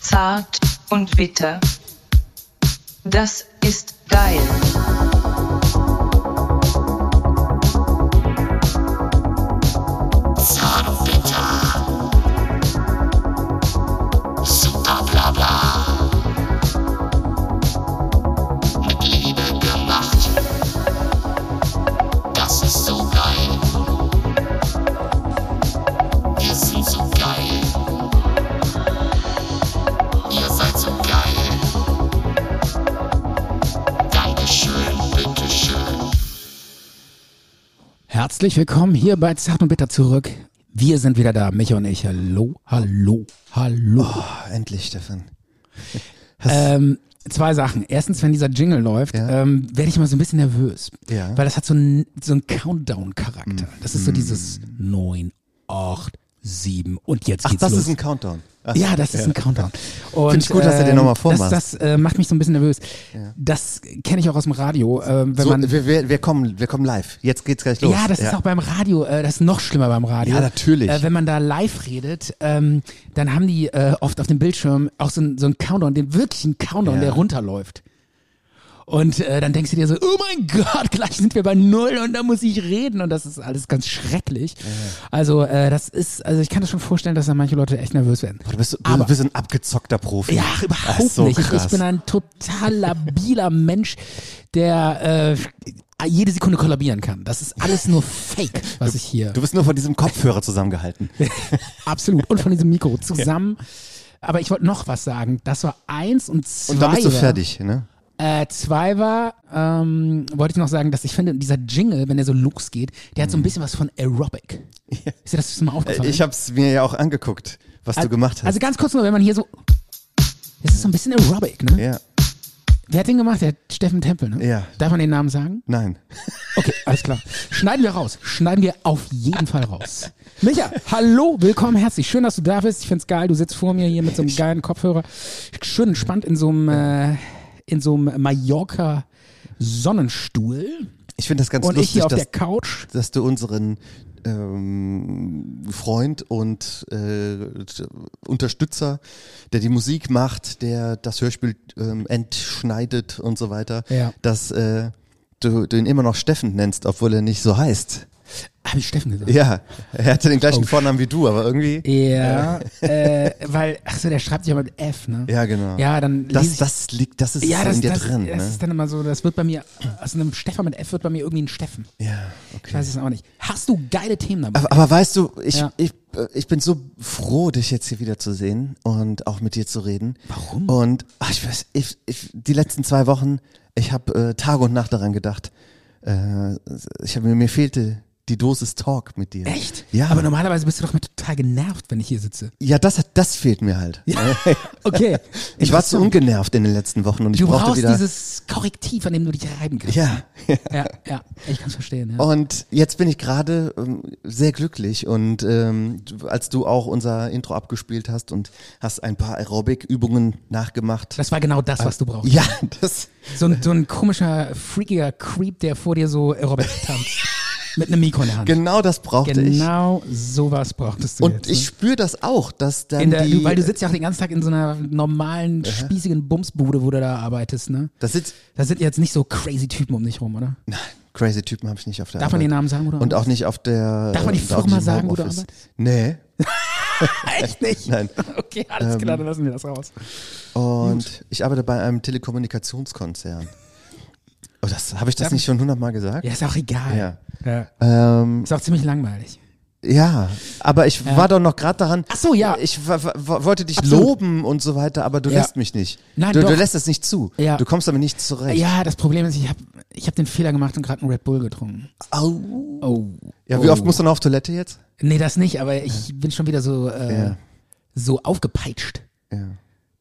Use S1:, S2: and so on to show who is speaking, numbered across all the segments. S1: zart und bitter. Das ist geil.
S2: Herzlich willkommen hier bei Zart und Bitter zurück. Wir sind wieder da, Micha und ich. Hallo, hallo, hallo.
S3: Oh, endlich, Stefan.
S2: Ähm, zwei Sachen. Erstens, wenn dieser Jingle läuft,
S3: Ja.
S2: ähm, werde ich immer so ein bisschen nervös.
S3: Ja. Mm.
S2: Weil das hat so einen, so einen Countdown-Charakter. Das ist so dieses 9, 8, 7 und jetzt
S3: Ach,
S2: geht's
S3: das
S2: los.
S3: ist ein Countdown. Ach,
S2: ja, das ist ein Countdown. Und,
S3: Find ich gut, dass du den
S2: ähm,
S3: nochmal vormachst.
S2: Das, das äh, macht mich so ein bisschen nervös. Das kenne ich auch aus dem Radio. ähm, wenn
S3: so,
S2: man,
S3: wir, wir, wir, kommen, wir kommen live. Jetzt geht's gleich los.
S2: Ja, das ist auch beim Radio, äh, das ist noch schlimmer beim Radio.
S3: Ja, natürlich.
S2: Äh, wenn man da live redet, ähm, dann haben die äh, oft auf dem Bildschirm auch so, einen- so einen Countdown, den wirklichen Countdown,
S3: Ja.
S2: der runterläuft. Und äh, dann denkst du dir so, oh mein Gott, gleich sind wir bei null und da muss ich reden und das ist alles ganz schrecklich. Also äh, das ist, also ich kann das schon vorstellen, dass da manche Leute echt nervös werden.
S3: Boah, du bist, so- du
S2: Aber-
S3: bist ein abgezockter Profi.
S2: Ja,
S3: Das
S2: überhaupt
S3: ist so
S2: nicht. Ich,
S3: Krass.
S2: ich bin ein total labiler Mensch, der äh, jede Sekunde kollabieren kann. Das ist alles nur Fake, was ich hier.
S3: du bist nur von diesem Kopfhörer zusammengehalten.
S2: Absolut. Und von diesem Mikro zusammen. Aber ich wollte noch was sagen. Das war eins und zwei.
S3: Und dann bist du
S2: war-
S3: fertig, ne?
S2: Äh, zwei war, ähm, wollte ich noch sagen, dass ich finde, dieser Jingle, wenn der so losgeht, der hat so ein bisschen was von Aerobic. Ist dir das mal
S3: Mhm. Äh,
S2: aufgefallen?
S3: Ich hab's mir ja auch angeguckt, was du
S2: Also-
S3: gemacht hast.
S2: Also ganz kurz nur, wenn man hier so. Das ist so ein bisschen Aerobic, ne?
S3: ja,
S2: Wer hat den gemacht? Der Steffen Tempel, ne?
S3: Ja.
S2: Darf man den Namen sagen?
S3: nein.
S2: Okay, alles klar. Schneiden wir raus. Schneiden wir auf jeden Fall raus. Micha, hallo, willkommen, herzlich. Schön, dass du da bist. Ich find's geil. Du sitzt vor mir hier mit so einem geilen Kopfhörer. Schön entspannt in so einem, äh, in so einem Mallorca Sonnenstuhl.
S3: Ich finde das ganz
S2: Und ich
S3: lustig,
S2: hier auf
S3: dass,
S2: der Couch.
S3: dass du unseren ähm, Freund und äh, t- Unterstützer, der die Musik macht, der das Hörspiel ähm, entschneidet und so weiter,
S2: Ja.
S3: dass äh, du, du ihn immer noch Steffen nennst, obwohl er nicht so heißt.
S2: Hab ich Steffen gesagt?
S3: Ja, er hatte den gleichen
S2: Oh.
S3: Vornamen wie du, aber irgendwie.
S2: Ja, äh, weil, ach so, der schreibt sich aber mit F, ne?
S3: Ja, genau.
S2: Ja, dann lese
S3: Das,
S2: ich
S3: das liegt, das ist
S2: ja, das,
S3: in dir
S2: das,
S3: drin.
S2: das
S3: Ne?
S2: ist dann immer so, das wird bei mir, aus einem Stefan mit F wird bei mir irgendwie ein Steffen.
S3: Ja, Also
S2: Ich
S3: okay.
S2: weiß es auch nicht. Hast du geile Themen dabei?
S3: Aber, aber weißt du, ich,
S2: Ja.
S3: ich, äh, ich bin so froh, dich jetzt hier wieder zu sehen und auch mit dir zu reden.
S2: Warum?
S3: Und ach, ich weiß, ich, ich, die letzten zwei Wochen, ich habe äh, Tag und Nacht daran gedacht. Äh, ich hab, mir, mir fehlte die Dosis Talk mit dir.
S2: Echt?
S3: Ja.
S2: Aber normalerweise bist du doch mal total genervt, wenn ich hier sitze.
S3: Ja, das, hat- das fehlt mir halt.
S2: Okay.
S3: Ich war zu ungenervt in den letzten Wochen und ich
S2: Du
S3: brauchte
S2: brauchst
S3: wieder.
S2: dieses Korrektiv, an dem du dich reiben kannst.
S3: ja. Oh.
S2: ja, ja. Ich kann es verstehen. Ja.
S3: Und jetzt bin ich gerade ähm, sehr glücklich und ähm, du- als du auch unser Intro abgespielt hast und hast ein paar Aerobic-Übungen nachgemacht.
S2: Das war genau das, was du brauchst.
S3: ja, das.
S2: So ein, so ein komischer, freakiger Creep, der vor dir so Aerobic tanzt. mit einem Mikro in der Hand.
S3: Genau das brauchte ich.
S2: Genau sowas brauchtest du
S3: Und
S2: jetzt. ne?
S3: ich spüre das auch, dass dann
S2: in der,
S3: die.
S2: du, weil du sitzt ja auch den ganzen Tag in so einer normalen, spießigen Bumsbude, wo du da arbeitest, ne?
S3: das sitzt.
S2: Da sind jetzt nicht so crazy Typen um dich rum, oder?
S3: Nein, crazy Typen habe ich nicht auf der
S2: Darf man
S3: Arbeit.
S2: den Namen sagen, wo du
S3: Und auch
S2: arbeitest?
S3: nicht auf der.
S2: Darf man die
S3: und auch
S2: Firma
S3: nicht im
S2: sagen, wo du
S3: Homeoffice.
S2: arbeitest?
S3: Nee.
S2: Echt nicht?
S3: Nein.
S2: Okay, alles
S3: Ähm.
S2: klar, dann lassen wir das raus.
S3: Und ich arbeite bei einem Telekommunikationskonzern. Oh, das habe ich das nicht schon hundertmal gesagt?
S2: Ja, ist auch egal.
S3: Ja.
S2: Ja.
S3: Ähm,
S2: Ist auch ziemlich langweilig.
S3: Ja, aber ich war doch noch gerade daran.
S2: Ach so, ja.
S3: Ich wa- wa- wa- wollte dich
S2: Absolut.
S3: loben und so weiter, aber du
S2: Ja.
S3: lässt mich nicht.
S2: Nein,
S3: du, du
S2: doch.
S3: lässt es nicht zu.
S2: Ja.
S3: Du kommst damit nicht zurecht.
S2: Ja, das Problem ist, ich habe ich hab den Fehler gemacht und gerade einen Red Bull getrunken.
S3: Au.
S2: Oh.
S3: Ja, wie
S2: oh.
S3: oft musst du noch auf Toilette jetzt?
S2: Nee, das nicht, aber ich bin schon wieder so, äh,
S3: Ja.
S2: so aufgepeitscht.
S3: Ja.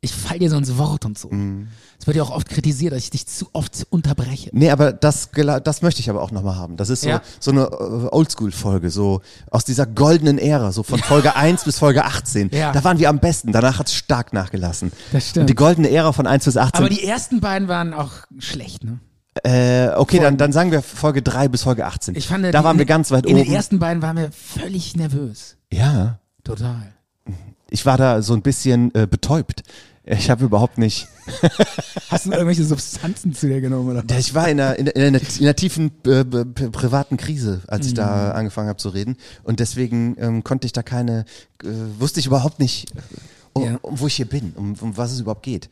S2: Ich fall dir so ins Wort und so. Es
S3: Mhm.
S2: wird ja auch oft kritisiert, dass ich dich zu oft unterbreche.
S3: Nee, aber das, gela- das möchte ich aber auch nochmal haben. Das ist so,
S2: Ja.
S3: so eine äh, Oldschool-Folge, so aus dieser goldenen Ära, so von Folge 1 bis Folge 18.
S2: Ja.
S3: Da waren wir am besten, danach hat's stark nachgelassen.
S2: Das stimmt.
S3: Und die goldene Ära von 1 bis 18.
S2: Aber die ersten beiden waren auch schlecht, ne?
S3: äh, okay, dann, dann sagen wir Folge 3 bis Folge 18.
S2: Ich fand,
S3: da
S2: die-
S3: waren wir ganz weit
S2: in
S3: oben.
S2: In den ersten beiden waren wir völlig nervös.
S3: ja.
S2: Total.
S3: ich war da so ein bisschen äh, betäubt.
S4: Ich habe überhaupt nicht.
S2: Hast du irgendwelche Substanzen zu dir genommen oder?
S3: Ja, Ich war in einer, in, in einer, in einer tiefen äh, b- p- privaten Krise, als ich da angefangen habe zu reden. Und deswegen ähm, konnte ich da keine, äh, wusste ich überhaupt nicht, äh, um,
S2: Ja.
S3: um wo ich hier bin, um, um was es überhaupt geht.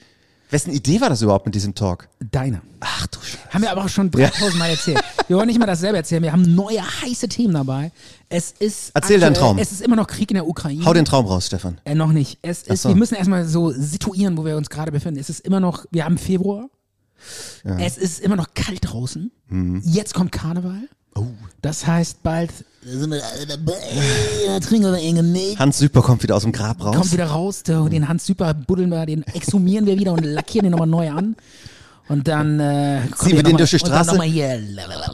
S3: Wessen Idee war das überhaupt mit diesem Talk?
S2: Deiner.
S3: Ach du Scheiße.
S2: Haben wir aber auch schon 3000 Mal erzählt. Wir wollen nicht mal dasselbe erzählen. Wir haben neue heiße Themen dabei. Es ist.
S3: Erzähl deinen
S2: aktuell-
S3: Traum.
S2: Es ist immer noch Krieg in der Ukraine.
S3: Hau den Traum raus, Stefan.
S2: Äh, noch nicht. Es ist,
S3: so.
S2: Wir müssen erstmal so situieren, wo wir uns gerade befinden. Es ist immer noch, wir haben Februar. Es ist immer noch kalt draußen.
S3: Mhm.
S2: Jetzt kommt Karneval.
S3: Oh.
S2: Das heißt, bald sind wir alle dabei, trinken wir irgendeinen Milch,
S3: Hans Süper kommt wieder aus dem Grab raus.
S2: kommt wieder raus, der- den Hans Super buddeln wir, den exhumieren wir wieder und lackieren den nochmal neu an. Und dann äh, kommt
S3: Ziehen
S2: hier
S3: wir den
S2: noch mal-
S3: durch die
S2: und dann
S3: Straße.
S2: noch mal hier.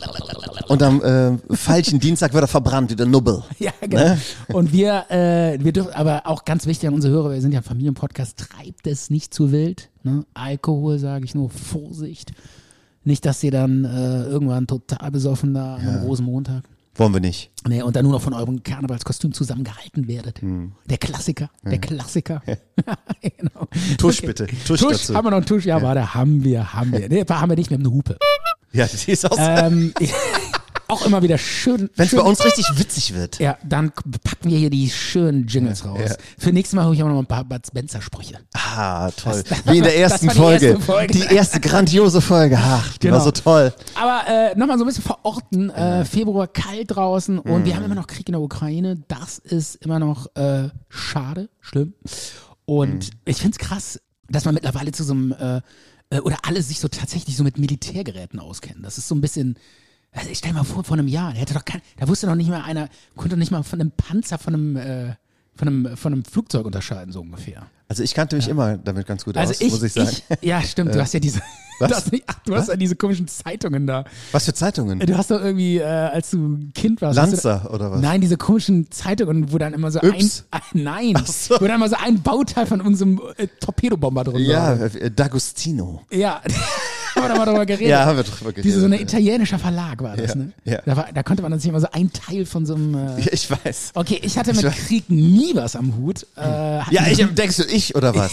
S3: Und am äh, falschen Dienstag wird er verbrannt, wieder Nubbel.
S2: Ja, genau.
S3: Ne?
S2: Und wir, äh, wir dürfen, aber auch ganz wichtig an unsere Hörer, wir sind ja ein Familienpodcast, treibt es nicht zu wild. Ne? Alkohol, sage ich nur, Vorsicht. Nicht, dass ihr dann äh, irgendwann total besoffen da am Rosenmontag. ne?
S3: Wollen wir nicht.
S2: Nee, und dann nur noch von eurem Karnevalskostüm zusammengehalten werdet.
S3: Hm.
S2: Der Klassiker, der Klassiker. genau.
S3: Tusch bitte, Tusch dazu.
S2: Haben wir noch einen Tusch? Ja, warte, haben wir, haben wir. Nee, haben wir nicht, wir haben eine Hupe.
S3: Ja, die ist aus.
S2: ähm, auch immer wieder schön.
S3: Wenn es
S2: schön
S3: bei uns richtig witzig wird.
S2: ja, dann k- packen wir hier die schönen Jingles raus.
S3: ja.
S2: Für nächstes Mal hole ich auch noch mal ein paar Bud Spencer-Sprüche.
S3: Ah, toll.
S2: Das-
S3: Wie in der
S2: das
S3: ersten
S2: war die
S3: Folge.
S2: erste Folge.
S3: Die erste grandiose Folge. Ach, die
S2: Genau.
S3: war so toll.
S2: Aber äh, nochmal so ein bisschen verorten. Äh, Februar kalt draußen und wir
S3: Mhm.
S2: haben immer noch Krieg in der Ukraine. Das ist immer noch äh, schade, schlimm. Und
S3: Mhm.
S2: ich finde es krass, dass man mittlerweile zu so einem, äh, äh, oder alle sich so tatsächlich so mit Militärgeräten auskennen. Das ist so ein bisschen. Also ich stell mal vor, vor einem Jahr, der hätte doch kein, da wusste doch nicht mal einer, konnte doch nicht mal von einem Panzer, von einem, äh, von einem, von einem Flugzeug unterscheiden, so ungefähr.
S3: Also ich kannte mich immer damit ganz gut
S2: Also
S3: aus,
S2: ich,
S3: muss ich sagen. Äh,
S2: ja, stimmt. Du hast ja diese,
S3: was?
S2: Du hast, nicht- ach, du hast ja diese komischen Zeitungen da.
S3: Was für Zeitungen?
S2: Du hast doch irgendwie, äh, als du ein Kind warst. hast du
S3: Lanza
S2: da,
S3: oder was?
S2: Nein, diese komischen Zeitungen, wo dann immer so
S3: Yps.
S2: ein, ah, nein,
S3: so.
S2: wo dann immer so ein Bauteil von unserem äh, Torpedobomber drin war.
S3: ja, äh, D'Agostino.
S2: Ja. Haben wir da mal drüber geredet.
S3: Ja, haben wir drüber geredet.
S2: Diese so ein italienischer Verlag war das,
S3: Ja,
S2: ne?
S3: ja.
S2: Da, war, da konnte man dann sich immer so ein Teil von so einem. Äh,
S3: Ja, ich weiß.
S2: okay, ich hatte mit
S3: Ich war- Hm.
S2: Krieg nie was am Hut. Äh, hatte
S3: Ja, ich, denkst du, ich oder was?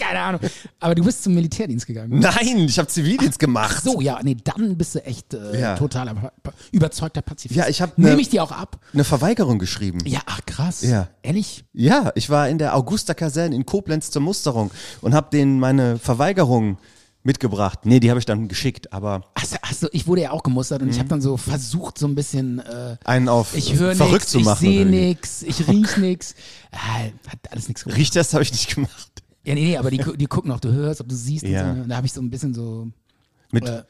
S2: keine Ahnung. Aber du bist zum Militärdienst gegangen.
S3: Nein, ich habe Zivildienst gemacht.
S2: So, ja, nee, dann bist du echt äh,
S3: Ja.
S2: totaler pa pa- überzeugter Pazifist.
S3: Ja, ich hab ne-
S2: Nehme ich dir auch ab.
S3: Eine Verweigerung geschrieben.
S2: Ja, ach krass.
S3: Ja.
S2: Ehrlich?
S3: Ja, ich war in der Augusta-Kaserne in Koblenz zur Musterung und habe denen meine Verweigerung mitgebracht. Nee, die habe ich dann geschickt, aber
S2: Achso, achso, ich wurde ja auch gemustert und ich
S3: Mhm.
S2: habe dann so versucht, so ein bisschen. Äh,
S3: einen auf
S2: ich höre
S3: verrückt
S2: nichts,
S3: zu
S2: ich
S3: machen.
S2: sehe
S3: oder wie.
S2: nichts, ich riech nichts. Ah, hat alles nichts gebracht.
S3: Riecht das habe ich nicht gemacht.
S2: Ja, nee, nee, aber die, gu- die gucken, ob du hörst, ob du siehst.
S3: Ja.
S2: Und, so, ne? und da habe ich so ein bisschen so,
S3: Mit
S2: Äh.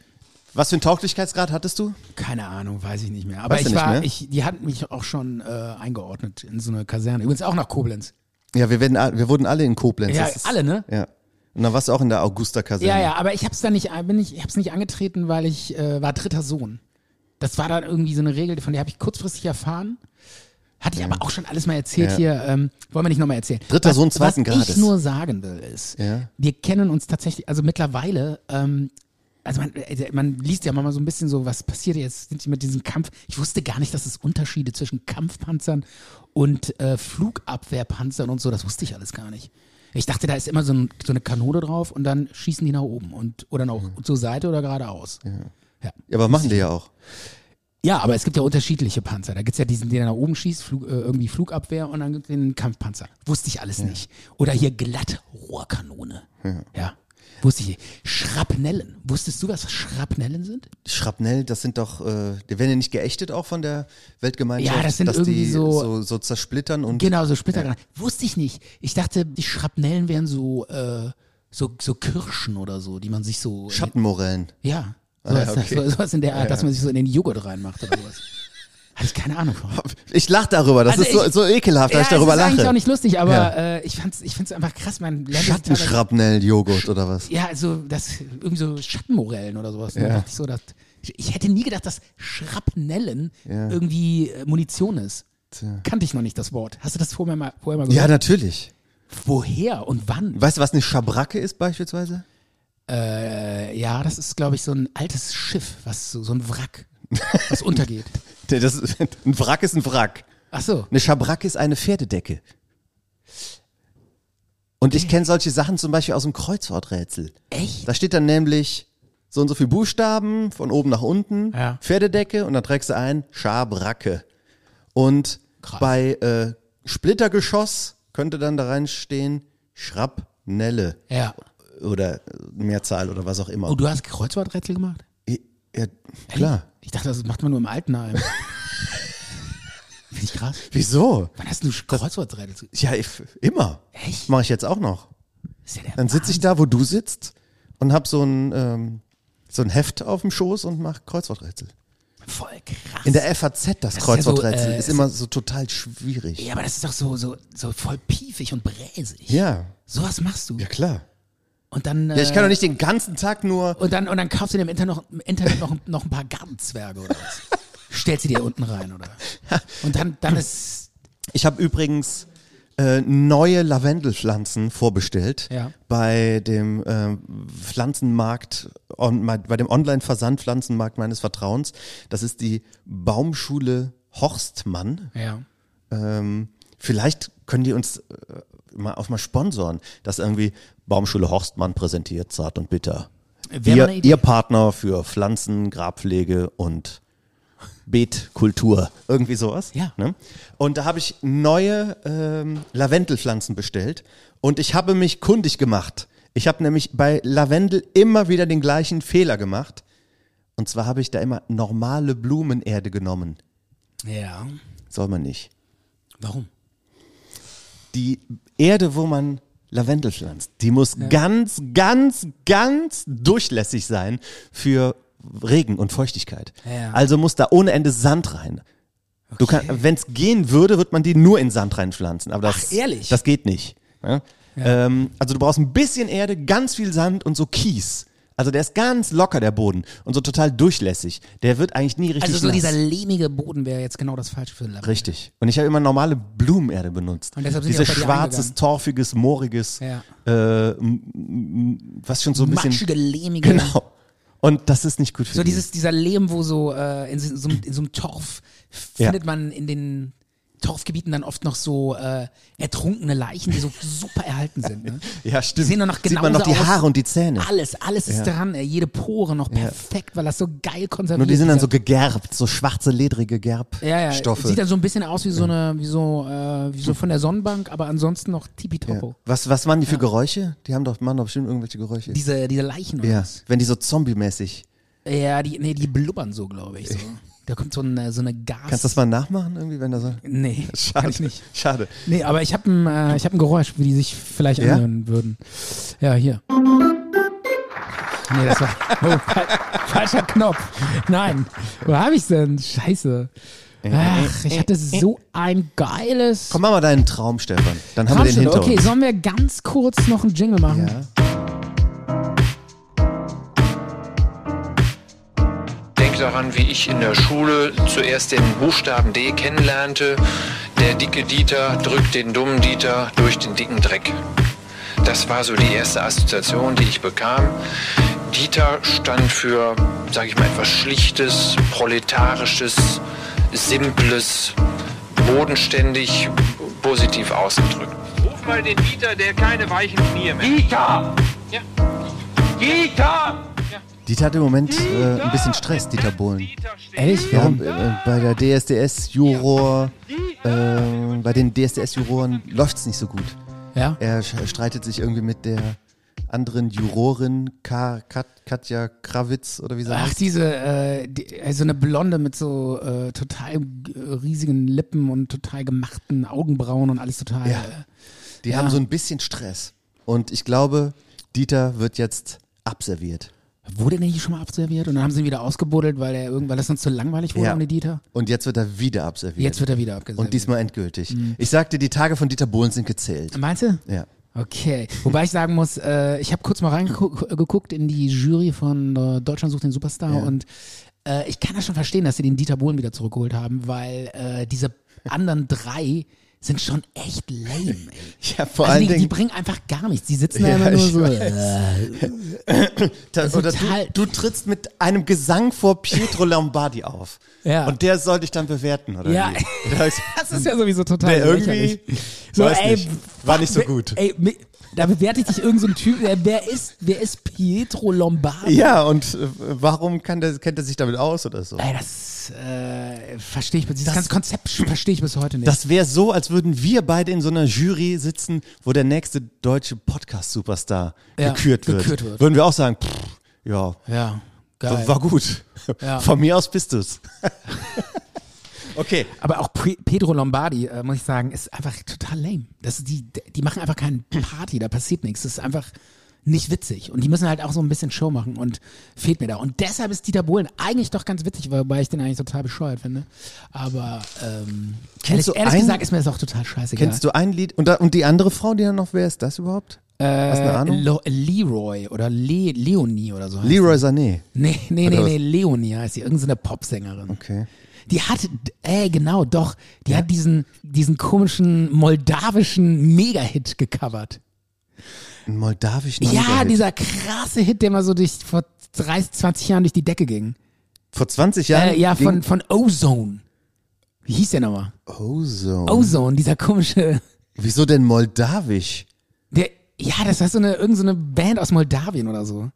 S3: was für einen Tauglichkeitsgrad hattest du?
S2: keine Ahnung, weiß ich nicht mehr. Aber
S3: Weißt du
S2: ich
S3: nicht
S2: war,
S3: mehr?
S2: ich, die hatten mich auch schon äh, eingeordnet in so eine Kaserne. Übrigens auch nach Koblenz.
S3: Ja, wir, werden, a- wir wurden alle in Koblenz.
S2: Ja,
S3: Das ist-
S2: alle, ne?
S3: Ja. Und dann warst du auch in der Augusta-Kaserne.
S2: Ja, ja, aber ich hab's da nicht, äh, bin ich, ich hab's nicht angetreten, weil ich äh, war dritter Sohn. Das war dann irgendwie so eine Regel, von der habe ich kurzfristig erfahren. Hatte ich aber auch schon alles mal erzählt
S3: Ja.
S2: hier. Ähm, wollen wir nicht nochmal erzählen.
S3: Dritter
S2: was,
S3: Sohn zweiten
S2: was
S3: Grades.
S2: ich nur sagen will, ist,
S3: Ja.
S2: wir kennen uns tatsächlich, also mittlerweile, ähm, also man, äh, man liest ja manchmal so ein bisschen so, was passiert jetzt sind die mit diesem Kampf. Ich wusste gar nicht, dass es Unterschiede zwischen Kampfpanzern und äh, Flugabwehrpanzern und so, das wusste ich alles gar nicht. Ich dachte, da ist immer so, ein, so eine Kanone drauf und dann schießen die nach oben und oder nach, zur Seite oder geradeaus.
S3: Ja, aber machen die ja auch.
S2: Ja, aber es gibt ja unterschiedliche Panzer. Da gibt's ja diesen, der nach oben schießt, Flug, äh, irgendwie Flugabwehr und dann gibt's den Kampfpanzer. Wusste ich alles nicht. Oder hier Glattrohrkanone. Ja. Wusste ich nicht. Schrapnellen. Wusstest du, was Schrapnellen sind?
S3: Schrapnell, das sind doch, äh, die werden ja nicht geächtet auch von der Weltgemeinschaft,
S2: Ja, das sind
S3: dass
S2: irgendwie
S3: die
S2: so-
S3: so, so zersplittern und
S2: Genau, so Splittergranaten. Wusste ich nicht. Ich dachte, die Schrapnellen wären so, äh, so, so Kirschen oder so, die man sich so.
S3: Schattenmorellen.
S2: ja.
S3: Ah, ja,
S2: Sowas,
S3: okay.
S2: so, sowas in der Art, dass man sich so in den Joghurt reinmacht oder sowas. Hatte ich keine Ahnung von.
S3: Ich lach darüber, das
S2: Also
S3: ist so,
S2: ich-
S3: so ekelhaft, dass ich
S2: es
S3: darüber
S2: ist eigentlich auch
S3: lache.
S2: nicht lustig, aber
S3: Ja.
S2: äh, ich fand's, ich find's einfach krass, man lernt sich teilweise-
S3: Schattenschrapnell-Joghurt oder was?
S2: Ja, also das irgendwie so Schattenmorellen oder sowas. Ne?
S3: Ja.
S2: Dachte ich, so, dass, ich hätte nie gedacht, dass Schrapnellen
S3: Ja.
S2: irgendwie äh, Munition ist. Kannte ich noch nicht das Wort. Hast du das vorher mal, vorher mal
S3: Ja,
S2: gehört?
S3: natürlich.
S2: Woher und wann?
S3: Weißt du, was eine Schabracke ist beispielsweise?
S2: Äh, ja, das ist, glaube ich, so ein altes Schiff, was so, so ein Wrack, was untergeht.
S3: Nee, Das ist, ein Wrack ist ein Wrack.
S2: Ach so.
S3: Eine Schabracke ist eine Pferdedecke. Und ich kenne solche Sachen zum Beispiel aus dem Kreuzworträtsel.
S2: Äh. Echt?
S3: Da steht dann nämlich so und so viel Buchstaben von oben nach unten,
S2: Ja.
S3: Pferdedecke und dann trägst du ein Schabracke. Und bei äh, Splittergeschoss könnte dann da reinstehen Schrapnelle
S2: Ja.
S3: oder Mehrzahl oder was auch immer.
S2: Oh, du hast Kreuzworträtsel gemacht?
S3: ja, klar.
S2: Ich dachte, das macht man nur im Altenheim. Finde ich krass.
S3: Wieso?
S2: Wann hast du Kreuzworträtsel?
S3: Ja, ich, immer.
S2: Echt?
S3: Mache ich jetzt auch noch.
S2: Ist ja der
S3: Dann sitze ich da, wo du sitzt und hab so ein, ähm, so ein Heft auf dem Schoß und mach Kreuzworträtsel.
S2: voll krass.
S3: In der FAZ das,
S2: ist ja
S3: Kreuzworträtsel
S2: so, äh,
S3: ist immer so total schwierig.
S2: ja, aber das ist doch so, so, so voll piefig und bräsig.
S3: Ja,
S2: Sowas machst du.
S3: ja klar.
S2: Und dann.
S3: Ja, ich kann
S2: äh,
S3: doch nicht den ganzen Tag nur.
S2: Und dann, und dann kaufst du dir im Internet noch, im Internet noch, noch ein paar Gartenzwerge oder was. Stellst sie dir unten rein, oder? Und dann, dann ist.
S3: Ich habe übrigens äh, neue Lavendelpflanzen vorbestellt
S2: Ja.
S3: bei dem ähm, Pflanzenmarkt, on, mein- bei dem Online-Versandpflanzenmarkt meines Vertrauens. Das ist die Baumschule Horstmann.
S2: Ja.
S3: Ähm, vielleicht können die uns äh, mal auch mal sponsoren, dass irgendwie Baumschule Horstmann präsentiert, zart und bitter.
S2: Wäre mal
S3: Ihr,
S2: eine Idee.
S3: ihr Partner für Pflanzen, Grabpflege und Beetkultur, irgendwie sowas.
S2: Ja.
S3: Ne? Und da habe ich neue ähm, Lavendelpflanzen bestellt und ich habe mich kundig gemacht. Ich habe nämlich bei Lavendel immer wieder den gleichen Fehler gemacht. Und zwar habe ich da immer normale Blumenerde genommen.
S2: Ja.
S3: Soll man nicht.
S2: Warum?
S3: die Erde, wo man Lavendel pflanzt, die muss ganz, ganz, ganz durchlässig sein für Regen und Feuchtigkeit.
S2: Ja.
S3: Also muss da ohne Ende Sand rein. Du kann, wenn's gehen würde, würde man die nur in Sand reinpflanzen. Aber das,
S2: Ach, ehrlich?
S3: das geht nicht. Ja? Ähm, also du brauchst ein bisschen Erde, ganz viel Sand und so Kies. Also der ist ganz locker, der Boden. Und so total durchlässig. Der wird eigentlich nie richtig
S2: Also, so
S3: nass.
S2: dieser lehmige Boden wäre jetzt genau das Falsche für den Lappen.
S3: Richtig. Und ich habe immer normale Blumenerde benutzt.
S2: Und deshalb sind
S3: Diese
S2: die auch bei dir
S3: schwarzes,
S2: eingegangen.
S3: torfiges, mooriges,
S2: Ja.
S3: äh, m- m- was schon so ein bisschen.
S2: Matschige, lehmige.
S3: Genau. Und das ist nicht gut für
S2: So
S3: die.
S2: dieses, dieser Lehm, wo so, äh, in, so, so einem- in so einem Torf findet man in den Torfgebieten dann oft noch so äh, ertrunkene Leichen, die so super erhalten sind. Ne?
S3: ja, stimmt.
S2: sehen doch noch
S3: Sieht man noch die
S2: genauso aus.
S3: Haare und die Zähne.
S2: Alles, alles ist dran. Ey. Jede Pore noch perfekt, weil das so geil konserviert
S3: Nur die sind dann
S2: dieser-
S3: so gegerbt, so schwarze, ledrige Gerbstoffe.
S2: ja, ja. Sieht dann so ein bisschen aus wie so eine, wie so, äh, wie so von der Sonnenbank, aber ansonsten noch
S3: ja.
S2: tippitoppo.
S3: was, was waren die für Geräusche? Die haben doch, machen doch bestimmt irgendwelche Geräusche.
S2: Diese, diese Leichen oder
S3: ja,
S2: was?
S3: wenn die so zombie-mäßig.
S2: Ja, die, nee, die blubbern so, glaube ich. So. Da kommt so eine, so eine Gas.
S3: Kannst du das mal nachmachen irgendwie, wenn da so.
S2: Nee, kann ich nicht.
S3: Schade.
S2: Nee, aber ich habe ein, äh, ich hab ein Geräusch, wie die sich vielleicht
S3: Ja?
S2: anhören würden. Ja, hier. Nee, das war oh, fal- falscher Knopf. Nein, wo habe ich denn? Scheiße. Ach, ich hatte so ein geiles.
S3: Äh, Komm, mach mal deinen Traum, Stefan. Dann haben wir den
S2: Rammstein.
S3: hinter
S2: okay,
S3: uns.
S2: sollen wir ganz kurz noch einen Jingle machen?
S3: ja.
S4: Denk daran, wie ich in der Schule zuerst den Buchstaben D kennenlernte. Der dicke Dieter drückt den dummen Dieter durch den dicken Dreck. Das war so die erste Assoziation, die ich bekam. Dieter stand für, sage ich mal, etwas Schlichtes, Proletarisches, Simples, bodenständig, positiv ausgedrückt.
S5: Ruf mal den Dieter, der keine weichen Knie mehr. Dieter! Ja. Dieter!
S3: Dieter hat im Moment äh, ein bisschen Stress, Dieter Bohlen.
S2: Ehrlich?
S3: Wir
S2: Warum?
S3: haben äh, bei der DSDS-Juror, äh, bei den DSDS-Juroren läuft es nicht so gut.
S2: Ja.
S3: Er sch- streitet sich irgendwie mit der anderen Jurorin, Ka Kat Katja Krawitz oder wie sie
S2: Ach,
S3: heißt.
S2: diese, äh, die, also eine Blonde mit so äh, total äh, riesigen Lippen und total gemachten Augenbrauen und alles total.
S3: Ja.
S2: Äh,
S3: Die
S2: ja.
S3: haben so ein bisschen Stress. Und ich glaube, Dieter wird jetzt abserviert.
S2: wurde der nicht schon mal abserviert? Und dann haben sie ihn wieder ausgebuddelt, weil er irgendwann das sonst zu langweilig wurde
S3: Ja.
S2: ohne Dieter.
S3: Und jetzt wird er wieder abserviert.
S2: Jetzt wird er Mhm. wieder abgeserviert.
S3: Und diesmal endgültig. Ich sagte, die Tage von Dieter Bohlen sind gezählt.
S2: Meinst du?
S3: Ja.
S2: Okay. Wobei ich sagen muss, äh, ich habe kurz mal reingeguckt in die Jury von äh, Deutschland sucht den Superstar
S3: Ja.
S2: und äh, ich kann das schon verstehen, dass sie den Dieter Bohlen wieder zurückgeholt haben, weil äh, diese anderen drei sind schon echt lame. Ey.
S3: Ja, vor
S2: also
S3: allen
S2: die, die
S3: Dingen.
S2: bringen einfach gar nichts. Die sitzen da
S3: Ja,
S2: immer nur
S3: ich
S2: so. äh,
S3: weiß. Ta-
S2: Also
S3: oder
S2: total-
S3: du, du trittst mit einem Gesang vor Pietro Lombardi auf.
S2: Ja.
S3: Und der soll dich dann bewerten, oder?
S2: Ja.
S3: wie? Das,
S2: Das ist ja sowieso total
S3: der irgendwie
S2: lächerlich. So,
S3: Weiß
S2: ey,
S3: nicht. War nicht so
S2: wer-
S3: gut.
S2: Ey, mi- da bewerte ich dich irgendein so ein Typ. Wer, wer ist, wer ist Pietro Lombardi?
S3: Ja, und äh, warum kann der, kennt er sich damit aus oder so?
S2: Ey, das äh, verstehe ich bis dieses ganze Konzept verstehe ich bis heute nicht.
S3: Das wäre so, als würden wir beide in so einer Jury sitzen, wo der nächste deutsche Podcast-Superstar
S2: Ja,
S3: gekürt, wird.
S2: gekürt wird.
S3: Würden wir auch sagen, pff, ja,
S2: ja, geil.
S3: war gut.
S2: Ja.
S3: Von mir aus bist du's. okay,
S2: Aber auch Pre- Pedro Lombardi, äh, muss ich sagen, ist einfach total lame. Das, ist die, die machen einfach keinen Party, da passiert nichts. Das ist einfach nicht witzig. Und die müssen halt auch so ein bisschen Show machen und fehlt mir da. Und deshalb ist Dieter Bohlen eigentlich doch ganz witzig, wobei ich den eigentlich total bescheuert finde. Aber ähm,
S3: Kennst
S2: ehrlich,
S3: du
S2: ehrlich
S3: einen-
S2: gesagt ist mir das auch total scheißegal.
S3: kennst du ein Lied? Und, da, und die andere Frau, die da noch, wer ist das überhaupt?
S2: äh,
S3: Hast du eine Ahnung?
S2: Le Leroy oder Le Leonie oder so heißt
S3: Leroy Sané.
S2: sie. Nee, nee, nee,
S3: Oder was?
S2: nee, Leonie heißt sie. Irgendeine Popsängerin.
S3: Okay.
S2: Die hat, äh, genau, doch. Die hat diesen, diesen komischen moldawischen Mega-Hit gecovert.
S3: Ein moldawischen
S2: Ja,
S3: Mega-Hit.
S2: dieser krasse Hit, der mal so durch, vor 30, 20 Jahren durch die Decke ging.
S3: Vor 20 Jahren?
S2: Äh, ja,
S3: ging-
S2: von, von Ozone. Wie hieß der nochmal?
S3: Ozone.
S2: Ozone, dieser komische,
S3: Wieso denn moldawisch?
S2: der, ja, das heißt so eine, irgendeine so eine Band aus Moldawien oder so.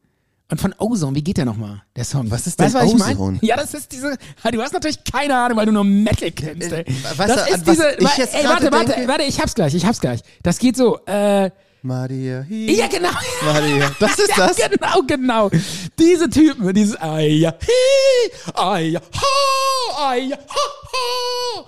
S2: Und von Ozone, wie geht der nochmal, der Song?
S3: Was ist
S2: Weißt
S3: denn
S2: du, was ich
S3: Ozone?
S2: Ja, das ist diese, ha, du hast natürlich keine Ahnung, weil du nur Metal kennst, ey.
S3: weißt
S2: das
S3: du, an
S2: ist
S3: Äh, was
S2: diese,
S3: ich
S2: wa-
S3: jetzt
S2: ey,
S3: gerade
S2: warte, warte,
S3: denke?
S2: warte, ich hab's gleich, ich hab's gleich. Das geht so, äh,
S3: Maria. hi,
S2: Ja, genau.
S3: Maria. Das ist
S2: ja,
S3: das.
S2: Genau, genau. Diese Typen, dieses Eia, hi, Eia, ho, Eia, ho, ho.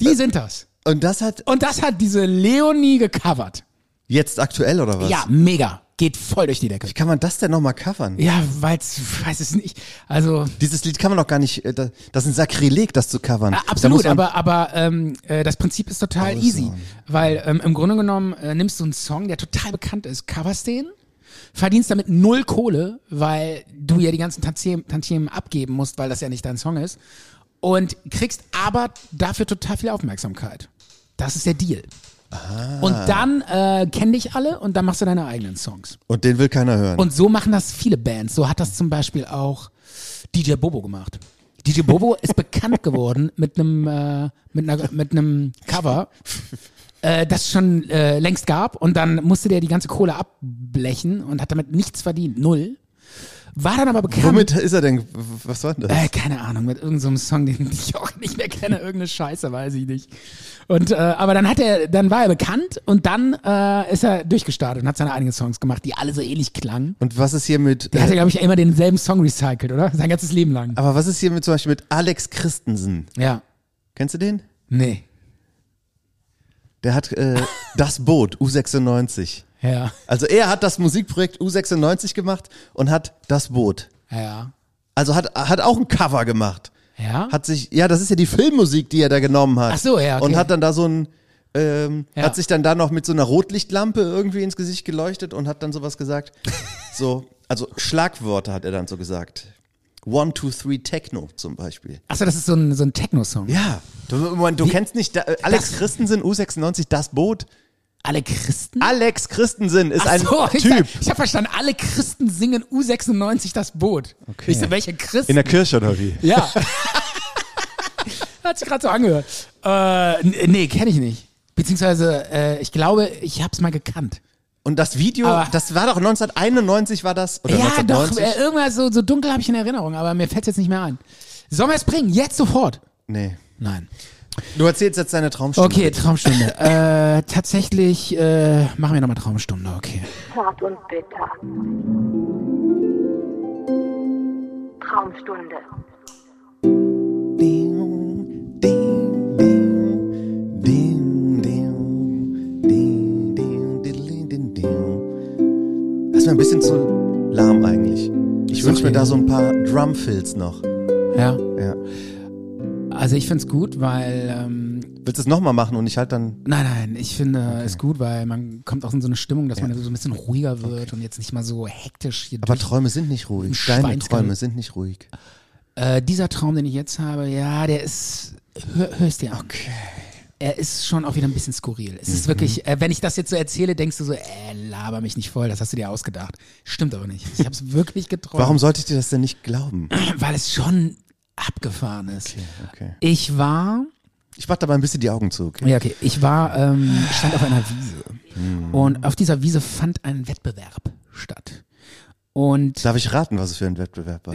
S2: Die sind das.
S3: Und das hat
S2: Und das hat diese Leonie gecovert.
S3: jetzt aktuell oder was?
S2: Ja, mega. Geht voll durch die Decke.
S3: Wie kann man das denn nochmal covern?
S2: Ja, weil's, weiß es nicht. Also,
S3: Dieses Lied kann man doch gar nicht, äh, da- das ist ein Sakrileg, das zu covern.
S2: Äh,
S3: Da muss
S2: Absolut,
S3: man-
S2: aber, aber ähm, äh, das Prinzip ist total easy. Weil ähm, im Grunde genommen äh, nimmst du einen Song, der total bekannt ist, coverst den, verdienst damit null Kohle, weil du ja die ganzen Tantiem- Tantiemen abgeben musst, weil das ja nicht dein Song ist. Und kriegst aber dafür total viel Aufmerksamkeit. Das ist der Deal.
S3: Ah.
S2: Und dann äh, kenn dich alle und dann machst du deine eigenen Songs.
S3: Und den will keiner hören.
S2: Und so machen das viele Bands. So hat das zum Beispiel auch DJ Bobo gemacht. DJ Bobo ist bekannt geworden mit einem äh, mit einer, mit einem Cover, äh, das es schon äh, längst gab. Und dann musste der die ganze Kohle abblechen und hat damit nichts verdient, null. War dann aber bekannt.
S3: Womit ist er denn, was war denn das?
S2: Äh, keine Ahnung, mit irgendeinem so einem Song, den ich auch nicht mehr kenne, irgendeine Scheiße, weiß ich nicht. Und äh, aber dann hat er, dann war er bekannt und dann äh, ist er durchgestartet und hat seine eigenen Songs gemacht, die alle so ähnlich klangen.
S3: Und was ist hier mit,
S2: Der hat ja,
S3: äh,
S2: glaube ich, immer denselben Song recycelt, oder? Sein ganzes Leben lang.
S3: aber was ist hier mit zum Beispiel mit Alex Christensen?
S2: Ja.
S3: Kennst du den?
S2: Nee.
S3: Der hat äh, das Boot, U96.
S2: Ja.
S3: Also er hat das Musikprojekt U96 gemacht und hat das Boot.
S2: Ja.
S3: Also hat, hat auch ein Cover gemacht.
S2: Ja.
S3: Hat sich, ja, das ist ja die Filmmusik, die er da genommen hat.
S2: Ach so, ja, okay.
S3: Und hat dann da so ein, ähm,
S2: Ja.
S3: hat sich dann da noch mit so einer Rotlichtlampe irgendwie ins Gesicht geleuchtet und hat dann sowas gesagt. so, also Schlagworte hat er dann so gesagt. One, two, three Techno zum Beispiel.
S2: Achso, das ist so ein, so ein Techno-Song.
S3: Ja, du, Moment, du kennst nicht da, äh, Alex
S2: Das-
S3: Christensen, U96, das Boot.
S2: Alle Christen?
S3: Alex Christensen ist
S2: Ach
S3: ein
S2: so, ich
S3: Typ.
S2: Sag, ich habe verstanden, alle Christen singen U96 das Boot. Okay. Ich so, welche Christen?
S3: In der Kirche oder wie?
S2: ja. Hat sich gerade so angehört. Äh, n- nee, kenne ich nicht. Beziehungsweise, äh, ich glaube, ich habe es mal gekannt.
S3: Und das Video,
S2: Aber-
S3: das war doch 1991 war das? Oder
S2: ja, doch,
S3: 1990?
S2: äh, irgendwas so, so dunkel habe ich in Erinnerung, aber mir fällt jetzt nicht mehr ein. Sollen wir es bringen? Jetzt sofort?
S3: nee.
S2: Nein.
S3: Du erzählst jetzt deine Traumstunde.
S2: Okay, Traumstunde. äh, tatsächlich äh, machen wir nochmal Traumstunde, okay.
S6: Zart und bitter. Traumstunde.
S3: Ding, ding, ding, ding, ding, ding, ding, diddling, ding, ding. Das ist mir ein bisschen zu lahm eigentlich. Ich wünsche mir
S2: dir.
S3: da so ein paar Drumfills noch.
S2: Ja.
S3: Ja.
S2: Also ich find's gut, weil ähm,
S3: Willst du es nochmal machen und ich halt dann.
S2: nein, nein, ich finde es gut, weil man kommt auch in so eine Stimmung, dass man so ein bisschen ruhiger wird und jetzt nicht mal so hektisch hier
S3: Aber
S2: durch.
S3: Träume sind nicht ruhig.
S2: Ein
S3: Deine
S2: Schweinsgall.
S3: Träume sind nicht ruhig.
S2: Äh, dieser Traum, den ich jetzt habe, ja, der ist hör, hörst dir an. Okay. Er ist schon auch wieder ein bisschen skurril. Es
S3: Mhm.
S2: ist wirklich, äh, wenn ich das jetzt so erzähle, denkst du so, äh, laber mich nicht voll, das hast du dir ausgedacht. Stimmt aber nicht. Ich hab's wirklich geträumt.
S3: Warum sollte ich dir das denn nicht glauben?
S2: weil es schon abgefahren ist.
S3: Okay.
S2: Ich war
S3: Ich mach dabei ein bisschen die Augen zu. Okay?
S2: Ja, okay. Ich war, ähm, stand auf einer Wiese. Und auf dieser Wiese fand ein Wettbewerb statt. Und
S3: Darf ich raten, was es für ein Wettbewerb war?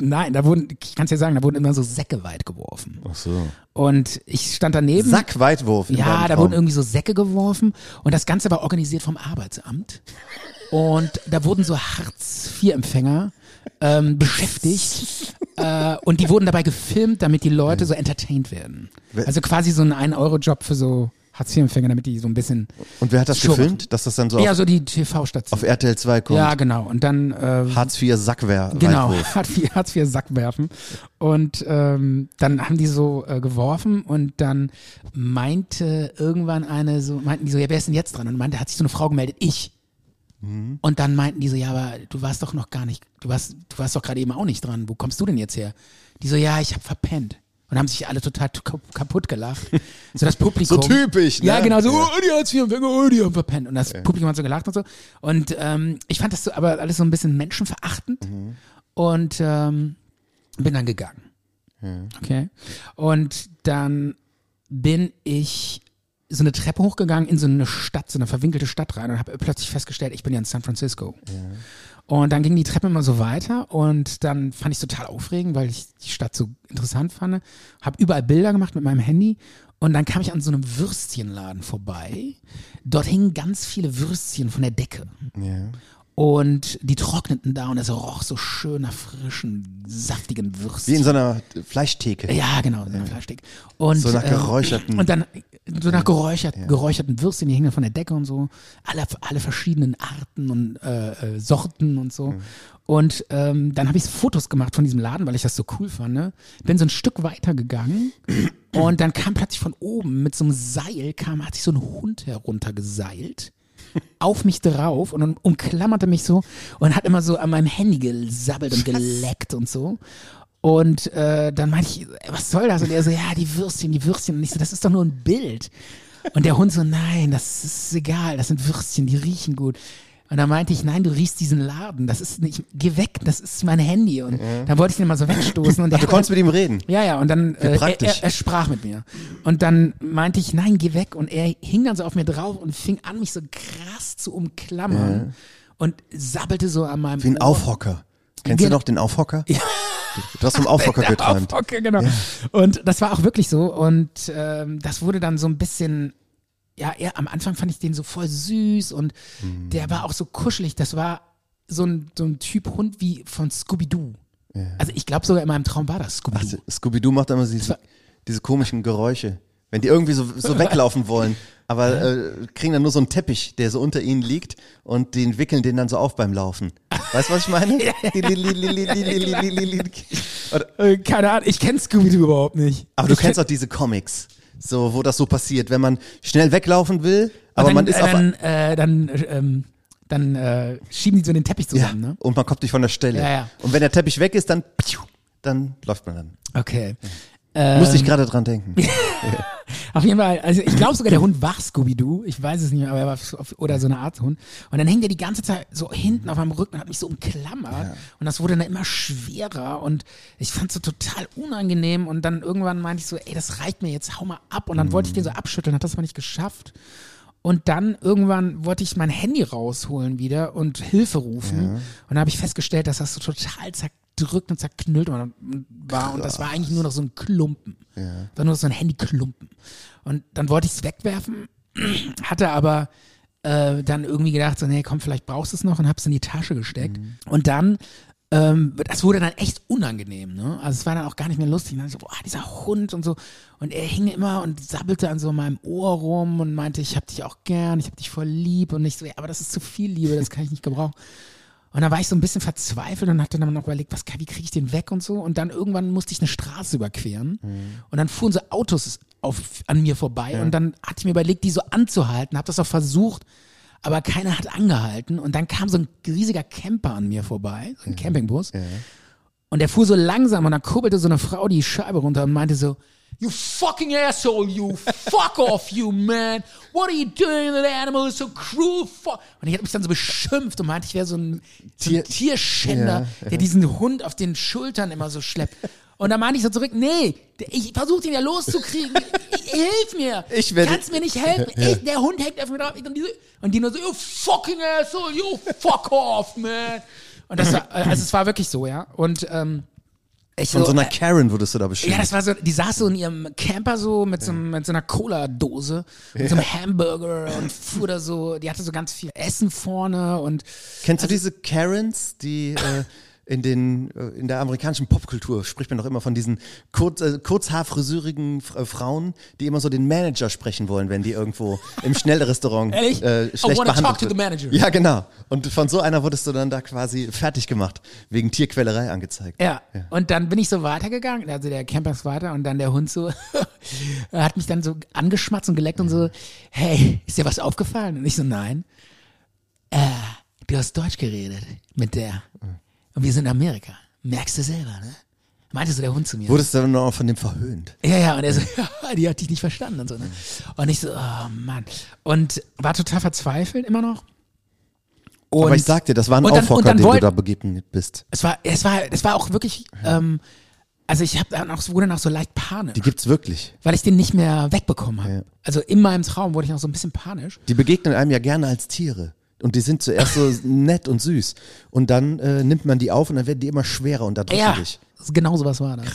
S2: nein, da wurden, ich kann es ja sagen, da wurden immer so Säcke weit geworfen.
S3: Ach so.
S2: Und ich stand daneben.
S3: Sackweitwurf. in
S2: Ja,
S3: deinem
S2: da
S3: Traum.
S2: wurden irgendwie so Säcke geworfen und das Ganze war organisiert vom Arbeitsamt. Und da wurden so Hartz-IV-Empfänger ähm, beschäftigt äh, und die wurden dabei gefilmt, damit die Leute so entertained werden.
S3: Wer-
S2: Also quasi so ein 1-Euro-Job für so Hartz-IV-Empfänger, damit die so ein bisschen,
S3: Und wer hat das
S2: Schurken.
S3: gefilmt? Dass das dann so
S2: ja,
S3: auf,
S2: so die TV-Station.
S3: auf RTL 2 kommt?
S2: Ja, genau. Und dann äh,
S3: Hartz IV Sackwehr.
S2: Genau,
S3: Weitwurf.
S2: hat viel, hat viel Sack werfen. Und ähm, dann haben die so äh, geworfen und dann meinte irgendwann eine so, meinten die so, ja, wer ist denn jetzt dran? Und meinte, hat sich so eine Frau gemeldet, ich. Und dann meinten die so, ja, aber du warst doch noch gar nicht, du warst, du warst doch gerade eben auch nicht dran. Wo kommst du denn jetzt her? Die so, ja, ich hab verpennt. Und haben sich alle total t- kap- kaputt gelacht. So das Publikum.
S3: So typisch, ne?
S2: Ja, genau, so,
S3: Ja.
S2: oh, die hat's hier, oh, die haben verpennt. Und das Publikum hat so gelacht und so. Und ähm, ich fand das so, aber alles so ein bisschen menschenverachtend.
S3: Mhm.
S2: Und ähm, bin dann gegangen. Okay. Und dann bin ich so eine Treppe hochgegangen in so eine Stadt, so eine verwinkelte Stadt rein und habe plötzlich festgestellt, ich bin ja in San Francisco. Und dann ging die Treppe immer so weiter und dann fand ich es total aufregend, weil ich die Stadt so interessant fand. Habe überall Bilder gemacht mit meinem Handy und dann kam ich an so einem Würstchenladen vorbei. Dort hingen ganz viele Würstchen von der Decke.
S3: Ja.
S2: Und die trockneten da und es roch so schön nach frischen, saftigen Würstchen.
S3: Wie in so einer Fleischtheke.
S2: Ja, genau, so ein Fleischstick. Und,
S3: So nach
S2: ähm,
S3: geräucherten-
S2: Und dann so nach geräuchert, geräucherten Würstchen, die hingen dann von der Decke und so. Alle, alle verschiedenen Arten und äh, äh, Sorten und so. Und ähm, dann habe ich Fotos gemacht von diesem Laden, weil ich das so cool fand. Ne? Bin so ein Stück weiter gegangen und dann kam plötzlich von oben mit so einem Seil, kam, hat sich so ein Hund heruntergeseilt auf mich drauf und dann umklammerte mich so und hat immer so an meinem Handy gesabbelt und geleckt und so. Und äh, dann meinte ich, was soll das? Und er so, ja, die Würstchen, die Würstchen. Und ich so, das ist doch nur ein Bild. Und der Hund so, nein, das ist egal, das sind Würstchen, die riechen gut. Und dann meinte ich, nein, du riechst diesen Laden, das ist nicht, geh weg, das ist mein Handy. Und dann wollte ich den mal so wegstoßen. Und der
S3: Ach,
S2: hat dann-
S3: du Also konntest mit ihm reden.
S2: ja, ja, und dann äh, er,
S3: praktisch.
S2: er, er sprach mit mir. Und dann meinte ich, nein, geh weg. Und er hing dann so auf mir drauf und fing an, mich so krass zu umklammern und sabbelte so an meinem
S3: Wie ein
S2: Ohr.
S3: Aufhocker. Kennst du
S2: Genau.
S3: noch den Aufhocker? Ja. Du hast vom Aufhocker geträumt.
S2: Okay, genau. Und das war auch wirklich so. Und ähm, das wurde dann so ein bisschen. Ja, er, am Anfang fand ich den so voll süß und
S3: Mhm.
S2: der war auch so kuschelig. Das war so ein, so ein Typ Hund wie von Scooby-Doo. Also ich glaube sogar in meinem Traum war das Scooby-Doo.
S3: Also, Scooby-Doo macht immer diese, diese komischen Geräusche. Wenn die irgendwie so, so weglaufen wollen, aber äh, kriegen dann nur so einen Teppich, der so unter ihnen liegt und den wickeln den dann so auf beim Laufen. Weißt du, was ich meine? Oder-
S2: Äh, keine Ahnung, ich kenne Scooby-Doo überhaupt nicht.
S3: aber du
S2: Ich kenn-
S3: kennst auch diese Comics, so wo das so passiert, wenn man schnell weglaufen will, aber
S2: dann,
S3: man ist
S2: äh,
S3: auf
S2: dann, äh, dann, äh, ähm, dann äh, schieben die so den Teppich
S3: ja,
S2: zusammen, ne?
S3: und man kommt nicht von der Stelle.
S2: Ja, ja.
S3: Und wenn der Teppich weg ist, dann dann läuft man dann.
S2: Okay. Ähm,
S3: Musste ich gerade dran denken.
S2: Auf jeden Fall, also ich glaube sogar, der Hund war Scooby-Doo. Ich weiß es nicht mehr, aber er war so- oder so eine Art Hund. Und dann hängt er die ganze Zeit so hinten auf meinem Rücken und hat mich so umklammert. Und das wurde dann immer schwerer und ich fand es so total unangenehm. Und dann irgendwann meinte ich so, ey, das reicht mir jetzt, hau mal ab. Und dann wollte ich den so abschütteln, hat das aber nicht geschafft. Und dann irgendwann wollte ich mein Handy rausholen wieder und Hilfe rufen. Und da habe ich festgestellt, dass das so total zerdrückt und zerknüllt war. Und das war eigentlich nur noch so ein Klumpen. War nur so ein Handyklumpen. Und dann wollte ich es wegwerfen, hatte aber äh, dann irgendwie gedacht, so, nee, komm, vielleicht brauchst du es noch und hab's in die Tasche gesteckt. Und dann, ähm, das wurde dann echt unangenehm, ne? Also es war dann auch gar nicht mehr lustig. Und dann so, boah, dieser Hund und so. Und er hing immer und sabbelte an so meinem Ohr rum und meinte, ich hab dich auch gern, ich hab dich voll lieb. Und ich so, ja, aber das ist zu viel Liebe, das kann ich nicht gebrauchen. Und da war ich so ein bisschen verzweifelt und hatte dann noch überlegt, was, kann- wie kriege ich den weg und so. Und dann irgendwann musste ich eine Straße überqueren. Und dann fuhren so Autos auf, an mir vorbei. Und dann hatte ich mir überlegt, die so anzuhalten. Habe das auch versucht, aber keiner hat angehalten. Und dann kam so ein riesiger Camper an mir vorbei, so ein Campingbus. Und der fuhr so langsam und dann kurbelte so eine Frau die Scheibe runter und meinte so, You fucking asshole, you fuck off, you man. What are you doing? That animal is so cruel. Fuck. Und ich hab mich dann so beschimpft und meinte, ich wäre so ein, so ein
S3: Tier-
S2: Tierschänder,
S3: Ja,
S2: der diesen Hund auf den Schultern immer so schleppt. Und dann meinte ich so zurück, nee, ich versuche den ja loszukriegen. Ich- Hilf mir.
S3: Ich werde-
S2: Kannst mir nicht helfen.
S3: Ja.
S2: Ich, der Hund hängt auf mir drauf. Ich- Und, diese, und die nur so, you fucking asshole, you fuck off, man. Und das war, also es war wirklich so, ja. Und ähm, ich
S3: Von so einer
S2: äh,
S3: Karen würdest du da
S2: ja,
S3: beschimpft.
S2: das war so, die saß so in ihrem Camper so mit so, einem- mit so einer Cola-Dose, mit so einem Hamburger und fuhr da so, die hatte so ganz viel Essen vorne und
S3: Kennst du
S2: Also
S3: diese Karens, die äh, in den äh, in der amerikanischen Popkultur spricht man doch immer von diesen kurz, äh, kurzhaarfrisürigen F- äh, Frauen, die immer so den Manager sprechen wollen, wenn die irgendwo im Schnellrestaurant
S2: Ehrlich?
S3: äh,
S2: I
S3: schlecht
S2: wanna
S3: behandelt
S2: talk to
S3: wird.
S2: the manager.
S3: Ja, genau. Und von so einer wurdest du dann da quasi fertig gemacht wegen Tierquälerei angezeigt.
S2: Ja. Und dann bin ich so weitergegangen, also der Camper ist weiter und dann der Hund so, hat mich dann so angeschmatzt und geleckt und so, hey, ist dir was aufgefallen? Und ich so, nein. Äh, du hast Deutsch geredet mit der. Und wir sind in Amerika. Merkst du selber, ne? Meinte so der Hund zu mir.
S3: Wurdest du dann auch von dem verhöhnt?
S2: Ja, ja, und er so, die hat dich nicht verstanden und so. Ne? Und ich so, oh Mann. Und war total verzweifelt immer noch. Und
S3: Aber ich sag dir, das war ein
S2: und dann- und
S3: Aufhocker,
S2: dann
S3: dem du
S2: wollt-
S3: da begegnet bist.
S2: es war, es war, es war auch wirklich, ähm, also ich habe dann auch, es wurde dann auch so leicht panisch,
S3: Die gibt's wirklich.
S2: weil ich den nicht mehr wegbekommen habe.
S3: Ja.
S2: Also in meinem Traum wurde ich noch so ein bisschen panisch.
S3: Die begegnen einem ja gerne als Tiere. Und die sind zuerst so nett und süß. Und dann äh, nimmt man die auf und dann werden die immer schwerer und
S2: Ja,
S3: erdrücklich.
S2: genau sowas war das.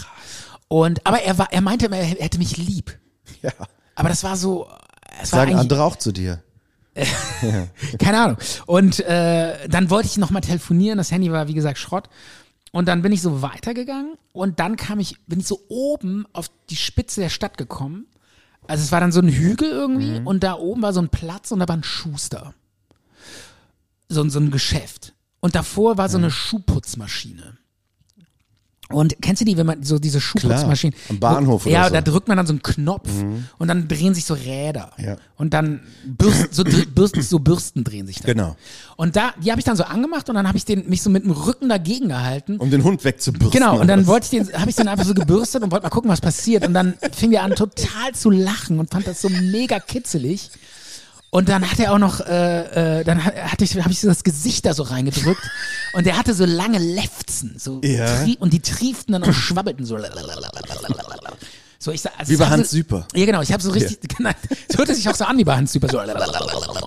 S2: Und, aber er war, er meinte, immer, er hätte mich lieb.
S3: Ja.
S2: Aber das war so, es war
S3: Sagen
S2: eigentlich,
S3: andere auch zu dir.
S2: Keine Ahnung. Und äh, dann wollte ich nochmal telefonieren, das Handy war wie gesagt Schrott. Und dann bin ich so weitergegangen und dann kam ich, bin ich so oben auf die Spitze der Stadt gekommen. Also es war dann so ein Hügel irgendwie
S3: Mhm.
S2: und da oben war so ein Platz und da war ein Schuster. So, ein- so ein Geschäft. Und davor war so
S3: Mhm.
S2: eine Schuhputzmaschine. Und kennst du die, wenn man so diese Schuhputzmaschinen?
S3: am Bahnhof
S2: wo,
S3: oder
S2: Ja,
S3: so. Mhm.
S2: da drückt man dann so einen Knopf und dann drehen sich so Räder.
S3: Ja.
S2: Und dann Bürsten, so, dr- Bürsten, so Bürsten drehen sich dann.
S3: Genau.
S2: Und da, die habe ich dann so angemacht und dann habe ich den, mich so mit dem Rücken dagegen gehalten.
S3: Um den Hund wegzubürsten.
S2: Genau, und dann
S3: Das-
S2: wollte ich den, habe ich den einfach so gebürstet und wollte mal gucken, was passiert. Und dann fing er an, total zu lachen und fand das so mega kitzelig. Und dann hat er auch noch, äh, äh, dann ha- hatte ich, habe ich so das Gesicht da so reingedrückt und er hatte so lange Lefzen, so
S3: Ja.
S2: tri- und die trieften dann und schwabbelten so. So, ich, sa- also
S3: Wie
S2: ich
S3: bei
S2: hab
S3: Hans
S2: so,
S3: Süper.
S2: Ja, genau. Ich habe so richtig. Genau, es hörte sich auch so an wie bei Hans Süper. So.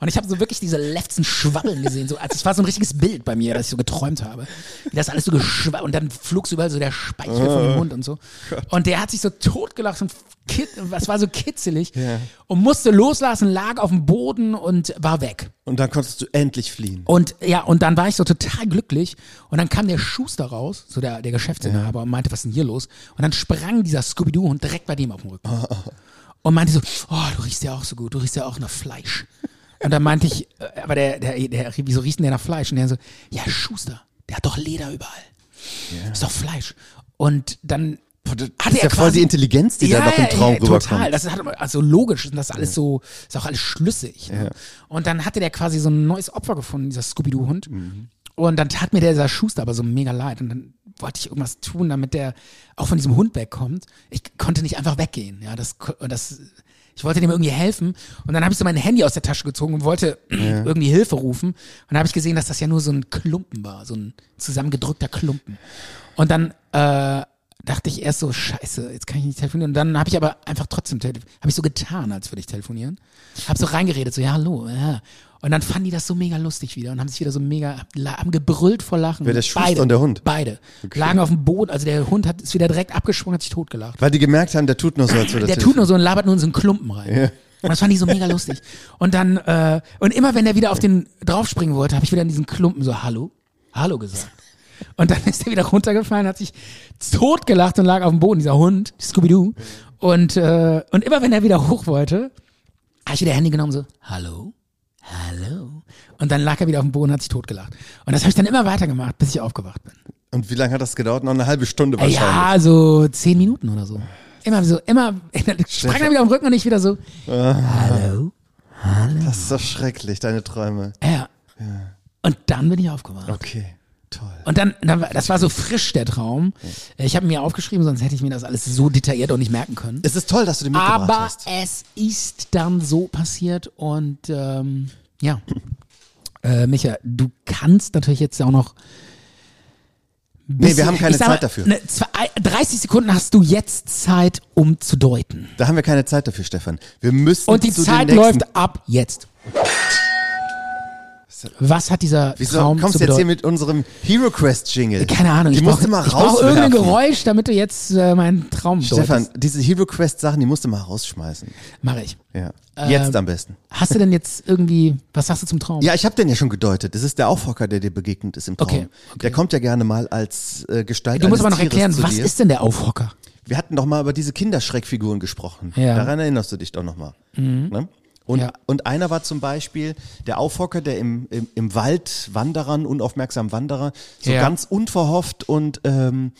S2: Und ich habe so wirklich diese leften Schwabbeln gesehen. So, also es war so ein richtiges Bild bei mir, das ich so geträumt habe. Wie Das alles so geschwabbelt. Und dann flog so überall so der Speichel
S3: Ah.
S2: vom Mund und so. Und der hat sich so totgelacht und kit was war so kitzelig. Und musste loslassen, lag auf dem Boden und war weg.
S3: und dann konntest du endlich fliehen.
S2: Und ja, und dann war ich so total glücklich. Und dann kam der Schuster raus, so der, der Geschäftsinhaber, und meinte, was ist denn hier los? Und dann sprang dieser Scooby-Doo-Hund direkt bei dem auf den Rücken. Und meinte so, oh, du riechst ja auch so gut, du riechst ja auch nach Fleisch. Und dann meinte ich, äh, aber der, der, der, wieso riecht denn der nach Fleisch? Und der so, ja, Schuster, der hat doch Leder überall. Ist doch Fleisch. Und dann
S3: das
S2: hatte
S3: ist
S2: er
S3: ja voll
S2: quasi
S3: die Intelligenz, die da noch im Traum rüberkommt.
S2: total. Das ist halt immer- also logisch und das ist alles so, ist auch alles schlüssig. Ne? Und dann hatte der quasi so ein neues Opfer gefunden, dieser Scooby-Doo-Hund.
S3: Mhm.
S2: Und dann tat mir der, dieser Schuster aber so mega leid. Und dann wollte ich irgendwas tun, damit der auch von diesem Hund wegkommt. Ich konnte nicht einfach weggehen. Ja, das, ko- und das, ich wollte dem irgendwie helfen. Und dann habe ich so mein Handy aus der Tasche gezogen und wollte irgendwie Hilfe rufen. Und dann habe ich gesehen, dass das ja nur so ein Klumpen war, so ein zusammengedrückter Klumpen. Und dann äh, dachte ich erst so, scheiße, jetzt kann ich nicht telefonieren. Und dann habe ich aber einfach trotzdem telefoniert. Habe ich so getan, als würde ich telefonieren. Habe so reingeredet, so, ja, hallo. Ja. Und dann fanden die das so mega lustig wieder und haben sich wieder so mega, haben gebrüllt vor Lachen.
S3: Wer, der Schuster
S2: Beide.
S3: und der Hund?
S2: Beide. Lagen auf dem Boden, also der Hund hat, ist wieder direkt abgesprungen, hat sich totgelacht.
S3: Weil die gemerkt haben, der tut nur so, als würde
S2: Der
S3: das
S2: tut nur so und labert nur in so einen Klumpen rein. Und das fand ich so mega lustig. Und dann, äh, und immer wenn er wieder auf den draufspringen wollte, habe ich wieder in diesen Klumpen so Hallo, Hallo gesagt. Und dann ist er wieder runtergefallen, hat sich totgelacht und lag auf dem Boden, dieser Hund, Scooby-Doo. Und, äh, und immer wenn er wieder hoch wollte, habe ich wieder Handy genommen, so, hallo, hallo. Und dann lag er wieder auf dem Boden und hat sich totgelacht. Und das habe ich dann immer weitergemacht, bis ich aufgewacht bin.
S3: Und wie lange hat das gedauert? Noch eine halbe Stunde
S2: Äh,
S3: wahrscheinlich.
S2: Ja, so zehn Minuten oder so. Immer so, immer, sprang er wieder am Rücken und ich wieder so, hallo?
S3: Das ist doch schrecklich, deine Träume.
S2: Ja. Und dann bin ich aufgewacht.
S3: Okay, toll.
S2: Und dann, dann, war- das war so frisch, der Traum. Ich habe mir aufgeschrieben, sonst hätte ich mir das alles so detailliert auch nicht merken können.
S3: Es ist toll, dass du den mitgebracht
S2: Aber
S3: hast.
S2: es ist dann so passiert und ähm, ja. Äh, Micha, du kannst natürlich jetzt auch noch
S3: Nee, wir haben keine
S2: Ich sag mal,
S3: Zeit dafür.
S2: ne, zwei, 30 Sekunden hast du jetzt Zeit, um zu deuten.
S3: Da haben wir keine Zeit dafür, Stefan. Wir müssen
S2: Und die
S3: zu
S2: Zeit
S3: den nächsten-
S2: läuft ab jetzt. Was hat dieser
S3: Wieso
S2: Traum
S3: kommst
S2: zu
S3: du jetzt hier
S2: bedeuten?
S3: mit unserem Hero Quest Jingle?
S2: Keine Ahnung,
S3: Die
S2: ich
S3: musst
S2: brauche
S3: du mal
S2: brauch irgendein
S3: rauswerfen.
S2: Geräusch, damit du jetzt äh, meinen Traum
S3: Stefan,
S2: deutest.
S3: diese Hero Quest Sachen, die musst du mal rausschmeißen.
S2: Mach ich.
S3: Ja.
S2: Ähm.
S3: Jetzt am besten.
S2: Hast du denn jetzt irgendwie, was sagst du zum Traum?
S3: Ja, ich habe den ja schon gedeutet. Das ist der Aufhocker, der dir begegnet ist im Traum.
S2: Okay, okay.
S3: Der kommt ja gerne mal als äh, Gestalt
S2: du musst
S3: eines
S2: aber noch
S3: Tieres
S2: erklären,
S3: zu
S2: was
S3: dir.
S2: ist denn der Aufhocker?
S3: Wir hatten doch mal über diese Kinderschreckfiguren gesprochen.
S2: Ja. Mhm.
S3: Daran erinnerst du dich doch noch mal. Ne? Und,
S2: Ja.
S3: und einer war zum Beispiel der Aufhocker, der im, im, im Wald Wanderern, unaufmerksamen Wanderer, so
S2: Ja.
S3: ganz unverhofft und ähm,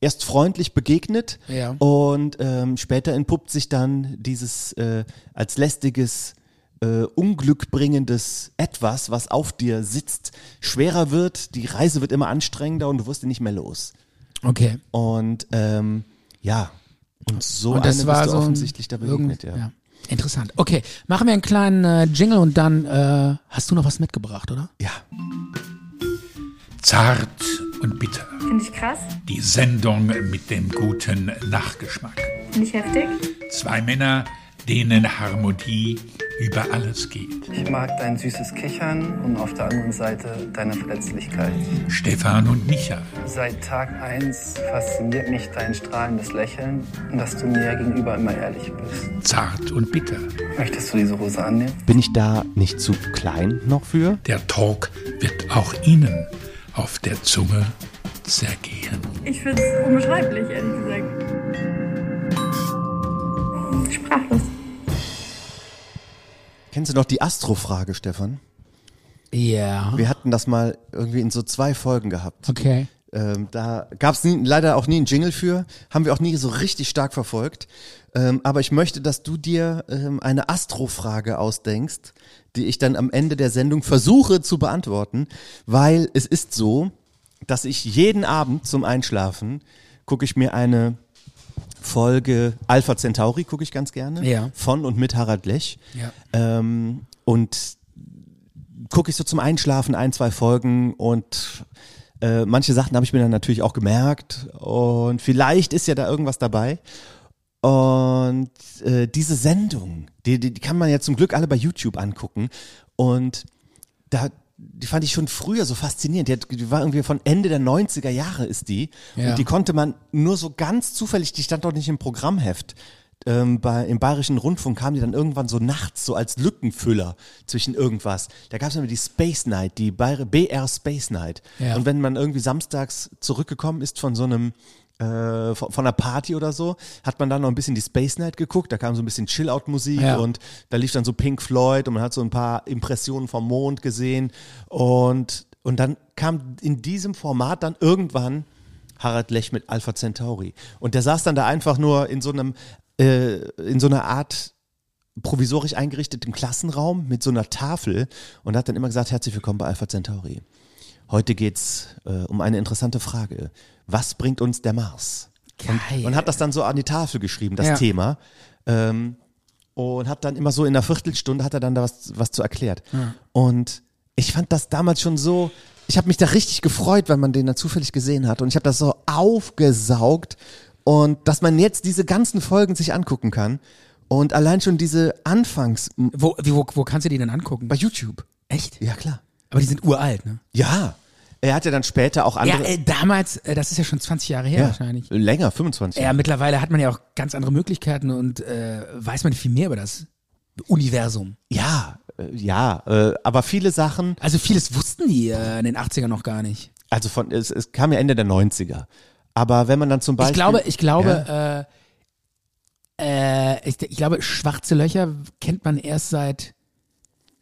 S3: erst freundlich begegnet
S2: Ja.
S3: und ähm, später entpuppt sich dann dieses äh, als lästiges, äh, unglückbringendes Etwas, was auf dir sitzt, schwerer wird, die Reise wird immer anstrengender und du wirst ihn nicht mehr los.
S2: Okay.
S3: Und ähm, ja, und so
S2: Und das
S3: einem
S2: war
S3: bist du
S2: so ein-
S3: offensichtlich da begegnet,
S2: irgend-
S3: ja.
S2: Interessant. Okay, machen wir einen kleinen äh, Jingle und dann äh, hast du noch was mitgebracht, oder?
S3: ja.
S6: Zart und bitter.
S7: Finde ich krass,
S6: Die Sendung mit dem guten Nachgeschmack.
S7: finde ich heftig.
S6: Zwei Männer, denen Harmonie über alles geht.
S8: Ich mag dein süßes Kichern und auf der anderen Seite deine Verletzlichkeit.
S6: Stefan und Micha.
S8: Seit Tag 1 fasziniert mich dein strahlendes Lächeln und dass du mir gegenüber immer ehrlich bist.
S6: Zart und bitter.
S8: Möchtest du diese Rose annehmen?
S3: Bin ich da nicht zu klein noch für?
S6: Der Talk wird auch Ihnen auf der Zunge zergehen.
S7: Ich finde es unbeschreiblich, ehrlich gesagt. Sprachlos.
S3: Kennst du noch die Astro-Frage, Stefan?
S2: Ja.
S3: Wir hatten das mal irgendwie in so zwei Folgen gehabt.
S2: Okay.
S3: Ähm, da gab es leider auch nie einen Jingle für, haben wir auch nie so richtig stark verfolgt. Ähm, aber ich möchte, dass du dir ähm, eine Astro-Frage ausdenkst, die ich dann am Ende der Sendung versuche zu beantworten, weil es ist so, dass ich jeden Abend zum Einschlafen gucke ich mir eine Folge Alpha Centauri gucke ich ganz gerne
S2: Ja.
S3: von und mit Harald Lech
S2: Ja.
S3: ähm, und gucke ich so zum Einschlafen ein, zwei Folgen und äh, manche Sachen habe ich mir dann natürlich auch gemerkt und vielleicht ist ja da irgendwas dabei. Und äh, diese Sendung, die, die, die kann man ja zum Glück alle bei YouTube angucken und da, die fand ich schon früher so faszinierend. Die, hat, die war irgendwie von Ende der 90er Jahre ist die
S2: Ja.
S3: und die konnte man nur so ganz zufällig, die stand doch nicht im Programmheft. Ähm, bei, Im Bayerischen Rundfunk kam die dann irgendwann so nachts, so als Lückenfüller zwischen irgendwas. Da gab es immer die Space Night, die Bayer, BR Space Night.
S2: Ja.
S3: Und wenn man irgendwie samstags zurückgekommen ist von so einem, äh, von, von einer Party oder so, hat man dann noch ein bisschen die Space Night geguckt. Da kam so ein bisschen Chill-Out-Musik
S2: Ja.
S3: und da lief dann so Pink Floyd und man hat so ein paar Impressionen vom Mond gesehen. Und, und dann kam in diesem Format dann irgendwann Harald Lech mit Alpha Centauri. Und der saß dann da einfach nur in so einem, äh, in so einer Art provisorisch eingerichteten Klassenraum mit so einer Tafel und hat dann immer gesagt, herzlich willkommen bei Alpha Centauri. Heute geht's äh, um eine interessante Frage. Was bringt uns der Mars?
S2: Geil.
S3: Und hat das dann so an die Tafel geschrieben, das
S2: Ja.
S3: Thema. Ähm, und hat dann immer so in einer Viertelstunde hat er dann da was, was zu erklärt. Und ich fand das damals schon so, ich habe mich da richtig gefreut, weil man den dann zufällig gesehen hat. Und ich habe das so aufgesaugt. Und dass man jetzt diese ganzen Folgen sich angucken kann. Und allein schon diese Anfangs
S2: Wo, wie, wo, wo kannst du die denn angucken?
S3: bei YouTube.
S2: Echt?
S3: Ja, klar.
S2: Aber die sind uralt, ne?
S3: Ja. Er hat ja dann später auch
S2: Ja,
S3: andere.
S2: äh, damals, äh, das ist ja schon 20 Jahre her wahrscheinlich.
S3: Länger, 25
S2: Ja, mittlerweile hat man ja auch ganz andere Möglichkeiten und äh, weiß man viel mehr über das Universum.
S3: Ja, äh, ja, äh, aber viele Sachen,
S2: Also vieles wussten die äh, in den 80ern noch gar nicht.
S3: also von es, es kam ja Ende der 90er. Aber wenn man dann zum Beispiel
S2: Ich glaube, ich glaube, äh, äh, ich, ich glaube, schwarze Löcher kennt man erst seit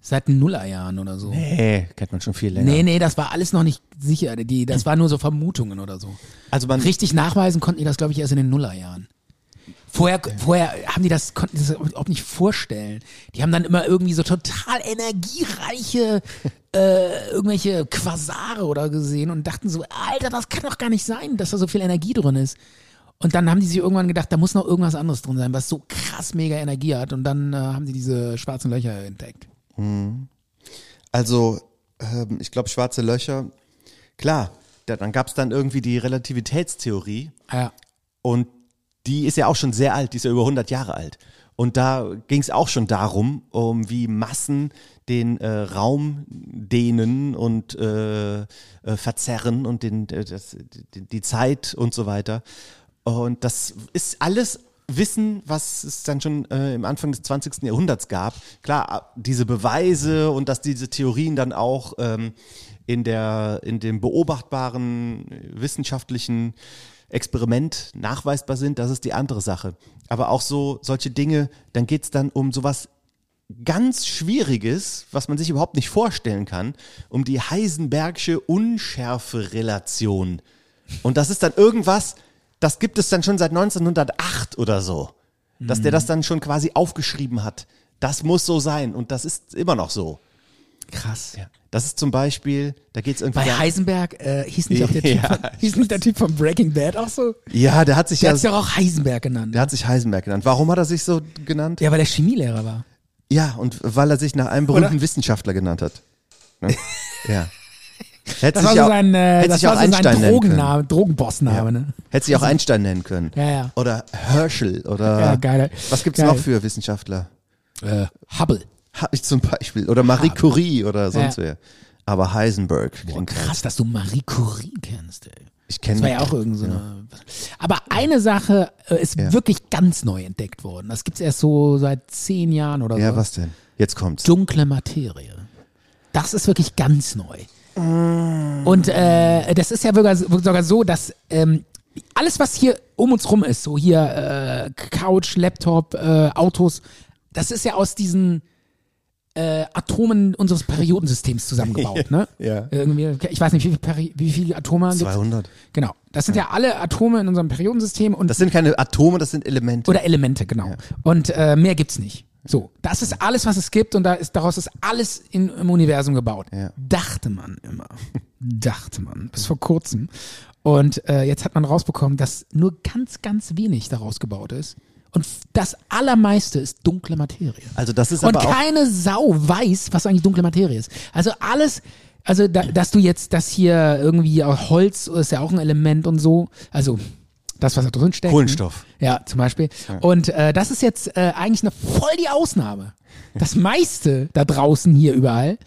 S2: seit den Nullerjahren oder so. Nee.
S3: nee, kennt man schon viel länger.
S2: Nee, das war alles noch nicht sicher. Die, das war nur so Vermutungen oder so.
S3: Also man
S2: Richtig nachweisen konnten die das, glaube ich, erst in den Nullerjahren. Vorher, vorher haben die das, konnten die das überhaupt nicht vorstellen. Die haben dann immer irgendwie so total energiereiche äh, irgendwelche Quasare oder gesehen und dachten so, Alter, das kann doch gar nicht sein, dass da so viel Energie drin ist. Und dann haben die sich irgendwann gedacht, da muss noch irgendwas anderes drin sein, was so krass mega Energie hat. Und dann äh, haben sie diese schwarzen Löcher entdeckt.
S3: Also, ähm, ich glaube, schwarze Löcher, klar, da, dann gab es dann irgendwie die Relativitätstheorie
S2: Ah Ja.
S3: und die ist ja auch schon sehr alt, die ist ja über 100 Jahre alt. Und da ging es auch schon darum, um wie Massen den äh, Raum dehnen und äh, äh, verzerren und den, äh, das, die, die Zeit und so weiter. Und das ist alles Wissen, was es dann schon äh, im Anfang des 20. Jahrhunderts gab. Klar, äh, diese Beweise und dass diese Theorien dann auch ähm, in, der, in dem beobachtbaren äh, wissenschaftlichen Experiment nachweisbar sind, das ist die andere Sache. Aber auch so solche Dinge, dann geht's dann um sowas ganz Schwieriges, was man sich überhaupt nicht vorstellen kann, um die Heisenbergsche Unschärferelation. Und das ist dann irgendwas, das gibt es dann schon seit 1908 oder so, dass der
S2: Mhm.
S3: das dann schon quasi aufgeschrieben hat. Das muss so sein und das ist immer noch so.
S2: Krass.
S3: Das ist zum Beispiel, da geht's irgendwie.
S2: Bei
S3: dann-
S2: Heisenberg äh, hieß, nicht auch der typ
S3: Ja,
S2: von, hieß nicht der Typ von Breaking Bad auch so?
S3: ja, der hat sich
S2: Der
S3: ja,
S2: hat ja auch Heisenberg genannt.
S3: der hat sich Heisenberg genannt. Warum hat er sich so genannt?
S2: Ja, weil der Chemielehrer war.
S3: Ja, und weil er sich nach einem berühmten
S2: Oder?
S3: Wissenschaftler genannt hat. Ne? ja. Hätte
S2: Das war
S3: sich
S2: so
S3: auch-
S2: sein, äh,
S3: hätte
S2: das
S3: sich
S2: war
S3: auch
S2: so
S3: Einstein
S2: sein
S3: nennen können.
S2: Drogenname, Drogenbossname, ne?
S3: Hätte sich auch Einstein nennen können.
S2: Ja, ja.
S3: Oder Herschel oder
S2: Ja, geil.
S3: was gibt's
S2: Geil.
S3: noch für Wissenschaftler?
S2: Äh, Hubble.
S3: Habe ich zum Beispiel. Oder Marie Curie oder sonst
S2: Ja.
S3: wer. Aber Heisenberg. klingt krass.
S2: Krass, dass du Marie Curie kennst, ey.
S3: Ich
S2: Das war
S3: kenne
S2: ja auch irgend so eine. Aber eine Sache äh, ist
S3: Ja.
S2: wirklich ganz neu entdeckt worden. Das gibt's erst so seit zehn Jahren oder
S3: Ja,
S2: so.
S3: was denn? Jetzt kommt's.
S2: Dunkle Materie. Das ist wirklich ganz neu. Und äh, das ist ja sogar, sogar so, dass ähm, alles, was hier um uns rum ist, so hier äh, Couch, Laptop, äh, Autos, das ist ja aus diesen äh, Atomen unseres Periodensystems zusammengebaut. Ne?
S3: Ja.
S2: Irgendwie, ich weiß nicht, wie viele, Peri wie viele Atome gibt's?
S3: 200.
S2: Genau. Das sind ja alle Atome in unserem Periodensystem und
S3: Das sind keine Atome, das sind Elemente.
S2: oder Elemente, genau. Und äh, mehr gibt's nicht. So, das ist alles, was es gibt und da ist, daraus ist alles in, im Universum gebaut.
S3: Ja.
S2: Dachte man immer. Dachte man. Bis vor kurzem. Und äh, jetzt hat man rausbekommen, dass nur ganz, ganz wenig daraus gebaut ist. Und f- das Allermeiste ist dunkle Materie.
S3: Also das ist
S2: Und
S3: aber auch
S2: keine Sau weiß, was eigentlich dunkle Materie ist. Also alles, also da, dass du jetzt das hier irgendwie auch Holz ist ja auch ein Element und so. Also das, was da drin steckt.
S3: Kohlenstoff.
S2: Ja, zum Beispiel. Und äh, das ist jetzt äh, eigentlich eine voll die Ausnahme. Das meiste da draußen hier überall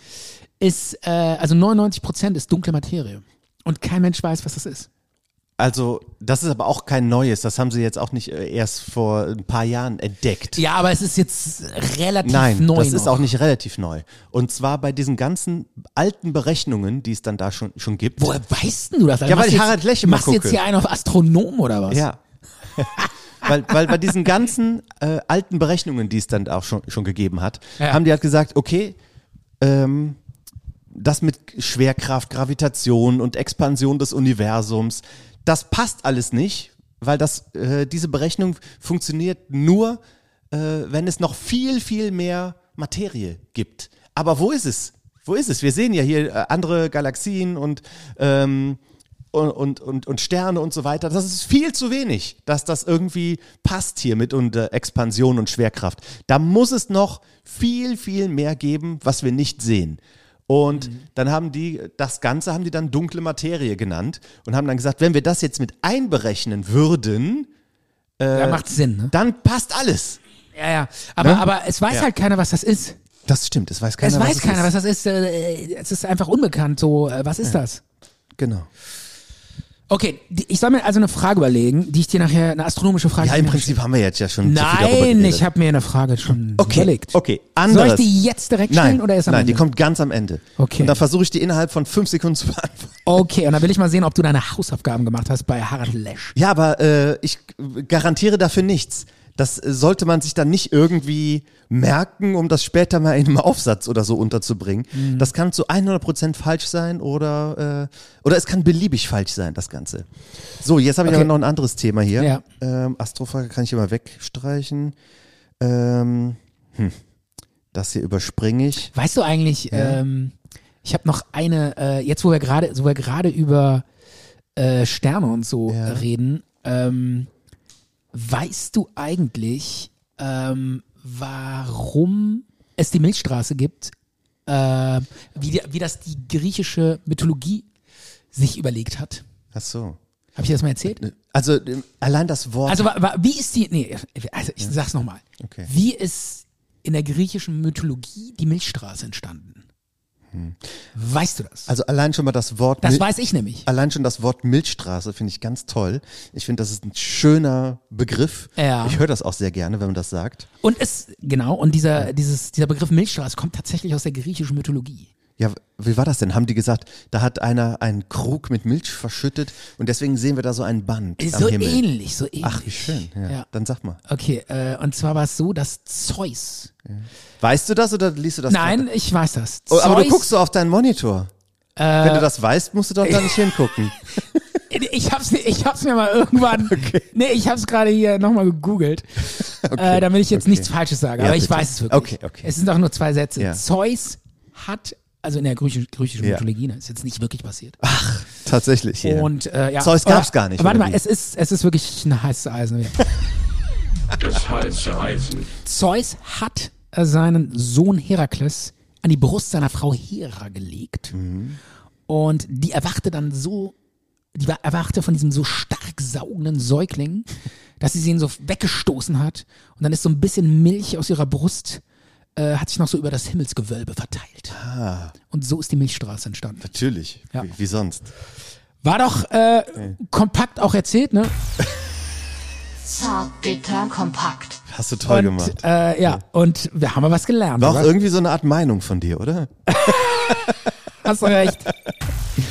S2: ist, äh, also 99 Prozent ist dunkle Materie. Und kein Mensch weiß, was das ist.
S3: Also, das ist aber auch kein neues. Das haben sie jetzt auch nicht äh, erst vor ein paar Jahren entdeckt.
S2: Ja, aber es ist jetzt relativ
S3: Nein,
S2: neu.
S3: das ist
S2: noch.
S3: auch nicht relativ neu. Und zwar bei diesen ganzen alten Berechnungen, die es dann da schon, schon gibt.
S2: Woher weißt denn du das? Also
S3: Ja, weil
S2: machst
S3: ich
S2: jetzt-
S3: Harald Lesch immer
S2: Machst du jetzt
S3: gucke.
S2: hier einen auf Astronom oder was?
S3: Ja. weil, weil bei diesen ganzen äh, alten Berechnungen, die es dann auch schon, schon gegeben hat,
S2: Ja.
S3: haben die halt gesagt, okay, ähm, das mit Schwerkraft, Gravitation und Expansion des Universums, das passt alles nicht, weil das, äh, diese Berechnung funktioniert nur, äh, wenn es noch viel, viel mehr Materie gibt. Aber wo ist es? Wo ist es? Wir sehen ja hier äh, andere Galaxien und ähm, und, und, und, und Sterne und so weiter. Das ist viel zu wenig, dass das irgendwie passt hier mit unter Expansion und Schwerkraft. Da muss es noch viel, viel mehr geben, was wir nicht sehen. Und dann haben die, das Ganze haben die dann dunkle Materie genannt und haben dann gesagt, wenn wir das jetzt mit einberechnen würden,
S2: Da macht Sinn, ne?
S3: dann passt alles.
S2: Ja, ja. Aber, aber es weiß
S3: Ne? Ja.
S2: halt keiner, was das ist.
S3: Das stimmt, es weiß keiner.
S2: es weiß
S3: es
S2: keiner,
S3: ist.
S2: was das ist. Äh, es ist einfach unbekannt. So, äh, was ist das?
S3: Genau.
S2: Okay, die, ich soll mir also eine Frage überlegen, die ich dir nachher, eine astronomische Frage.
S3: Ja, im Prinzip haben wir jetzt ja schon zu viel darüber
S2: Nein,
S3: geredet.
S2: ich habe mir eine Frage schon
S3: Okay,
S2: überlegt.
S3: okay,
S2: Soll ich
S3: anderes.
S2: die jetzt direkt stellen
S3: Nein,
S2: oder erst am
S3: nein,
S2: Ende?
S3: die kommt ganz am Ende.
S2: Okay.
S3: Und dann versuche ich die innerhalb von fünf Sekunden zu beantworten.
S2: Okay, und dann will ich mal sehen, ob du deine Hausaufgaben gemacht hast bei Harald Lesch.
S3: Ja, aber äh, ich garantiere dafür nichts. Das äh, sollte man sich dann nicht irgendwie merken, um das später mal in einem Aufsatz oder so unterzubringen.
S2: Mhm.
S3: Das kann zu 100% falsch sein oder, äh, oder es kann beliebig falsch sein, das Ganze. So, jetzt habe ich
S2: Okay.
S3: aber noch ein anderes Thema hier.
S2: Ja.
S3: Ähm, Astrofrage kann ich immer wegstreichen. Ähm, hm. Das hier überspringe ich.
S2: Weißt du eigentlich, ähm, ich habe noch eine, äh, jetzt wo wir gerade, wo wir gerade über äh, Sterne und so
S3: Ja.
S2: reden, ähm, weißt du eigentlich, ähm, warum es die Milchstraße gibt, äh, wie, die, wie das die griechische Mythologie sich überlegt hat.
S3: Ach so.
S2: Habe ich das mal erzählt?
S3: Also ähm, allein das Wort.
S2: Also wa- wa- wie ist die, nee, also ich sag's nochmal.
S3: Okay.
S2: Wie ist in der griechischen Mythologie die Milchstraße entstanden? Weißt du das?
S3: Hm. also allein schon mal das Wort.
S2: Das
S3: Mil-
S2: weiß ich nämlich.
S3: Allein schon das Wort Milchstraße finde ich ganz toll. Ich finde, das ist ein schöner Begriff.
S2: Ja.
S3: Ich höre das auch sehr gerne, wenn man das sagt.
S2: Und es, genau, und dieser, dieses, dieser Begriff Milchstraße kommt tatsächlich aus der griechischen Mythologie.
S3: Ja, wie war das denn? Haben die gesagt, da hat einer einen Krug mit Milch verschüttet und deswegen sehen wir da so ein Band
S2: So
S3: am Himmel.
S2: ähnlich, so ähnlich.
S3: Ach, wie schön. Ja.
S2: Ja.
S3: Dann sag mal.
S2: Okay, äh, und zwar war es so, dass Zeus.
S3: Weißt du das oder liest du das?
S2: Nein, ich weiß das.
S3: Oh, aber du
S2: Zeus- Äh.
S3: guckst so auf deinen Monitor. Wenn du das weißt, musst du doch da nicht hingucken.
S2: Ich hab's, ich hab's mir mal irgendwann. Nee, ich hab's gerade hier nochmal gegoogelt, äh, damit ich jetzt
S3: okay.
S2: nichts Falsches sage.
S3: Ja,
S2: aber ich
S3: bitte.
S2: weiß es wirklich.
S3: Okay, okay.
S2: Es sind auch nur zwei Sätze.
S3: Ja.
S2: Zeus hat, also in der griechisch, griechischen
S3: Ja.
S2: Mythologie, ne, ist jetzt nicht wirklich passiert.
S3: Tatsächlich. ja.
S2: Und äh, ja.
S3: Zeus gab's gar nicht,
S2: Warte
S3: oder
S2: mal,
S3: wie?
S2: es ist, es ist wirklich ein heißes Eisen. Das heiße Eisen. Zeus hat äh, seinen Sohn Herakles an die Brust seiner Frau Hera gelegt.
S3: Mhm.
S2: Und die erwachte dann so, die war, erwachte von diesem so stark saugenden Säugling, dass sie sie ihn so weggestoßen hat. Und dann ist so ein bisschen Milch aus ihrer Brust, äh, hat sich noch so über das Himmelsgewölbe verteilt.
S3: Ah.
S2: Und so ist die Milchstraße entstanden.
S3: Natürlich.
S2: Ja.
S3: Wie, wie sonst?
S2: War doch äh, kompakt auch erzählt, ne?
S9: Zart, bitter, kompakt.
S3: Hast du toll
S2: und,
S3: gemacht.
S2: Äh, ja, und wir haben ja was gelernt.
S3: War auch
S2: oder?
S3: irgendwie so eine Art Meinung von dir, oder?
S2: Hast du recht. Ich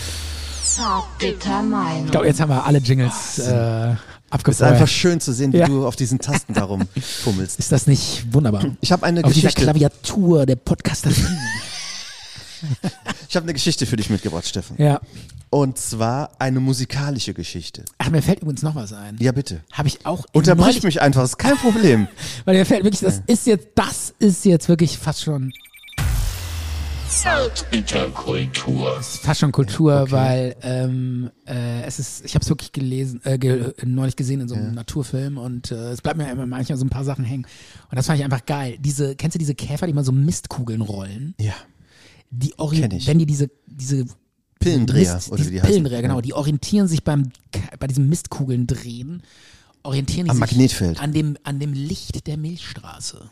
S9: Zart, bitter, Meinung.
S2: glaube, jetzt haben wir alle Jingles äh,
S3: Ist einfach
S2: abgefeuert.
S3: schön zu sehen, wie
S2: Ja.
S3: du auf diesen Tasten darum fummelst.
S2: Ist das nicht wunderbar?
S3: Ich habe eine
S2: Auf dieser
S3: Geschichte.
S2: Klaviatur der Podcaster.
S3: Ich habe eine Geschichte für dich mitgebracht, Steffen.
S2: ja.
S3: Und zwar eine musikalische Geschichte.
S2: Ach, mir fällt übrigens noch was ein.
S3: Ja, bitte.
S2: Habe ich auch.
S3: Unterbrich
S2: neulich-
S3: mich einfach, ist kein Problem.
S2: Weil mir fällt wirklich, das ist jetzt, das ist jetzt wirklich fast schon. Das ist fast schon Kultur, weil ähm, äh, es ist, ich habe es wirklich gelesen, äh, ge neulich gesehen in so einem Naturfilm und äh, es bleibt mir immer manchmal so ein paar Sachen hängen. Und das fand ich einfach geil. Diese, kennst du diese Käfer, die mal so Mistkugeln rollen?
S3: Ja.
S2: Die
S3: Kenn ich.
S2: orientieren, wenn die diese, diese
S3: Pillendreher,
S2: Mist,
S3: oder
S2: diese
S3: wie die heißen.
S2: Pillendreher, genau, die orientieren sich beim K- bei diesem Mistkugeln drehen, orientieren die
S3: Am
S2: sich
S3: Magnetfeld.
S2: an dem an dem Licht der Milchstraße.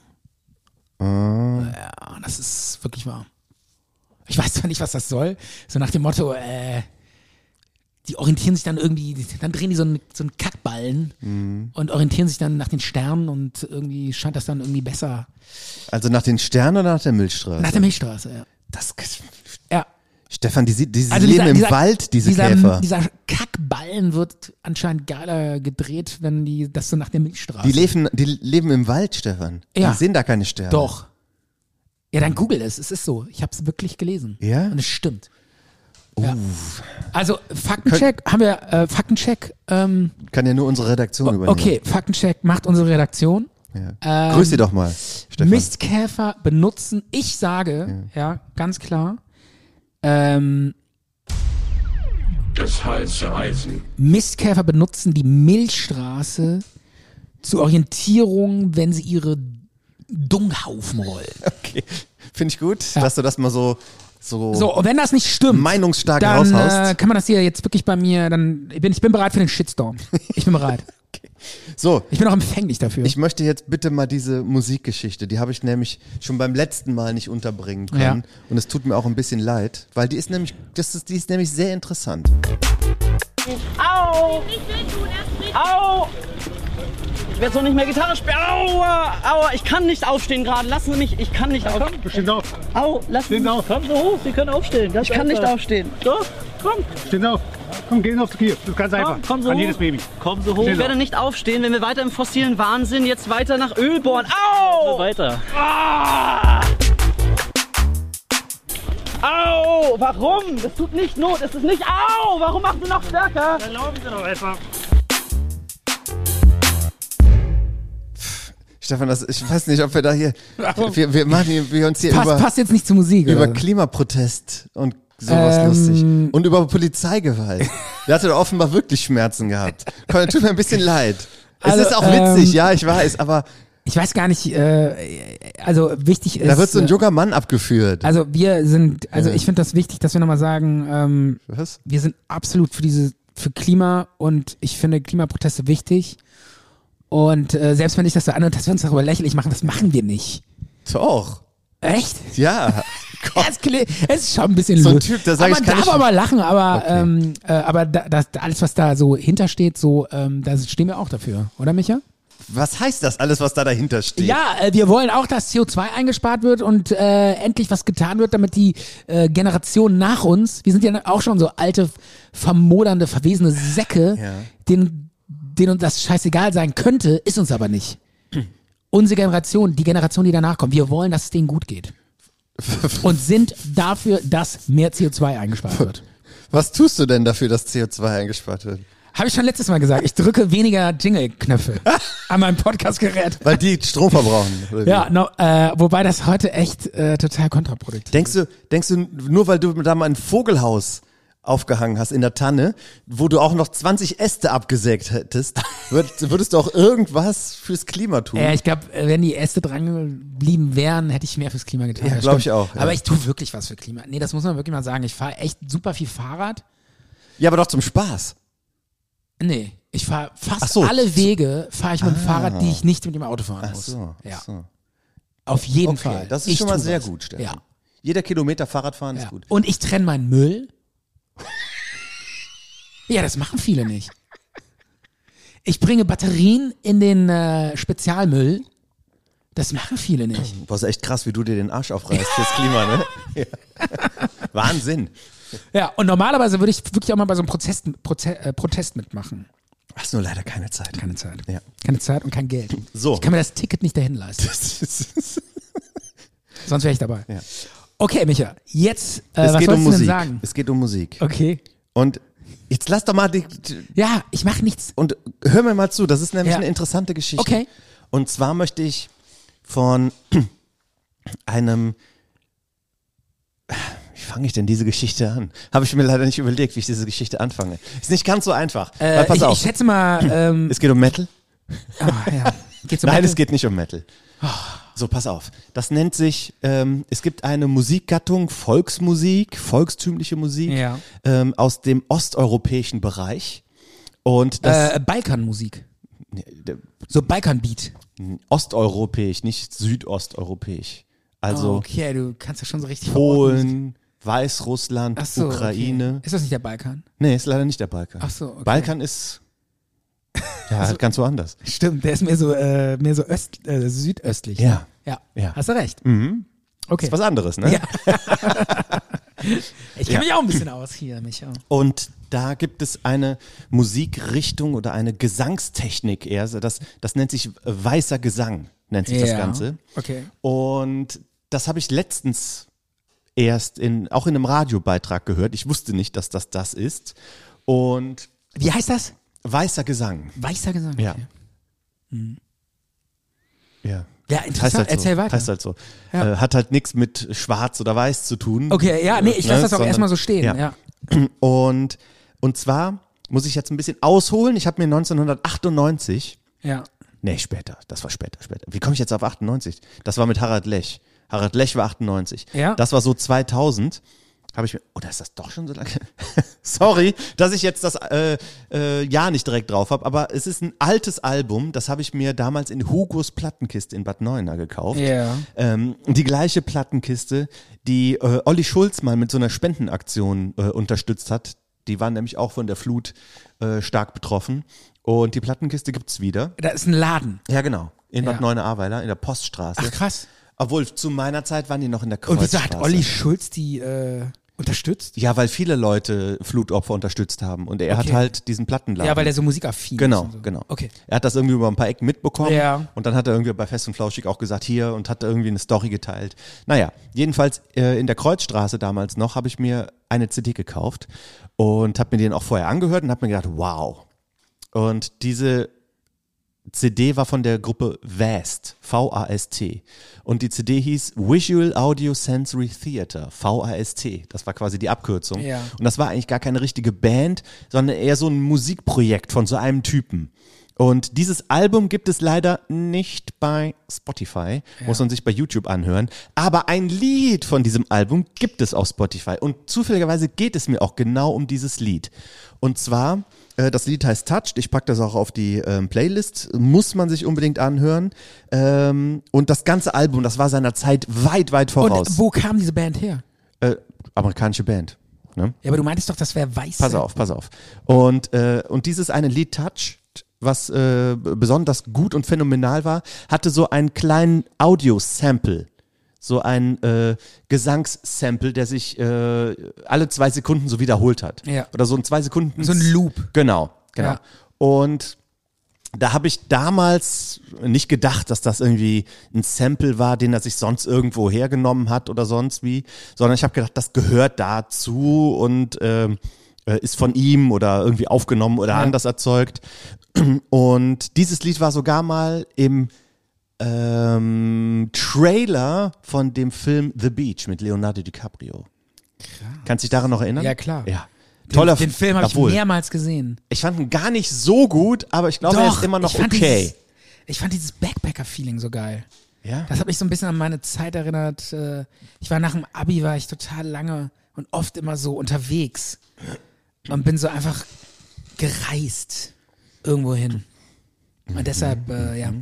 S3: Ah.
S2: Ja, das ist wirklich wahr. Ich weiß zwar nicht, was das soll, so nach dem Motto, äh, die orientieren sich dann irgendwie, dann drehen die so einen, so einen Kackballen
S3: Mhm.
S2: und orientieren sich dann nach den Sternen und irgendwie scheint das dann irgendwie besser.
S3: Also nach den Sternen oder nach der Milchstraße?
S2: Nach der Milchstraße, ja.
S3: das,
S2: ja.
S3: Stefan, die, sie- die sie
S2: Also
S3: leben
S2: dieser-
S3: im
S2: dieser-
S3: Wald, diese
S2: dieser,
S3: Käfer.
S2: Dieser Kackballen wird anscheinend geiler gedreht, wenn die das so nach der Milchstraße.
S3: die, leben, die leben im Wald, Stefan.
S2: Ja.
S3: Die sehen da keine Sterne.
S2: Doch. Ja, dann google es. Es ist so. Ich habe es wirklich gelesen.
S3: Ja?
S2: Und es stimmt. Ja. Also Faktencheck haben wir. Äh, Faktencheck. Ähm,
S3: Kann ja nur unsere Redaktion übernehmen.
S2: okay, ähm, Faktencheck macht unsere Redaktion.
S3: Ja. Grüß sie doch mal, Stefan.
S2: Mistkäfer benutzen. Ich sage, ja, ganz klar. Ähm, Mistkäfer benutzen die Milchstraße zur Orientierung, wenn sie ihre Dunghaufen rollen.
S3: Okay. Finde ich gut, dass du das mal so, so,
S2: So, und wenn das nicht stimmt,
S3: Also meinungsstark
S2: dann
S3: raushaust.
S2: äh, kann man das hier jetzt wirklich bei mir, dann ich bin ich bin bereit für den Shitstorm. Ich bin bereit.
S3: so,
S2: Ich bin auch empfänglich dafür.
S3: ich möchte jetzt bitte mal diese Musikgeschichte, die habe ich nämlich schon beim letzten Mal nicht unterbringen können.
S2: Ja.
S3: Und es tut mir auch ein bisschen leid, weil die ist nämlich, das ist, die ist nämlich sehr interessant.
S10: Au! Au! Ich werde so nicht mehr Gitarre spielen. Aua! Aua! Ich kann nicht aufstehen gerade. Lassen Sie mich. Ich kann nicht aufstehen. Komm, bestimmt auf. Au! Lassen Sie mich. auf. Komm so hoch. Sie können aufstehen. ich kann nicht aufstehen. Doch, komm. Stehen auf. Komm, gehen auf die Kiel. Das ist ganz einfach. Komm so An hoch. jedes Baby. Komm so hoch. Ich werde nicht aufstehen, wenn wir weiter im fossilen Wahnsinn jetzt weiter nach Öl bohren. Au! Weiter. Ah! Au! Warum? Das tut nicht Not. Es ist nicht. Au! Warum machst du noch stärker? Dann laufen Sie doch etwa.
S3: Stefan, das, ich weiß nicht, ob wir da hier, wir, wir machen hier, wir uns hier
S2: passt,
S3: über,
S2: passt jetzt nicht zur Musik.
S3: über
S2: oder?
S3: Klimaprotest und sowas
S2: Ähm.
S3: lustig. Und über Polizeigewalt. Der hatte doch offenbar wirklich Schmerzen gehabt. Komm, tut mir ein bisschen leid. Es
S2: Also,
S3: ist auch
S2: ähm,
S3: witzig, ja, ich weiß, aber
S2: Ich weiß gar nicht, äh, also wichtig ist.
S3: Da wird so ein
S2: äh,
S3: junger Mann abgeführt.
S2: Also wir sind, also
S3: Ja.
S2: ich finde das wichtig, dass wir nochmal sagen, ähm,
S3: Was?
S2: wir sind absolut für diese, für Klima und ich finde Klimaproteste wichtig. Und äh, selbst wenn ich das so an und dass wir uns darüber lächerlich machen, das machen wir nicht.
S3: Doch.
S2: Echt?
S3: Ja.
S2: Es, kli- es ist schon ein bisschen
S3: So ein
S2: lö-
S3: Typ, da sag
S2: aber
S3: ich,
S2: darf
S3: kann ich-
S2: aber mal lachen, aber,
S3: Okay.
S2: ähm, äh, aber da, das, alles, was da so hintersteht, so, ähm, da stehen wir auch dafür, oder Micha?
S3: Was heißt das alles, was da dahinter steht?
S2: Ja, äh, wir wollen auch, dass CO2 eingespart wird und äh, endlich was getan wird, damit die äh, Generation nach uns, wir sind ja auch schon so alte, vermodernde, verwesene Säcke,
S3: Ja.
S2: denen, denen uns das scheißegal sein könnte, ist uns aber nicht. Unsere Generation, die Generation, die danach kommt, wir wollen, dass es denen gut geht. und sind dafür, dass mehr CO2 eingespart wird.
S3: Was tust du denn dafür, dass CO2 eingespart wird?
S2: Habe ich schon letztes Mal gesagt, ich drücke weniger Jingle-Knöpfe an meinem Podcast-Gerät.
S3: Weil die Strom verbrauchen. oder wie?
S2: Ja, no, äh, wobei das heute echt äh, total kontraproduktiv
S3: Denkst du, denkst du, nur weil du da mal ein Vogelhaus aufgehangen hast in der Tanne, wo du auch noch 20 Äste abgesägt hättest, würd, würdest du auch irgendwas fürs Klima tun?
S2: Ja, ich glaube, wenn die Äste dran geblieben wären, hätte ich mehr fürs Klima getan.
S3: Ja,
S2: Das
S3: glaub
S2: stimmt.
S3: ich auch, ja.
S2: Aber ich tue wirklich was für Klima. Nee, das muss man wirklich mal sagen. Ich fahre echt super viel Fahrrad.
S3: ja, aber doch zum Spaß.
S2: Nee, ich fahre fast
S3: Ach so. Ah.
S2: alle Wege fahre ich mit dem Fahrrad, die ich nicht mit dem Auto fahren muss. ja,
S3: so.
S2: auf jeden
S3: Okay,
S2: Fall.
S3: das ist
S2: ich
S3: schon mal
S2: tue
S3: sehr
S2: was.
S3: gut, Stefan.
S2: Ja,
S3: Jeder Kilometer Fahrradfahren
S2: ja.
S3: ist gut.
S2: Und ich trenne meinen Müll. ja, das machen viele nicht. Ich bringe Batterien in den äh, Spezialmüll. Das machen viele nicht.
S3: Boah, ist echt krass, wie du dir den Arsch aufreißt fürs Klima, ne? Ja. Wahnsinn.
S2: Ja, und normalerweise würde ich wirklich auch mal bei so einem Prozess, Proze äh, Protest mitmachen.
S3: Hast nur leider keine Zeit.
S2: Keine Zeit.
S3: Ja.
S2: Keine Zeit und kein Geld.
S3: So.
S2: Ich kann mir das Ticket nicht dahin leisten. Sonst wäre ich dabei.
S3: Ja.
S2: Okay, Micha, jetzt, äh,
S3: es
S2: was wolltest
S3: geht um
S2: du denn
S3: Musik.
S2: sagen?
S3: Es geht um Musik.
S2: Okay.
S3: Und jetzt lass doch mal die, die,
S2: Ja, ich mache nichts.
S3: und hör mir mal zu, das ist nämlich
S2: Ja.
S3: eine interessante Geschichte.
S2: Okay.
S3: Und zwar möchte ich von einem wie fange ich denn diese Geschichte an? Habe ich mir leider nicht überlegt, wie ich diese Geschichte anfange. Ist nicht ganz so einfach.
S2: Äh,
S3: Weil pass
S2: ich,
S3: auf.
S2: ich schätze mal, ähm,
S3: es geht um Metal.
S2: ah, ja. Geht's um
S3: Nein,
S2: Metal?
S3: es geht nicht um Metal. So, pass auf. Das nennt sich, ähm, es gibt eine Musikgattung, Volksmusik, volkstümliche Musik
S2: Ja.
S3: ähm, aus dem osteuropäischen Bereich. Und um das
S2: äh, Balkanmusik.
S3: nee,
S2: So Balkanbeat.
S3: osteuropäisch, nicht südosteuropäisch. Also
S2: Oh, okay, du kannst ja schon so richtig verorten.
S3: Polen, Weißrussland,
S2: Ach so,
S3: Ukraine.
S2: Okay. Ist das nicht der Balkan?
S3: Nee, ist leider nicht der Balkan.
S2: Ach so, okay. Also
S3: Balkan ist ja, halt ganz woanders.
S2: Stimmt, der ist mehr so, äh, mehr so öst, äh, südöstlich.
S3: Ja.
S2: Ja.
S3: Ja.
S2: Hast du recht. Okay.
S3: Ist was anderes, ne?
S2: Ja. Ich kenne mich auch ein bisschen aus hier, Micha.
S3: Und da gibt es eine Musikrichtung oder eine Gesangstechnik eher. so Das, das nennt sich äh, weißer Gesang, nennt sich das Ganze.
S2: Okay.
S3: Und das habe ich letztens erst in, auch in einem Radiobeitrag gehört. Ich wusste nicht, dass das das ist. Und
S2: Wie heißt das?
S3: weißer Gesang.
S2: Weißer Gesang.
S3: Ja.
S2: Okay.
S3: Ja.
S2: Ja,
S3: Heißt
S2: interessant.
S3: halt so.
S2: Erzähl weiter.
S3: Heißt halt so.
S2: Ja.
S3: Äh, hat halt nichts mit schwarz oder weiß zu tun.
S2: okay, ja, nee, ich lasse
S3: Ne,
S2: das auch
S3: sondern-
S2: erstmal so stehen. Ja.
S3: Und, und zwar muss ich jetzt ein bisschen ausholen. Ich habe mir 1998,
S2: Ja.
S3: nee, später, das war später, später. Wie komme ich jetzt auf 98? Das war mit Harald Lech. Harald Lech war 98.
S2: Ja.
S3: Das war so 2000. Habe ich mir, oder ist das doch schon so lange? Sorry, dass ich jetzt das äh, äh, Jahr nicht direkt drauf habe, aber es ist ein altes Album, das habe ich mir damals in Hugos Plattenkiste in Bad Neuenahr gekauft.
S2: Ja.
S3: Ähm, die gleiche Plattenkiste, die äh, Olli Schulz mal mit so einer Spendenaktion äh, unterstützt hat. Die waren nämlich auch von der Flut äh, stark betroffen. Und die Plattenkiste gibt's wieder.
S2: Da ist ein Laden.
S3: Ja, genau. In Bad
S2: Ja.
S3: Neuenahr-Ahrweiler, in der Poststraße.
S2: Ach, krass.
S3: Obwohl, zu meiner Zeit waren die noch in der
S2: Und wieso
S3: Kreuzstraße.
S2: hat Olli Schulz die äh, unterstützt?
S3: Ja, weil viele Leute Flutopfer unterstützt haben. Und er
S2: Okay.
S3: hat halt diesen Plattenladen.
S2: Ja, weil der so musikaffin ist.
S3: Genau,
S2: und so.
S3: genau.
S2: Okay.
S3: Er hat das irgendwie über ein paar Ecken mitbekommen.
S2: Ja.
S3: Und dann hat er irgendwie bei Fest und Flauschig auch gesagt, hier und hat da irgendwie eine Story geteilt. Naja, jedenfalls äh, in der Kreuzstraße damals noch habe ich mir eine CD gekauft und habe mir den auch vorher angehört und habe mir gedacht, wow. Und diese CD war von der Gruppe VAST, V-A-S-T. Und die CD hieß Visual Audio Sensory Theater, V-A-S-T. Das war quasi die Abkürzung.
S2: Ja.
S3: Und das war eigentlich gar keine richtige Band, sondern eher so ein Musikprojekt von so einem Typen. Und dieses Album gibt es leider nicht bei Spotify, muss man sich bei YouTube anhören. Aber ein Lied von diesem Album gibt es auf Spotify. Und zufälligerweise geht es mir auch genau um dieses Lied. Und zwar, äh, das Lied heißt Touched. Ich packe das auch auf die ähm, Playlist. Muss man sich unbedingt anhören. Ähm, und das ganze Album, das war seiner Zeit weit, weit voraus.
S2: Und wo kam diese Band her?
S3: äh, amerikanische Band. Ne?
S2: Ja, aber du meintest doch, das wäre weiß.
S3: Pass auf, pass auf. Und, äh, und dieses eine Lied Touch, was äh, besonders gut und phänomenal war, hatte so einen kleinen Audio-Sample. So ein äh, Gesangssample, der sich äh, alle zwei Sekunden so wiederholt hat.
S2: Ja.
S3: Oder so ein zwei Sekunden.
S2: So ein Loop.
S3: Genau, genau.
S2: Ja.
S3: Und da habe ich damals nicht gedacht, dass das irgendwie ein Sample war, den er sich sonst irgendwo hergenommen hat oder sonst wie, sondern ich habe gedacht, das gehört dazu und ähm, äh, ist von ihm oder irgendwie aufgenommen oder anders erzeugt. Und dieses Lied war sogar mal im ähm, Trailer von dem Film The Beach mit Leonardo DiCaprio. Kannst du dich daran noch erinnern?
S2: Ja, klar.
S3: Ja.
S2: Den,
S3: Toller
S2: den Film habe ich
S3: Jawohl.
S2: mehrmals gesehen.
S3: Ich fand ihn gar nicht so gut, aber ich glaube, er ist immer noch
S2: ich fand
S3: okay.
S2: Dieses, ich fand dieses Backpacker-Feeling so geil.
S3: Ja.
S2: Das hat mich so ein bisschen an meine Zeit erinnert. äh, Ich war nach dem Abi, war ich total lange und oft immer so unterwegs. Und bin so einfach gereist irgendwo hin. Und deshalb, äh, ja,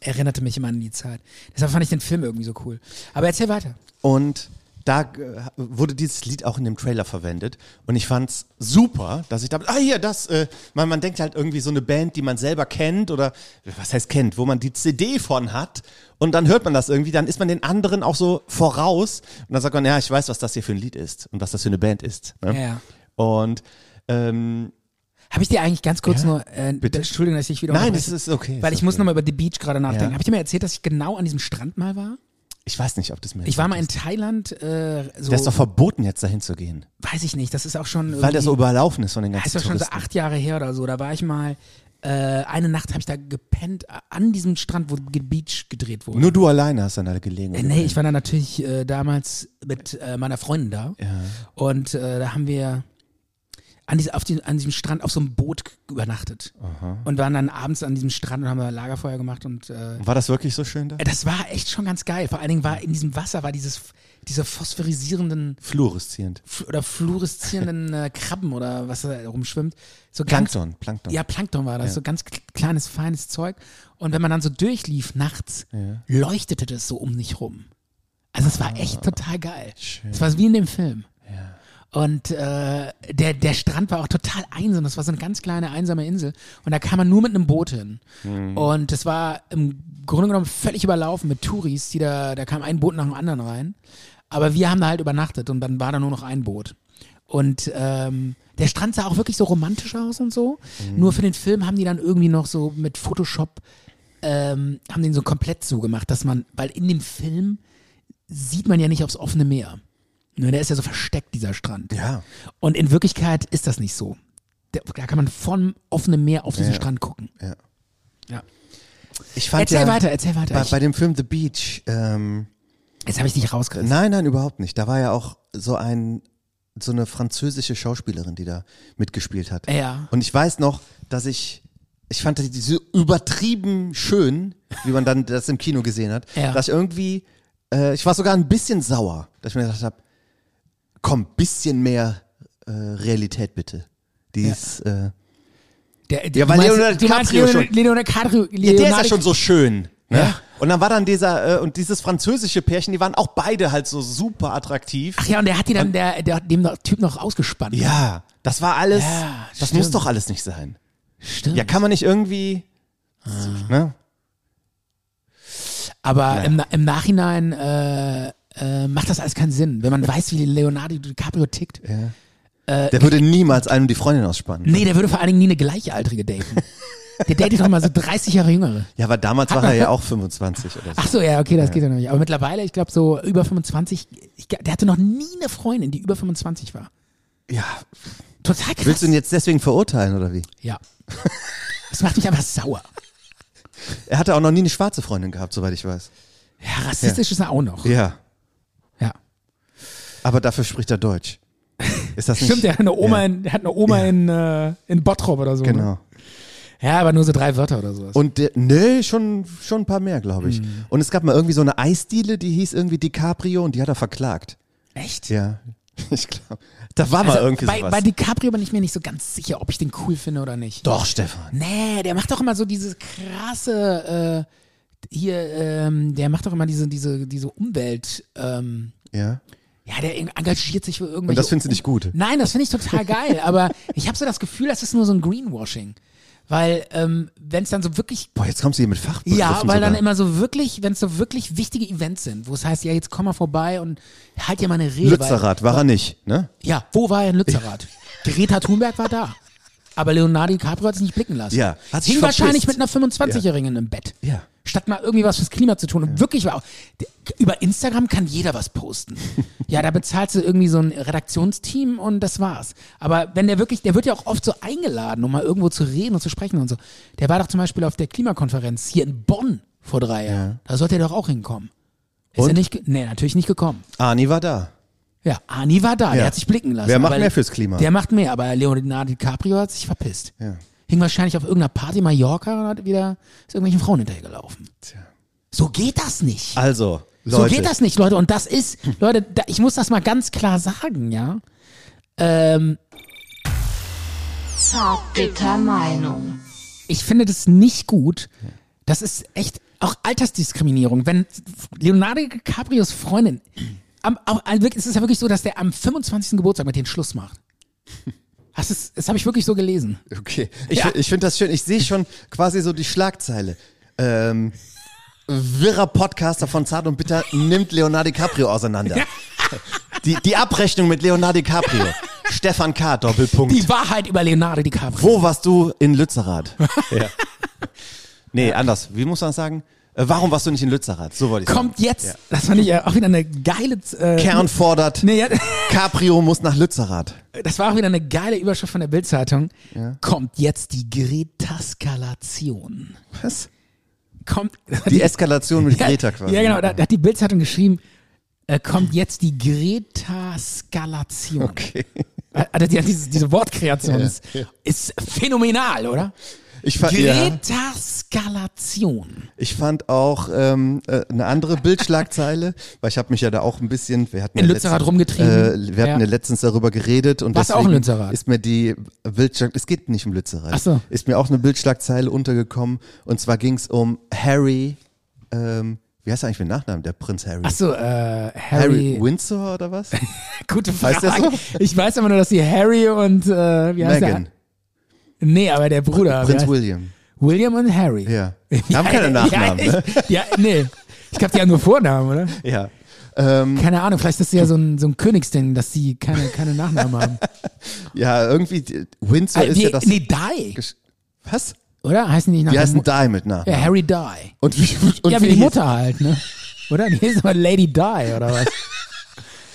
S2: erinnerte mich immer an die Zeit. Deshalb fand ich den Film irgendwie so cool. Aber erzähl weiter.
S3: Und da äh, wurde dieses Lied auch in dem Trailer verwendet. Und ich fand's super, dass ich dachte, ah hier, das, äh, man, man denkt halt irgendwie so eine Band, die man selber kennt oder was heißt kennt, wo man die CD von hat. Und dann hört man das irgendwie, dann ist man den anderen auch so voraus. Und dann sagt man, ja, ich weiß, was das hier für ein Lied ist und was das für eine Band ist. Ne?
S2: Ja.
S3: Und ähm,
S2: Habe ich dir eigentlich ganz kurz
S3: Ja,
S2: nur, äh,
S3: bitte.
S2: Entschuldigung, dass ich wieder
S3: Nein,
S2: unterbreche,
S3: es ist okay,
S2: Weil
S3: ist
S2: ich muss
S3: okay.
S2: nochmal über The Beach gerade nachdenken.
S3: Ja.
S2: Habe ich dir mal erzählt, dass ich genau an diesem Strand mal war?
S3: ich weiß nicht, ob das mir.
S2: Ich war mal in Thailand, äh, so,
S3: Das ist doch verboten, jetzt dahin zu gehen.
S2: weiß ich nicht, das ist auch schon
S3: Weil das so
S2: irgendwie-
S3: überlaufen ist von den ganzen
S2: Das ist doch schon
S3: Touristen.
S2: so acht Jahre her oder so. Da war ich mal, äh, eine Nacht habe ich da gepennt äh, an diesem Strand, wo The Beach gedreht wurde.
S3: Nur du alleine hast dann alle gelegen.
S2: Äh, Nee, ich war da natürlich äh, damals mit äh, meiner Freundin da. Und äh, da haben wir an, diese, auf die, an diesem Strand auf so einem Boot g- übernachtet. Und waren dann abends an diesem Strand und haben da Lagerfeuer gemacht. Und äh,
S3: War das wirklich so schön da?
S2: äh, das war echt schon ganz geil. Vor allen Dingen war in diesem Wasser war dieses diese phosphorisierenden
S3: Fluoreszierend.
S2: f- oder fluoreszierenden äh, Krabben oder was da rumschwimmt. So ganz-
S3: Plankton, Plankton.
S2: Ja, Plankton war das, so ganz k- kleines, feines Zeug. Und wenn man dann so durchlief nachts, leuchtete das so um dich rum. Also es war echt total geil. Es war wie in dem Film. Und äh, der, der Strand war auch total einsam. Das war so eine ganz kleine einsame Insel. Und da kam man nur mit einem Boot hin. Und das war im Grunde genommen völlig überlaufen mit Touris, die da, da kam ein Boot nach dem anderen rein. Aber wir haben da halt übernachtet und dann war da nur noch ein Boot. Und ähm, der Strand sah auch wirklich so romantisch aus und so.
S3: Mhm.
S2: Nur für den Film haben die dann irgendwie noch so mit Photoshop, ähm, haben den so komplett zugemacht, dass man, weil in dem Film sieht man ja nicht aufs offene Meer. Ne, der ist ja so versteckt, dieser Strand.
S3: Ja.
S2: Und in Wirklichkeit ist das nicht so. Da, da kann man vom offenen Meer auf diesen
S3: Ja.
S2: Strand gucken.
S3: Ich fand
S2: Erzähl
S3: ja,
S2: weiter, erzähl weiter.
S3: Bei,
S2: Ich-
S3: bei dem Film The Beach, ähm,
S2: Jetzt habe ich dich rausgerissen.
S3: nein, nein, überhaupt nicht. Da war ja auch so ein, so eine französische Schauspielerin, die da mitgespielt hat.
S2: Ja.
S3: Und ich weiß noch, dass ich, ich fand die so übertrieben schön, wie man dann das im Kino gesehen hat,
S2: Ja.
S3: dass ich irgendwie, äh, ich war sogar ein bisschen sauer, dass ich mir gedacht habe, komm, bisschen mehr äh, Realität bitte. Dies, äh,
S2: Der,
S3: Ja, weil Leonardo
S2: du meinst
S3: DiCaprio
S2: Leonardo, Leonardo DiCaprio.
S3: Ja, der ist ja
S2: Leonardo-
S3: schon so schön. Ne?
S2: Ja.
S3: Und dann war dann dieser, äh, und dieses französische Pärchen, die waren auch beide halt so super attraktiv.
S2: Ach ja, und der hat die dann, der, der hat dem noch- Typ noch ausgespannt.
S3: Ähm, Ja, das war alles,
S2: Ja,
S3: das
S2: stimmt.
S3: muss doch alles nicht sein.
S2: stimmt.
S3: Ja, kann man nicht irgendwie,
S2: Ah.
S3: ne?
S2: Aber im, Na- im Nachhinein äh, äh, macht das alles keinen Sinn, wenn man weiß, wie Leonardo DiCaprio tickt.
S3: Der würde niemals einem die Freundin ausspannen.
S2: Äh, Nee, der würde vor allen Dingen nie eine gleichaltrige daten. der datet doch mal so 30 Jahre jüngere.
S3: Ja, aber damals war er ja auch 25 oder so.
S2: ne? Ach so, ja, okay, das geht ja noch nicht. Aber mittlerweile, ich glaube, so über 25, ich, glaub, der hatte noch nie eine Freundin, die über 25 war.
S3: Ja,
S2: Total krass.
S3: willst du ihn jetzt deswegen verurteilen oder wie?
S2: Ja. Das macht mich einfach sauer.
S3: Er hatte auch noch nie eine schwarze Freundin gehabt, soweit ich weiß.
S2: Ja, rassistisch ist er auch noch.
S3: Ja,
S2: Ja.
S3: aber dafür spricht er Deutsch. Ist das nicht?
S2: Stimmt, der hat eine Oma,
S3: Ja,
S2: in, der hat eine Oma in, äh, in Bottrop oder so. Ne?
S3: Genau.
S2: Ja, aber nur so drei Wörter oder sowas.
S3: Und der, nee, schon, schon ein paar mehr, glaube ich.
S2: Mhm.
S3: Und es gab mal irgendwie so eine Eisdiele, die hieß irgendwie DiCaprio und die hat er verklagt.
S2: Echt?
S3: Ja, ich glaube. Da war mal irgendwie
S2: Also bei,
S3: sowas.
S2: bei DiCaprio bin ich mir nicht so ganz sicher, ob ich den cool finde oder nicht.
S3: Doch, Stefan.
S2: Nee, der macht doch immer so diese krasse, äh, hier, ähm, der macht doch immer diese, diese, diese Umwelt, ähm,
S3: Ja.
S2: ja, der en- engagiert sich für irgendwelche. Um
S3: Und das findest du nicht gut?
S2: Nein, das finde ich total geil, aber ich habe so das Gefühl, das ist nur so ein Greenwashing. Weil, ähm, wenn es dann so wirklich
S3: Boah, jetzt kommst du hier mit Fachbegriffen
S2: Ja, weil dann
S3: sogar.
S2: immer so wirklich, wenn es so wirklich wichtige Events sind, wo es heißt, ja, jetzt komm mal vorbei und halt ja mal eine Rede.
S3: Lützerath war er nicht, ne?
S2: Weil, ja, wo war er in Lützerath? Greta Thunberg war da. Aber Leonardo DiCaprio hat sich nicht blicken lassen.
S3: Ja, hat sich
S2: Hing
S3: verpisst.
S2: wahrscheinlich mit einer 25-Jährigen im Bett.
S3: Ja.
S2: Statt mal irgendwie was fürs Klima zu tun. Und wirklich war auch, d- über Instagram kann jeder was posten. ja, da bezahlst du irgendwie so ein Redaktionsteam und das war's. Aber wenn der wirklich, der wird ja auch oft so eingeladen, um mal irgendwo zu reden und zu sprechen und so. Der war doch zum Beispiel auf der Klimakonferenz hier in Bonn vor drei Jahren. Da sollte er doch auch hinkommen. Ist
S3: Und?
S2: er nicht, ge- nee, natürlich nicht gekommen.
S3: Arnie war da.
S2: Ja, Ani war da,
S3: Ja.
S2: der hat sich blicken lassen.
S3: Wer macht
S2: aber-
S3: mehr fürs Klima?
S2: Der macht mehr, aber Leonardo DiCaprio hat sich verpisst.
S3: Ja.
S2: Hing wahrscheinlich auf irgendeiner Party in Mallorca und hat wieder ist irgendwelchen Frauen hinterhergelaufen. So geht das nicht.
S3: Also, Leute.
S2: so geht das nicht, Leute. Und das ist, Leute, da, ich muss das mal ganz klar sagen, ja. Ähm,
S9: Zartbitter Meinung.
S2: ich finde das nicht gut. Das ist echt auch Altersdiskriminierung. Wenn Leonardo DiCaprios Freundin, am, auch, ein- wirklich- es ist ja wirklich so, dass der am 25. Geburtstag mit denen Schluss macht. Das, ist- das habe ich wirklich so gelesen.
S3: Okay. Ich,
S2: Ja.
S3: fi- ich finde das schön. Ich sehe schon quasi so die Schlagzeile. Ähm, wirrer Podcaster von Zart und Bitter nimmt Leonardo DiCaprio auseinander. Die, die Abrechnung mit Leonardo DiCaprio. Stefan K. Doppelpunkt.
S2: Die Wahrheit über Leonardo DiCaprio.
S3: Wo warst du in Lützerath? ja. Nee, anders. Wie muss man das sagen? Äh, warum warst du nicht in Lützerath? So wollte ich
S2: Kommt
S3: sagen.
S2: jetzt, das fand ich ja auch wieder eine geile. Äh,
S3: Kern fordert,
S2: Nee, ja,
S3: Caprio muss nach Lützerath.
S2: das war auch wieder eine geile Überschrift von der Bildzeitung. Kommt jetzt die Gretaskalation.
S3: Was?
S2: Kommt
S3: Die Eskalation mit Greta quasi.
S2: Ja, genau. Da, da hat die Bildzeitung geschrieben. Äh, kommt jetzt die Gretaskalation.
S3: Okay.
S2: Also die, diese, diese Wortkreation ist, ist phänomenal, oder?
S3: Ich, fa ja.
S2: Gretaskalation.
S3: ich fand auch ähm, äh, eine andere Bildschlagzeile, weil ich habe mich ja da auch ein bisschen, wir hatten
S2: In
S3: ja
S2: Lützerath rumgetrieben.
S3: Äh, wir hatten ja.
S2: Ja.
S3: letztens darüber geredet und
S2: Warst du auch in
S3: deswegen
S2: Lützerath?
S3: ist mir die Bildschlag, es geht nicht um Lützerath,
S2: Ach so.
S3: ist mir auch eine Bildschlagzeile untergekommen und zwar ging es um Harry, ähm, wie heißt er eigentlich mit Nachnamen, der Prinz Harry?
S2: Achso, äh, Harry.
S3: Harry Windsor oder was?
S2: Gute
S3: Heißt
S2: Frage.
S3: der so?
S2: Ich weiß aber nur, dass die Harry und äh, wie heißt
S3: Meghan.
S2: der? Nee, aber der Bruder. wie
S3: Prinz
S2: heißt-
S3: William.
S2: William und Harry.
S3: Ja. Die haben keine Nachnamen,
S2: Ja,
S3: ne?
S2: ich, ja nee. Ich glaube, die haben nur Vornamen, oder?
S3: Ja. Ähm,
S2: Keine Ahnung, vielleicht ist das ja so ein, so ein Königsding, dass die keine, keine Nachnamen haben.
S3: ja, irgendwie, die- Windsor
S2: Äh,
S3: ist
S2: nee,
S3: ja das.
S2: nee, Die.
S3: Gesch- Was?
S2: Oder? Heißen die nicht nach
S3: Die
S2: der
S3: heißen
S2: Mu-
S3: Die mit Namen.
S2: Ja, Harry Die.
S3: Und wie, und
S2: ja, wie die Mutter halt, ne? Oder? Die ist aber Lady Die, oder was?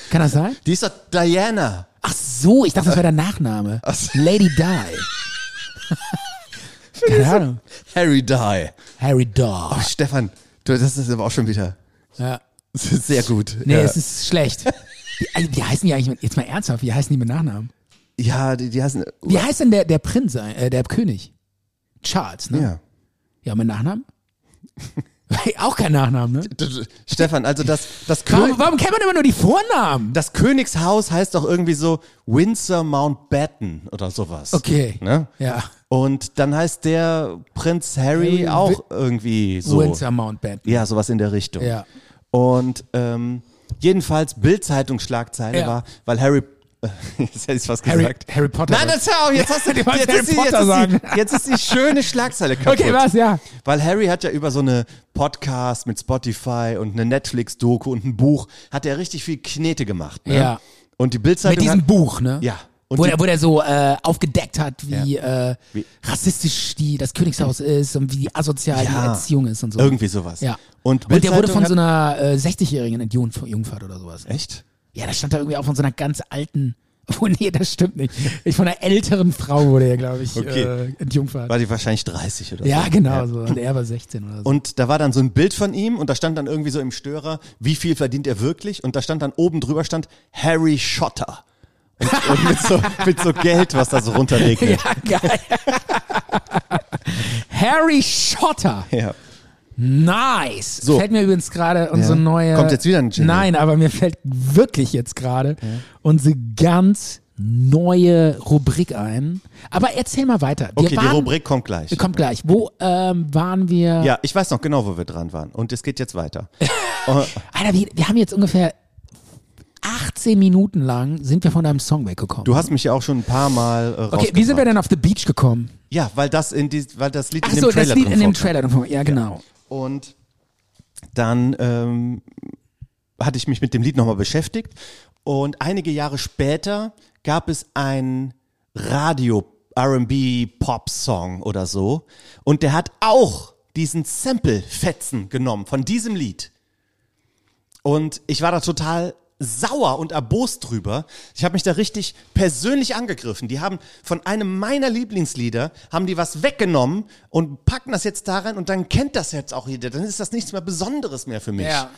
S2: Kann das sein?
S3: Die ist doch Diana.
S2: Ach so, ich dachte, das wäre der Nachname.
S3: so.
S2: Lady Die. keine Ahnung.
S3: Harry Die.
S2: Harry Daw.
S3: Oh, Stefan, du, das ist aber auch schon wieder
S2: Ja.
S3: sehr gut.
S2: Nee,
S3: ja.
S2: es ist schlecht. Wie, wie heißen die eigentlich, mit- jetzt mal ernsthaft, wie heißen die mit Nachnamen?
S3: ja, die, die heißen.
S2: Wie heißt denn der, der Prinz, äh, der König? Charles, ne?
S3: Ja.
S2: Ja, mit Nachnamen? Auch kein Nachnamen, ne?
S3: D- d- Stefan, also das, das, Kö
S2: Warum, warum kennt man immer nur die Vornamen?
S3: das Königshaus heißt doch irgendwie so Windsor Mountbatten oder sowas.
S2: Okay.
S3: Ne?
S2: Ja.
S3: Und dann heißt der Prinz Harry
S2: Harry
S3: auch irgendwie so.
S2: Windsor Mountbatten.
S3: Ja, sowas in der Richtung.
S2: Ja.
S3: Und ähm, jedenfalls Bild-Zeitung-Schlagzeile
S2: Ja.
S3: war, weil Harry. Jetzt hätte ich fast
S2: Harry-
S3: gesagt.
S2: Harry Potter.
S3: Nein, das hör auf, jetzt hast du
S2: Die wollten
S3: jetzt,
S2: Harry
S3: ist die, jetzt,
S2: Potter
S3: ist
S2: sagen.
S3: die, jetzt ist die schöne Schlagzeile kaputt.
S2: Okay, was, ja.
S3: Weil Harry hat ja über so eine Podcast mit Spotify und eine Netflix-Doku und ein Buch, hat er richtig viel Knete gemacht. Ne?
S2: Ja.
S3: Und die Bild-Zeitung.
S2: Mit diesem
S3: hat,
S2: Buch, ne?
S3: Ja. Und
S2: Wo
S3: die-
S2: der, wo der so äh, aufgedeckt hat, wie, äh, rassistisch die, das Königshaus ist und wie asozial die
S3: Ja.
S2: Erziehung ist und so.
S3: Irgendwie sowas.
S2: Ja.
S3: Und,
S2: Und der wurde
S3: Bild-Zeitung
S2: von so
S3: hat-
S2: einer äh, 60-Jährigen entjungf- Jungfahrt oder sowas.
S3: Echt?
S2: Ja, da stand da irgendwie auch von so einer ganz alten. Oh nee, das stimmt nicht. Ich von einer älteren Frau wurde ja, glaube ich,
S3: Okay.
S2: äh, entjungfert.
S3: War die wahrscheinlich 30 oder
S2: ja,
S3: so.
S2: genau so. Und er war 16 oder so.
S3: Und da war dann so ein Bild von ihm und da stand dann irgendwie so im Störer, wie viel verdient er wirklich? Und da stand dann oben drüber stand Harry Schotter. Und, und mit, so, mit so Geld, was da so runterregnet.
S2: ja, geil. Harry Schotter.
S3: Ja.
S2: Nice.
S3: So.
S2: Fällt mir übrigens gerade unsere
S3: Ja.
S2: neue.
S3: Kommt jetzt wieder ein Jingle.
S2: Nein, aber mir fällt wirklich jetzt gerade unsere ganz neue Rubrik ein. Aber erzähl mal weiter. Wir
S3: Okay, die
S2: waren-
S3: Rubrik kommt gleich.
S2: Kommt gleich. Wo ähm, waren wir?
S3: Ja, ich weiß noch genau, wo wir dran waren. Und es geht jetzt weiter.
S2: Äh. Alter, wir, wir haben jetzt ungefähr 18 Minuten lang sind wir von deinem Song weggekommen.
S3: Du hast mich ja auch schon ein paar Mal äh,
S2: okay, wie sind wir denn auf The Beach gekommen?
S3: Ja, weil das, in die, weil das Lied in dem
S2: Achso,
S3: Trailer
S2: das Lied
S3: drin
S2: in dem
S3: vorkam.
S2: Trailer. davon. Ja, genau.
S3: Und dann ähm, hatte ich mich mit dem Lied nochmal beschäftigt. Und einige Jahre später gab es ein Radio RB Pop Song oder so. Und der hat auch diesen Sample-Fetzen genommen von diesem Lied. Und ich war da total sauer und erbost drüber. Ich habe mich da richtig persönlich angegriffen. Die haben von einem meiner Lieblingslieder, haben die was weggenommen und packen das jetzt da rein und dann kennt das jetzt auch jeder. Dann ist das nichts mehr Besonderes mehr für mich.
S2: Ja.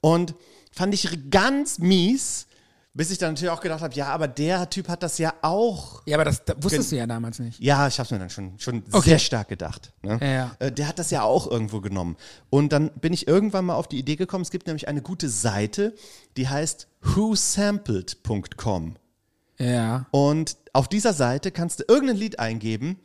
S3: Und fand ich ganz mies, bis ich dann natürlich auch gedacht habe, ja, aber der Typ hat das ja auch.
S2: Ja, aber das, das wusstest du ja damals nicht.
S3: Ja, ich habe mir dann schon, schon
S2: Okay.
S3: sehr stark gedacht. Ne?
S2: Ja, ja.
S3: Äh, Der hat das ja auch irgendwo genommen. Und dann bin ich irgendwann mal auf die Idee gekommen, es gibt nämlich eine gute Seite, die heißt whosampled.com.
S2: Ja.
S3: Und auf dieser Seite kannst du irgendein Lied eingeben,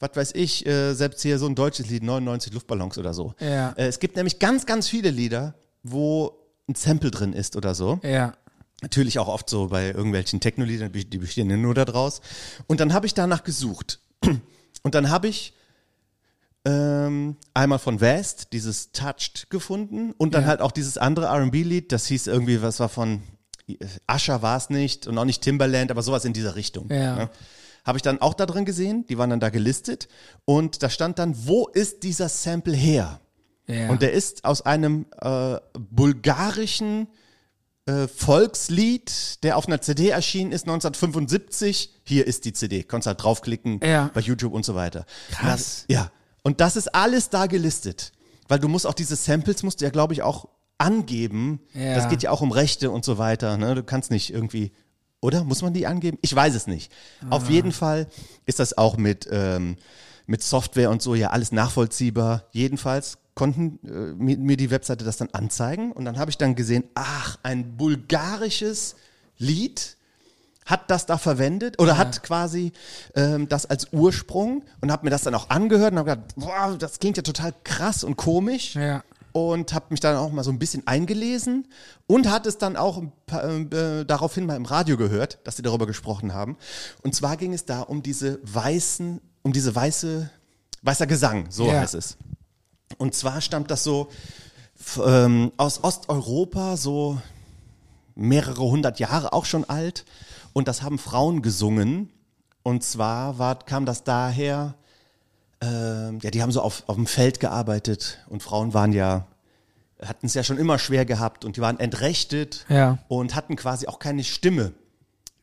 S3: was weiß ich, äh, selbst hier so ein deutsches Lied, 99 Luftballons oder so.
S2: Ja.
S3: Äh, es gibt nämlich ganz, ganz viele Lieder, wo ein Sample drin ist oder so.
S2: Ja.
S3: Natürlich auch oft so bei irgendwelchen Techno-Liedern, die die bestehen ja nur daraus. Und dann habe ich danach gesucht. Und dann habe ich ähm, einmal von West dieses Touched gefunden und dann halt auch dieses andere RB-Lied, das hieß irgendwie, was war von äh, Asher war es nicht und auch nicht Timberland, aber sowas in dieser Richtung. ne?
S2: Ja.
S3: Habe ich dann auch da drin gesehen, die waren dann da gelistet und da stand dann, wo ist dieser Sample her?
S2: ja.
S3: Und der ist aus einem äh, bulgarischen äh, Volkslied, der auf einer CD erschienen ist, 1975. Hier ist die CD. Kannst halt draufklicken
S2: Ja.
S3: bei YouTube und so weiter.
S2: Krass.
S3: Das, ja. Und das ist alles da gelistet. Weil du musst auch diese Samples, musst du ja, glaube ich, auch angeben.
S2: Ja.
S3: Das geht ja auch um Rechte und so weiter. Ne? Du kannst nicht irgendwie. Oder? Muss man die angeben? Ich weiß es nicht. Auf jeden Fall ist das auch mit. Ähm, mit Software und so ja alles nachvollziehbar. Jedenfalls konnten äh, mir, mir die Webseite das dann anzeigen und dann habe ich dann gesehen, ach, ein bulgarisches Lied hat das da verwendet oder hat quasi ähm, das als Ursprung und habe mir das dann auch angehört und habe gedacht, boah, das klingt ja total krass und komisch
S2: ja.
S3: und habe mich dann auch mal so ein bisschen eingelesen und hat es dann auch ein paar, äh, daraufhin mal im Radio gehört, dass sie darüber gesprochen haben. Und zwar ging es da um diese weißen, um diese weiße, weißer Gesang, so
S2: Ja.
S3: heißt es. Und zwar stammt das so f- ähm, aus Osteuropa, so mehrere hundert Jahre auch schon alt. Und das haben Frauen gesungen. Und zwar war, kam das daher, ähm, ja, die haben so auf, auf dem Feld gearbeitet und Frauen waren ja, hatten es ja schon immer schwer gehabt und die waren entrechtet
S2: Ja.
S3: und hatten quasi auch keine Stimme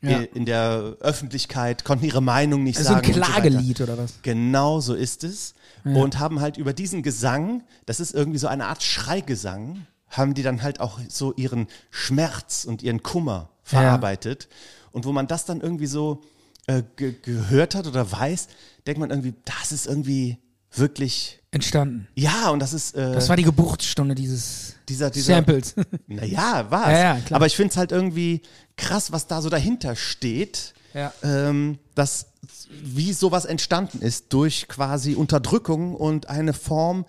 S2: Ja.
S3: i- in der Öffentlichkeit, konnten ihre Meinung nicht
S2: Das ist so ein
S3: sagen. und so weiter.
S2: Klagelied oder was?
S3: Genau so ist es. Und haben halt über diesen Gesang, das ist irgendwie so eine Art Schreigesang, haben die dann halt auch so ihren Schmerz und ihren Kummer verarbeitet. Und wo man das dann irgendwie so äh, ge gehört hat oder weiß, denkt man irgendwie, das ist irgendwie wirklich,
S2: Entstanden.
S3: ja, und das ist äh,
S2: Das war die Geburtsstunde dieses
S3: dieser, dieser
S2: Samples.
S3: Naja, war's.
S2: Ja, ja, klar.
S3: Aber ich finde es halt irgendwie krass, was da so dahinter steht
S2: ja.
S3: ähm, dass wie sowas entstanden ist durch quasi Unterdrückung und eine Form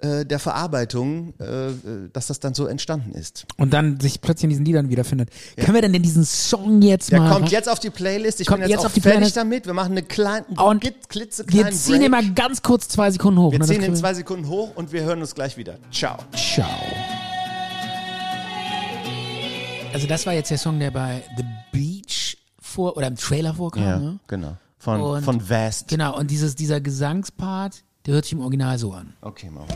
S3: äh, der Verarbeitung, äh, äh, dass das dann so entstanden ist.
S2: Und dann sich plötzlich in diesen Liedern wiederfindet. Können wir denn denn diesen Song jetzt
S3: Der
S2: mal...
S3: kommt jetzt auf die Playlist. Ich
S2: Kommt
S3: bin jetzt,
S2: jetzt
S3: auch
S2: auf die
S3: fertig
S2: Playlist.
S3: damit. Wir machen eine kleine,
S2: Und
S3: klitzekleine
S2: Wir ziehen
S3: Break.
S2: immer ganz kurz zwei Sekunden hoch. ne?
S3: Wir
S2: Das
S3: ziehen in
S2: kriegen wir-
S3: zwei Sekunden hoch und wir hören uns gleich wieder. Ciao.
S2: Ciao. Also das war jetzt der Song, der bei The Beach vor... oder im Trailer vorkam, ne?
S3: genau. Von,
S2: Und-
S3: von Vast.
S2: Genau, und dieses, dieser Gesangspart, der hört sich im Original so an.
S3: Okay, mal.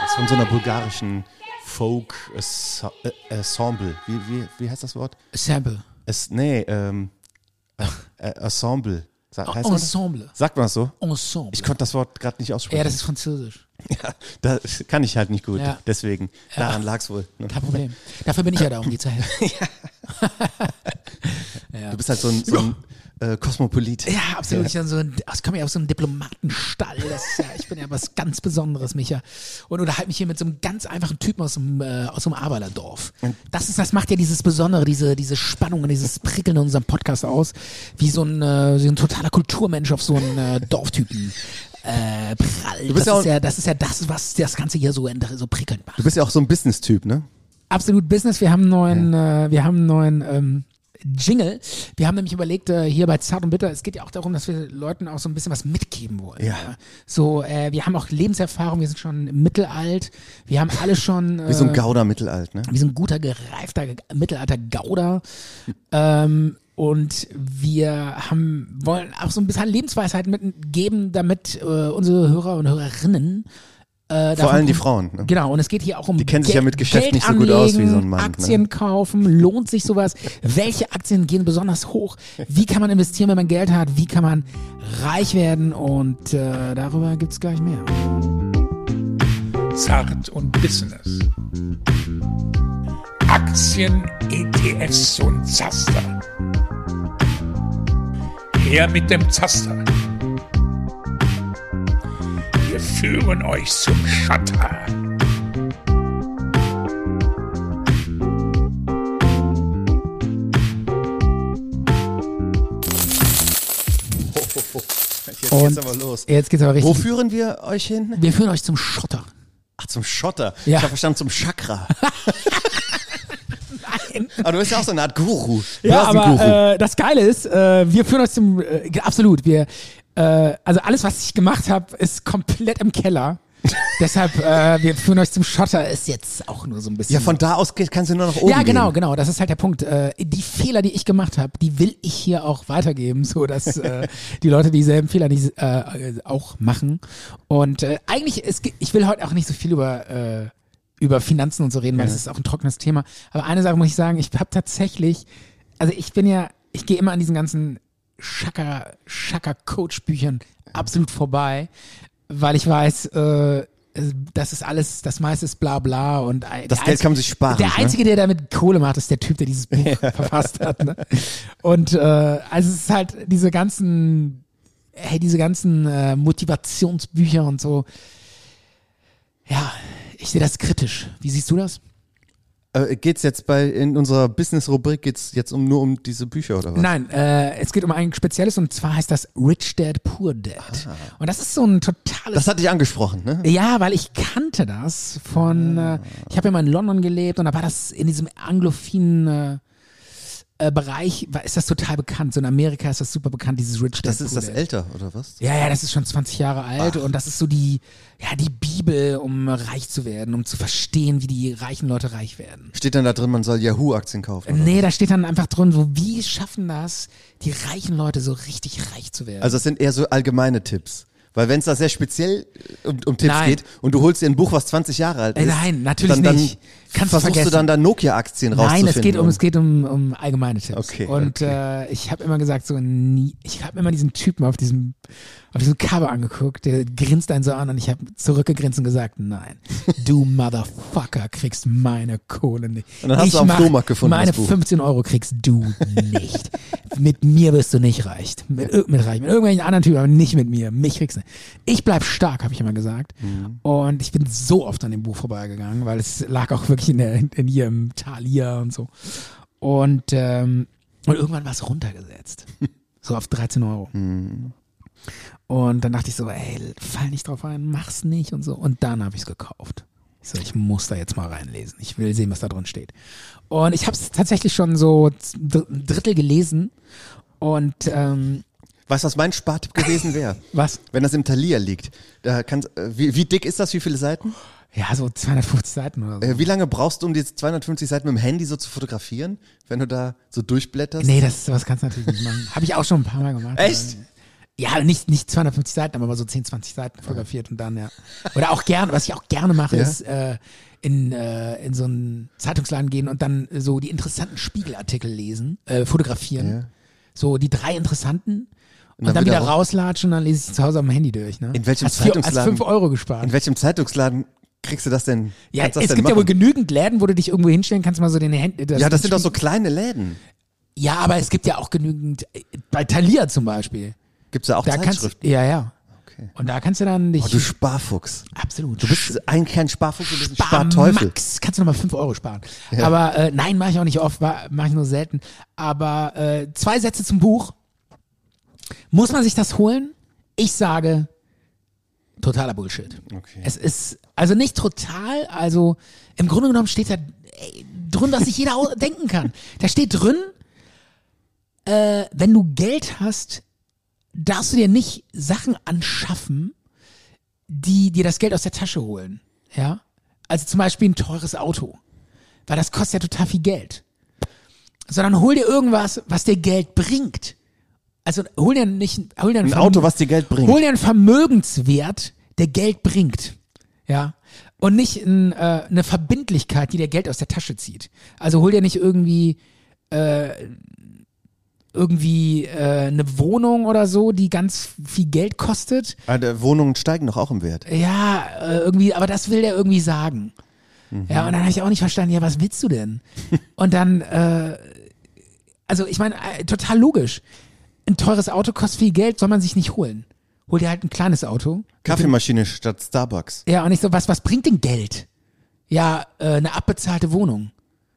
S3: Das ist von so einer bulgarischen Folk-Ensemble. Wie, wie, wie heißt das Wort?
S2: Sample.
S3: Es, nee, ähm, äh, Ensemble. Sa- heißt man das?
S2: Ensemble.
S3: Sagt man das so?
S2: Ensemble.
S3: Ich konnte das Wort gerade nicht aussprechen.
S2: ja, das ist französisch.
S3: Ja, das kann ich halt nicht gut.
S2: Ja.
S3: Deswegen, daran lag's wohl. Ne?
S2: Kein Problem. Dafür bin ich ja da, um dir zu helfen.
S3: Du bist halt so ein, so ein äh, Kosmopolit.
S2: Ja, absolut. Ich bin so ein, ich komme ja aus so einem Diplomatenstall. Das ist ja, ich bin ja was ganz Besonderes, Micha. Und unterhalte mich hier mit so einem ganz einfachen Typen aus dem, äh, aus dem Aberlerdorf. Das, ist, das macht ja dieses Besondere, diese, diese Spannung und dieses Prickeln in unserem Podcast aus, wie so ein, äh, so ein totaler Kulturmensch auf so einen äh, Dorftypen. Äh, prall.
S3: bist
S2: das,
S3: ja auch-
S2: ist ja, das ist ja das, was das Ganze hier so, inter- so prickelnd macht.
S3: Du bist ja auch so ein Business-Typ, ne?
S2: Absolut Business. Wir haben einen neuen, äh, wir haben einen neuen ähm, Jingle. Wir haben nämlich überlegt, äh, hier bei Zart und Bitter, es geht ja auch darum, dass wir Leuten auch so ein bisschen was mitgeben wollen.
S3: Ja.
S2: So, äh, wir haben auch Lebenserfahrung, wir sind schon mittelalt, wir haben alle schon. Äh,
S3: Wie so ein Gauder mittelalt, ne?
S2: wir sind guter, gereifter Ge- Mittelalter-Gauder. Ähm, und wir haben, wollen auch so ein bisschen Lebensweisheit mitgeben, damit äh, unsere Hörer und Hörerinnen. Äh, davon
S3: Vor allem die
S2: profitieren.
S3: Frauen. Ne?
S2: Genau, und es geht hier auch um
S3: Die kennen sich
S2: Gel-
S3: ja mit Geschäft
S2: Geld
S3: nicht so gut aus wie so ein
S2: anlegen,
S3: Mann, ne?
S2: Aktien kaufen, lohnt sich sowas? Welche Aktien gehen besonders hoch? Wie kann man investieren, wenn man Geld hat? Wie kann man reich werden? Und äh, darüber gibt's gleich mehr.
S6: Zart und Business. Aktien, ETFs und Zaster. Her mit dem Zaster. Wir führen euch zum Schotter.
S3: Jetzt
S2: Und
S3: geht's aber los.
S2: Jetzt geht's aber richtig.
S3: Wo führen wir euch hin?
S2: Wir führen euch zum Schotter.
S3: Ach, zum Schotter.
S2: Ja.
S3: Ich habe verstanden, zum Chakra.
S2: Nein.
S3: Aber du bist ja auch so eine Art Guru. Du
S2: Ja,
S3: hast einen Guru.
S2: aber äh, das Geile ist, äh, wir führen euch zum äh, absolut. Wir äh, also alles, was ich gemacht habe, ist komplett im Keller. Deshalb äh, wir führen euch zum Schotter. Ist jetzt auch nur so ein bisschen.
S3: ja, von da aus geht- kannst du nur nach oben
S2: ja, genau,
S3: gehen.
S2: genau. Das ist halt der Punkt. Äh, die Fehler, die ich gemacht habe, die will ich hier auch weitergeben, so dass äh, die Leute dieselben Fehler nicht äh, äh, auch machen. Und äh, eigentlich, es, ge- ich will heute auch nicht so viel über äh, über Finanzen und so reden, weil das ist auch ein trockenes Thema. Aber eine Sache muss ich sagen: Ich habe tatsächlich, also ich bin ja, ich gehe immer an diesen ganzen Schakka Schakka Coach Büchern absolut vorbei, weil ich weiß. Äh, das ist alles, das meiste ist bla bla und äh,
S3: Das
S2: der
S3: Geld kann
S2: einzige-
S3: man sich sparen,
S2: Der
S3: ne?
S2: einzige Einzige, der damit Kohle macht, ist der Typ, der dieses Buch verfasst hat. Ne? Und äh, also es ist halt diese ganzen, hey, diese ganzen äh, Motivationsbücher und so. Ja, ich sehe das kritisch. Wie siehst du das?
S3: Äh, geht's jetzt bei, in unserer Business-Rubrik geht's jetzt um, nur um diese Bücher oder was?
S2: Nein, äh, es geht um ein spezielles und zwar heißt das Rich Dad Poor Dad. Und das ist so ein totales
S3: Das hat dich angesprochen, ne?
S2: Ja, weil ich kannte das von, äh, ich habe ja mal in London gelebt und da war das in diesem anglophinen äh, äh, Bereich, war, ist das total bekannt. So in Amerika ist das super bekannt, dieses Rich Dad
S3: Das ist
S2: Poor
S3: das
S2: Dad.
S3: älter, oder was?
S2: Ja, ja, das ist schon 20 Jahre alt und das ist so die, ja, die Bibel, um reich zu werden, um zu verstehen, wie die reichen Leute reich werden.
S3: Steht dann da drin, man soll Yahoo-Aktien kaufen? oder?
S2: Nee, da steht dann einfach drin, so wie schaffen das, die reichen Leute so richtig reich zu werden.
S3: Also es sind eher so allgemeine Tipps. Weil wenn es da sehr speziell äh, um, um Tipps
S2: Nein.
S3: geht und du holst dir ein Buch, was 20 Jahre alt
S2: Äh,
S3: ist,
S2: nein, natürlich
S3: dann, dann
S2: nicht. Kannst du
S3: versuchst
S2: vergessen.
S3: du dann da Nokia-Aktien rauszufinden.
S2: Nein, es geht um
S3: und-
S2: es geht um, um allgemeine Tipps.
S3: Okay,
S2: und Äh, ich habe immer gesagt so nie, ich habe immer diesen Typen auf diesem auf diesem Cover angeguckt, der grinst einen so an und ich habe zurückgegrinst und gesagt, nein, du Motherfucker kriegst meine Kohle nicht.
S3: Und dann hast
S2: ich
S3: du auf dem
S2: mach-
S3: Flohmarkt gefunden,
S2: Meine
S3: das Buch.
S2: 15 Euro kriegst du nicht. mit mir wirst du nicht reich. Mit, ir- mit reich, mit irgendwelchen anderen Typen, aber nicht mit mir. Mich kriegst du nicht. Ich bleib stark, habe ich immer gesagt.
S3: Mhm.
S2: Und ich bin so oft an dem Buch vorbeigegangen, weil es lag auch wirklich in, der, in hier im Thalia und so. Und, ähm, und irgendwann war es runtergesetzt. so auf 13 Euro. Und dann dachte ich so, ey, fall nicht drauf ein, mach's nicht und so. Und dann habe ich es gekauft. Ich so, ich muss da jetzt mal reinlesen. Ich will sehen, was da drin steht. Und ich habe es tatsächlich schon so z- dr- ein Drittel gelesen. Und ähm,
S3: Weißt du, was mein Spartipp gewesen wäre?
S2: was?
S3: Wenn das im Talier liegt, da kannst, äh, wie, wie dick ist das? Wie viele Seiten?
S2: Ja, so 250 Seiten oder so.
S3: Äh, Wie lange brauchst du, um die 250 Seiten mit dem Handy so zu fotografieren, wenn du da so durchblätterst?
S2: Nee, das sowas kannst du natürlich nicht machen. Habe ich auch schon ein paar Mal gemacht.
S3: Echt?
S2: Ja, nicht, nicht 250 Seiten, aber mal so 10, 20 Seiten fotografiert und dann, ja. Oder auch gerne, was ich auch gerne mache,
S3: Ja?
S2: ist äh, in, äh, in so einen Zeitungsladen gehen und dann so die interessanten Spiegelartikel lesen, äh, fotografieren.
S3: Ja.
S2: So die drei interessanten.
S3: Und
S2: Und, dann, wieder rauslatschen und dann lese ich zu Hause am Handy durch. Ne?
S3: In welchem
S2: hast vier- Hast
S3: Zeitungsladen-
S2: 5 Euro gespart.
S3: In welchem Zeitungsladen kriegst du das denn?
S2: Ja, es
S3: kannst du das
S2: gibt
S3: denn
S2: ja wohl
S3: machen?
S2: genügend Läden, wo du dich irgendwo hinstellen kannst, mal so den Händen.
S3: Ja, das sind doch so kleine Läden.
S2: Ja, aber es gibt ja auch genügend. äh, Bei Thalia zum Beispiel.
S3: Gibt's da auch
S2: Da kannst,
S3: Zeitschriften?
S2: ja, ja.
S3: Okay.
S2: Und da kannst du dann dich.
S3: Oh, du Sparfuchs.
S2: absolut.
S3: Du bist ein kein Sparfuchs, du bist ein
S2: Spar
S3: Sparteufel.
S2: Max, kannst du nochmal 5 Euro sparen. Aber äh, nein, mache ich auch nicht oft, mache ich nur selten. Aber äh, zwei Sätze zum Buch. Muss man sich das holen? Ich sage, totaler Bullshit.
S3: Okay.
S2: Es ist, also nicht total, also im Grunde genommen steht da ey, drin, was sich jeder au- denken kann. Da steht drin, äh, wenn du Geld hast, darfst du dir nicht Sachen anschaffen, die dir das Geld aus der Tasche holen. Ja? Also zum Beispiel ein teures Auto. Weil das kostet ja total viel Geld. Sondern hol dir irgendwas, was dir Geld bringt. Also hol dir nicht hol dir ein,
S3: Ein
S2: Vermö-
S3: Auto, was dir Geld bringt.
S2: Hol dir einen Vermögenswert, der Geld bringt. Ja. Und nicht ein, äh, eine Verbindlichkeit, die dir Geld aus der Tasche zieht. Also hol dir nicht irgendwie äh, irgendwie äh, eine Wohnung oder so, die ganz viel Geld kostet,
S3: Ah, der- Wohnungen steigen doch auch im Wert.
S2: ja, äh, irgendwie, aber das will der irgendwie sagen. Ja, und dann habe ich auch nicht verstanden, ja, was willst du denn? und dann, äh, also ich meine, äh, total logisch. Ein teures Auto kostet viel Geld, soll man sich nicht holen. Hol dir halt ein kleines Auto.
S3: Kaffeemaschine statt Starbucks.
S2: Ja, und ich so, was, was bringt denn Geld? Ja, äh, eine abbezahlte Wohnung.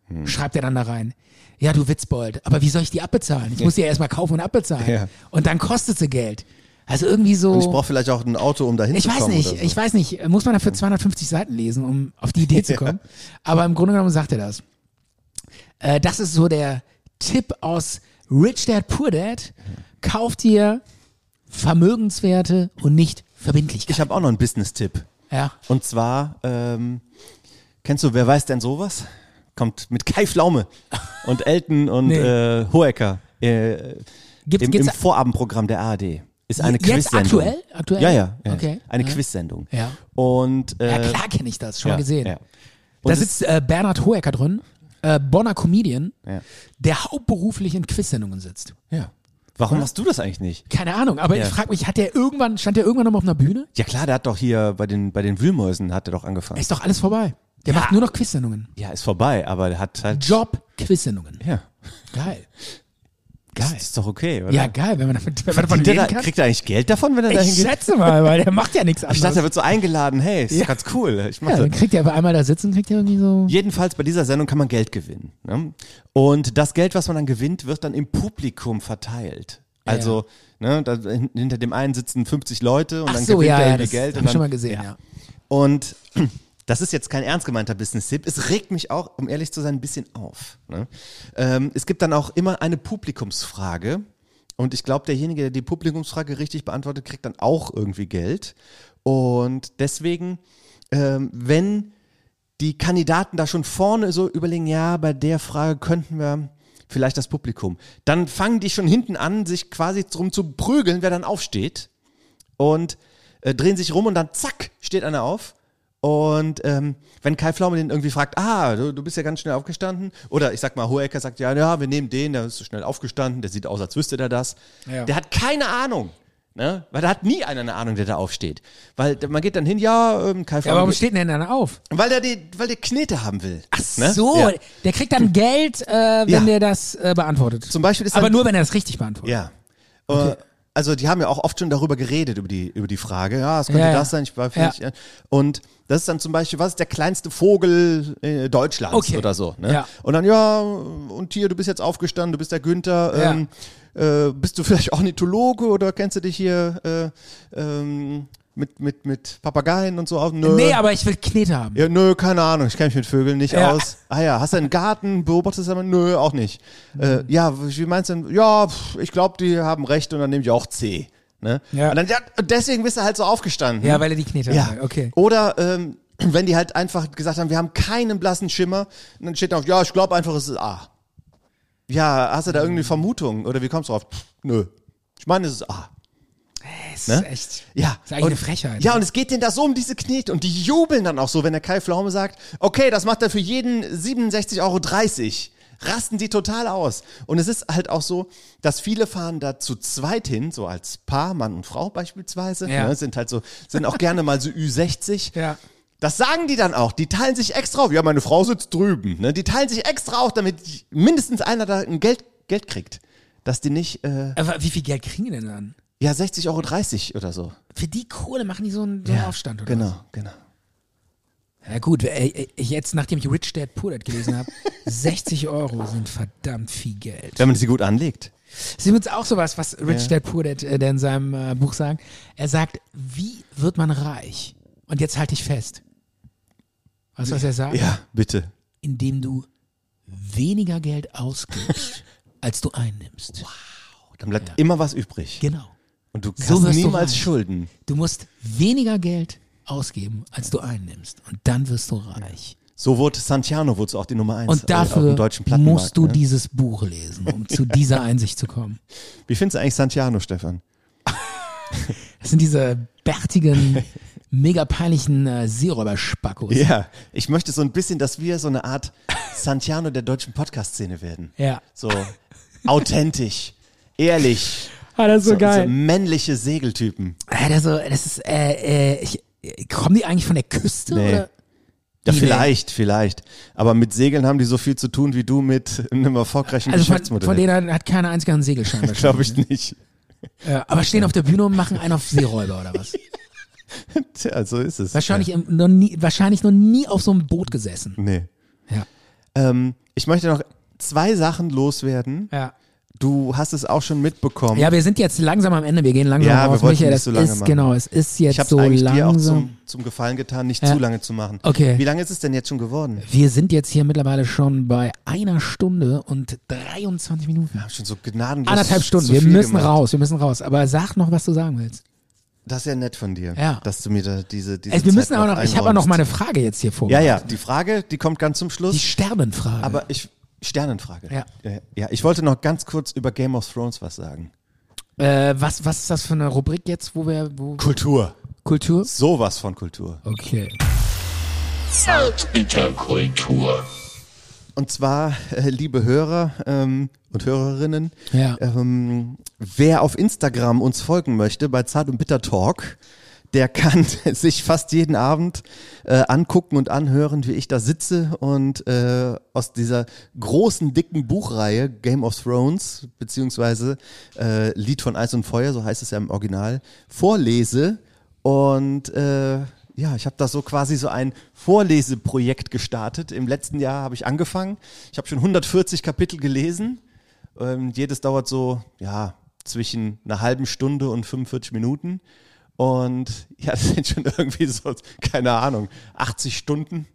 S3: Hm.
S2: Schreibt er dann da rein. Ja, du Witzbold, aber wie soll ich die abbezahlen? Ich muss die ja erstmal kaufen und abbezahlen.
S3: Ja.
S2: Und dann kostet sie Geld. Also irgendwie so.
S3: Und ich brauche vielleicht auch ein Auto, um dahin
S2: Ich
S3: zu kommen.
S2: weiß nicht,
S3: oder so.
S2: ich weiß nicht. Muss man dafür 250 Seiten lesen, um auf die Idee zu kommen? Aber im Grunde genommen sagt er das. Äh, das ist so der Tipp aus Rich Dad Poor Dad. Kauf dir Vermögenswerte und nicht
S3: Ich
S2: Verbindlichkeit.
S3: habe auch noch einen Business-Tipp.
S2: Ja.
S3: Und zwar, ähm, kennst du, wer weiß denn sowas? Kommt mit Kai Flaume und Elton und
S2: Nee.
S3: äh, Hoecker äh,
S2: Gibt-
S3: im, im
S2: gibt's-
S3: Vorabendprogramm der ARD. Ist eine
S2: Jetzt
S3: Quiz-Sendung.
S2: aktuell? Aktuell?
S3: Ja, ja. ja.
S2: Okay.
S3: Eine
S2: Ja.
S3: Quiz-Sendung.
S2: Ja.
S3: Und, äh,
S2: Ja, klar kenne ich das, schon
S3: ja,
S2: mal gesehen.
S3: Ja. Und
S2: Da
S3: es-
S2: sitzt äh, Bernhard Hoeker drin, äh, Bonner Comedian,
S3: Ja.
S2: der hauptberuflich in Quizsendungen sitzt.
S3: ja. Warum machst du das eigentlich nicht?
S2: Keine Ahnung, aber
S3: Ja.
S2: ich frage mich, hat der irgendwann, stand der irgendwann noch mal auf einer Bühne?
S3: Ja klar, der hat doch hier bei den, bei den Wühlmäusen hat er doch angefangen.
S2: Ist doch alles vorbei. Der macht nur noch Quizsendungen.
S3: ja, ist vorbei, aber der hat halt...
S2: Job Quizsendungen.
S3: Ja.
S2: Geil.
S3: Das
S2: Geil.
S3: ist doch okay, oder?
S2: Ja, geil, wenn man damit, wenn man davon
S3: Verdient der
S2: reden
S3: da,
S2: kann.
S3: kriegt er eigentlich Geld davon, wenn er da
S2: Ich
S3: hingeht?
S2: schätze mal, weil der macht ja nichts anderes.
S3: Ich dachte, er wird so eingeladen, hey, ist
S2: Ja.
S3: ganz cool. Ich mach
S2: ja,
S3: das.
S2: dann kriegt er aber einmal da sitzen, kriegt er irgendwie so.
S3: Jedenfalls bei dieser Sendung kann man Geld gewinnen. Ne? Und das Geld, was man dann gewinnt, wird dann im Publikum verteilt. Also ne, da, hin- hinter dem einen sitzen 50 Leute und
S2: Ach
S3: dann
S2: so,
S3: gewinnt
S2: ja,
S3: er
S2: ja,
S3: irgendwie
S2: das
S3: Geld.
S2: hab
S3: und
S2: ich schon
S3: dann-
S2: mal gesehen, ja.
S3: Und das ist jetzt kein ernst gemeinter Business-Tipp. Es regt mich auch, um ehrlich zu sein, ein bisschen auf. Ne? Ähm, es gibt dann auch immer eine Publikumsfrage. Und ich glaube, derjenige, der die Publikumsfrage richtig beantwortet, kriegt dann auch irgendwie Geld. Und deswegen, ähm, wenn die Kandidaten da schon vorne so überlegen, ja, bei der Frage könnten wir vielleicht das Publikum, dann fangen die schon hinten an, sich quasi drum zu prügeln, wer dann aufsteht und äh, drehen sich rum und dann zack, steht einer auf. Und ähm, wenn Kai Pflaume den irgendwie fragt, ah, du, du bist ja ganz schnell aufgestanden, oder ich sag mal, Hohecker sagt, ja, ja, wir nehmen den, der ist so schnell aufgestanden, der sieht aus, als wüsste der das. Der hat keine Ahnung. Ne? Weil da hat nie einer eine Ahnung, der da aufsteht. Weil d- man geht dann hin, ja, ähm, Kai
S2: Ja,
S3: Pflaume.
S2: warum steht denn der dann auf?
S3: weil, der die, weil der Knete haben will. ne? Ach
S2: So, der kriegt dann Geld, äh, wenn
S3: Ja.
S2: der das äh, beantwortet.
S3: Zum Beispiel ist
S2: aber
S3: dann-
S2: nur, wenn er das richtig beantwortet.
S3: Ja. Äh, Also die haben ja auch oft schon darüber geredet, über die, über die Frage, ja, es könnte
S2: Ja, ja.
S3: das sein, ich war
S2: Ja.
S3: völlig. äh, Und das ist dann zum Beispiel, was ist der kleinste Vogel äh, Deutschlands
S2: Okay.
S3: oder so. Ne?
S2: Ja.
S3: Und dann, ja, und hier, du bist jetzt aufgestanden, du bist der Günther,
S2: Ja.
S3: ähm, äh, bist du vielleicht Ornithologe oder kennst du dich hier äh, ähm, mit, mit, mit Papageien und so auf? Nö.
S2: Nee, aber ich will Knete haben.
S3: Ja, nö, keine Ahnung, ich kenne mich mit Vögeln nicht
S2: Ja.
S3: aus. Ah ja, hast du einen Garten, beobachtest du aber? Nö, auch nicht.
S2: Mhm.
S3: Äh, ja, wie meinst du denn? Ja, pff, ich glaube, die haben recht und dann nehme ich auch C. Ne?
S2: Ja.
S3: Und dann, ja, und deswegen bist du halt so aufgestanden.
S2: Ja, weil er die Knete
S3: Ja.
S2: hat. Okay.
S3: Oder ähm, wenn die halt einfach gesagt haben, wir haben keinen blassen Schimmer, und dann steht auf, ja, ich glaube einfach, es ist A. Ja, hast du da
S2: Mhm.
S3: irgendeine Vermutung? Oder wie kommst du drauf? Pff, nö. Ich meine, es ist A.
S2: Das
S3: Ne?
S2: ist echt.
S3: Ja.
S2: Ist eigentlich eine Frechheit. ne?
S3: Ja, und es geht denen da so um diese Knete und die jubeln dann auch so, wenn der Kai Pflaume sagt, okay, das macht er für jeden 67,30 Euro. rasten die total aus. Und es ist halt auch so, dass viele fahren da zu zweit hin, so als Paar, Mann und Frau beispielsweise.
S11: Ja.
S3: Ne, sind halt so, sind auch gerne mal so Ü60.
S11: Ja.
S3: Das sagen die dann auch. Die teilen sich extra auf. Ja, meine Frau sitzt drüben. Ne? Die teilen sich extra auf, damit mindestens einer da ein Geld, Geld kriegt. Dass die nicht, äh,
S2: Aber wie viel Geld kriegen die denn dann?
S3: ja, 60,30 Euro oder so.
S2: Für die Kohle machen die so einen, so einen Aufstand, oder?
S3: Genau, genau.
S2: was? Ja gut, ey, ey, jetzt, nachdem ich Rich Dad Poor Dad gelesen habe, 60 Euro sind verdammt viel Geld.
S3: Wenn man sie gut anlegt.
S2: Das ist übrigens auch sowas, was Rich
S3: Ja.
S2: Dad Poor Dad äh, der in seinem äh, Buch sagt. Er sagt, wie wird man reich? Und jetzt halte ich fest. Weißt du, was er sagt?
S3: Ja, bitte.
S2: Indem du weniger Geld ausgibst, als du einnimmst.
S3: oh, Dann bleibt immer was übrig.
S2: Genau.
S3: Und du hast
S2: So wirst du
S3: niemals
S2: reich.
S3: Schulden.
S2: Du musst weniger Geld ausgeben, als du einnimmst. Und dann wirst du reich.
S3: So wurde Santiano wurde auch die Nummer 1
S2: Und
S3: äh, auf
S2: dafür
S3: dem deutschen Plattenmarkt.
S2: musst du
S3: ne?
S2: dieses Buch lesen, um zu dieser Einsicht zu kommen.
S3: Wie findest du eigentlich Santiano, Stefan?
S2: Das sind diese bärtigen, mega peinlichen äh, Seeräuberspackos.
S3: Ja, ich möchte so ein bisschen, dass wir so eine Art Santiano der deutschen Podcast-Szene werden.
S2: Ja.
S3: So authentisch, ehrlich.
S2: Ah, das ist so,
S3: So
S2: geil.
S3: männliche Segeltypen.
S2: Äh, das, so, das ist, äh, äh, ich, äh, kommen die eigentlich von der Küste?
S3: Nee.
S2: Oder?
S3: Ja,
S2: Nee,
S3: vielleicht, vielleicht. Aber mit Segeln haben die so viel zu tun wie du mit einem erfolgreichen
S2: Also von,
S3: Geschäftsmodell.
S2: von denen hat keiner einziger einen Segelschein wahrscheinlich. ne?
S3: Glaube ich nicht.
S2: Äh, aber stehen auf der Bühne und machen einen auf Seeräuber oder was?
S3: Tja, so ist es.
S2: Wahrscheinlich, im, noch nie, wahrscheinlich noch nie auf so einem Boot gesessen.
S3: Nee.
S2: Ja.
S3: Ähm, ich möchte noch zwei Sachen loswerden.
S2: Ja.
S3: Du hast es auch schon mitbekommen.
S2: Ja, wir sind jetzt langsam am Ende. Wir gehen langsam
S3: Ja, wir
S2: raus.
S3: wollten
S2: Michael,
S3: nicht
S2: das
S3: so lange
S2: ist
S3: machen.
S2: genau, es ist jetzt
S3: ich habe
S2: so
S3: eigentlich dir auch
S2: langsam.
S3: zum, zum Gefallen getan, nicht
S2: Ja.
S3: zu lange zu machen.
S2: Okay.
S3: Wie lange ist es denn jetzt schon geworden?
S2: Wir sind jetzt hier mittlerweile schon bei einer Stunde und 23 Minuten.
S3: Wir haben schon so gnadenlos.
S2: Anderthalb Stunden.
S3: Zu
S2: Wir
S3: viel
S2: müssen
S3: gemacht.
S2: raus. Wir müssen raus. Aber sag noch, was du sagen willst.
S3: Das ist ja nett von dir,
S2: Ja.
S3: dass du mir da diese diese
S2: Ey, Also, wir
S3: Zeit
S2: müssen aber noch, ich habe auch noch
S3: einräumst.
S2: meine Frage jetzt hier vor.
S3: Ja, ja. Die Frage, die kommt ganz zum Schluss.
S2: Die Sternenfrage.
S3: aber ich Sternenfrage. Äh,
S2: Ja.
S3: Ja, ich wollte noch ganz kurz über Game of Thrones was sagen.
S2: äh, was, was ist das für eine Rubrik jetzt, wo wir, wo,
S3: Kultur.
S2: Kultur?
S3: Sowas von Kultur.
S2: Okay.
S3: Und zwar, äh, liebe Hörer ähm, und Hörerinnen,
S2: Ja.
S3: ähm, wer auf Instagram uns folgen möchte bei Zart und Bitter Talk, der kann sich fast jeden Abend äh, angucken und anhören, wie ich da sitze und äh, aus dieser großen, dicken Buchreihe Game of Thrones, beziehungsweise äh, Lied von Eis und Feuer, so heißt es ja im Original, vorlese. Und äh, ja, ich habe da so quasi so ein Vorleseprojekt gestartet. Im letzten Jahr habe ich angefangen. Ich habe schon 140 Kapitel gelesen. Ähm, jedes dauert so, ja, zwischen einer halben Stunde und 45 Minuten. Und ja, das sind schon irgendwie so, keine Ahnung, 80 Stunden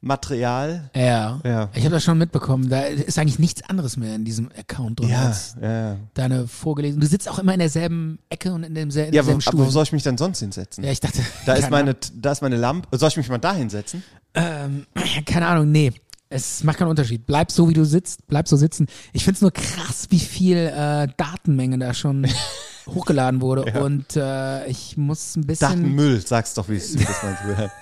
S3: Material.
S2: Ja.
S3: Ja.
S2: Ich habe das schon mitbekommen. Da ist eigentlich nichts anderes mehr in diesem Account drin
S3: Ja,
S2: als
S3: ja.
S2: deine vorgelesen. Du sitzt auch immer in derselben Ecke und in demselben,
S3: Ja, wo,
S2: demselben
S3: aber wo
S2: Stuhl.
S3: soll ich mich denn sonst hinsetzen?
S2: ja, ich dachte.
S3: da, ist
S2: keine
S3: meine, da ist meine Lampe. Soll ich mich mal da hinsetzen?
S2: Ähm, keine Ahnung, nee. Es macht keinen Unterschied. Bleib so, wie du sitzt, bleib so sitzen. Ich find's nur krass, wie viel äh, Datenmenge da schon hochgeladen wurde. Und äh, ich muss ein bisschen.
S3: Datenmüll, sag's doch, wie es wie das meinst.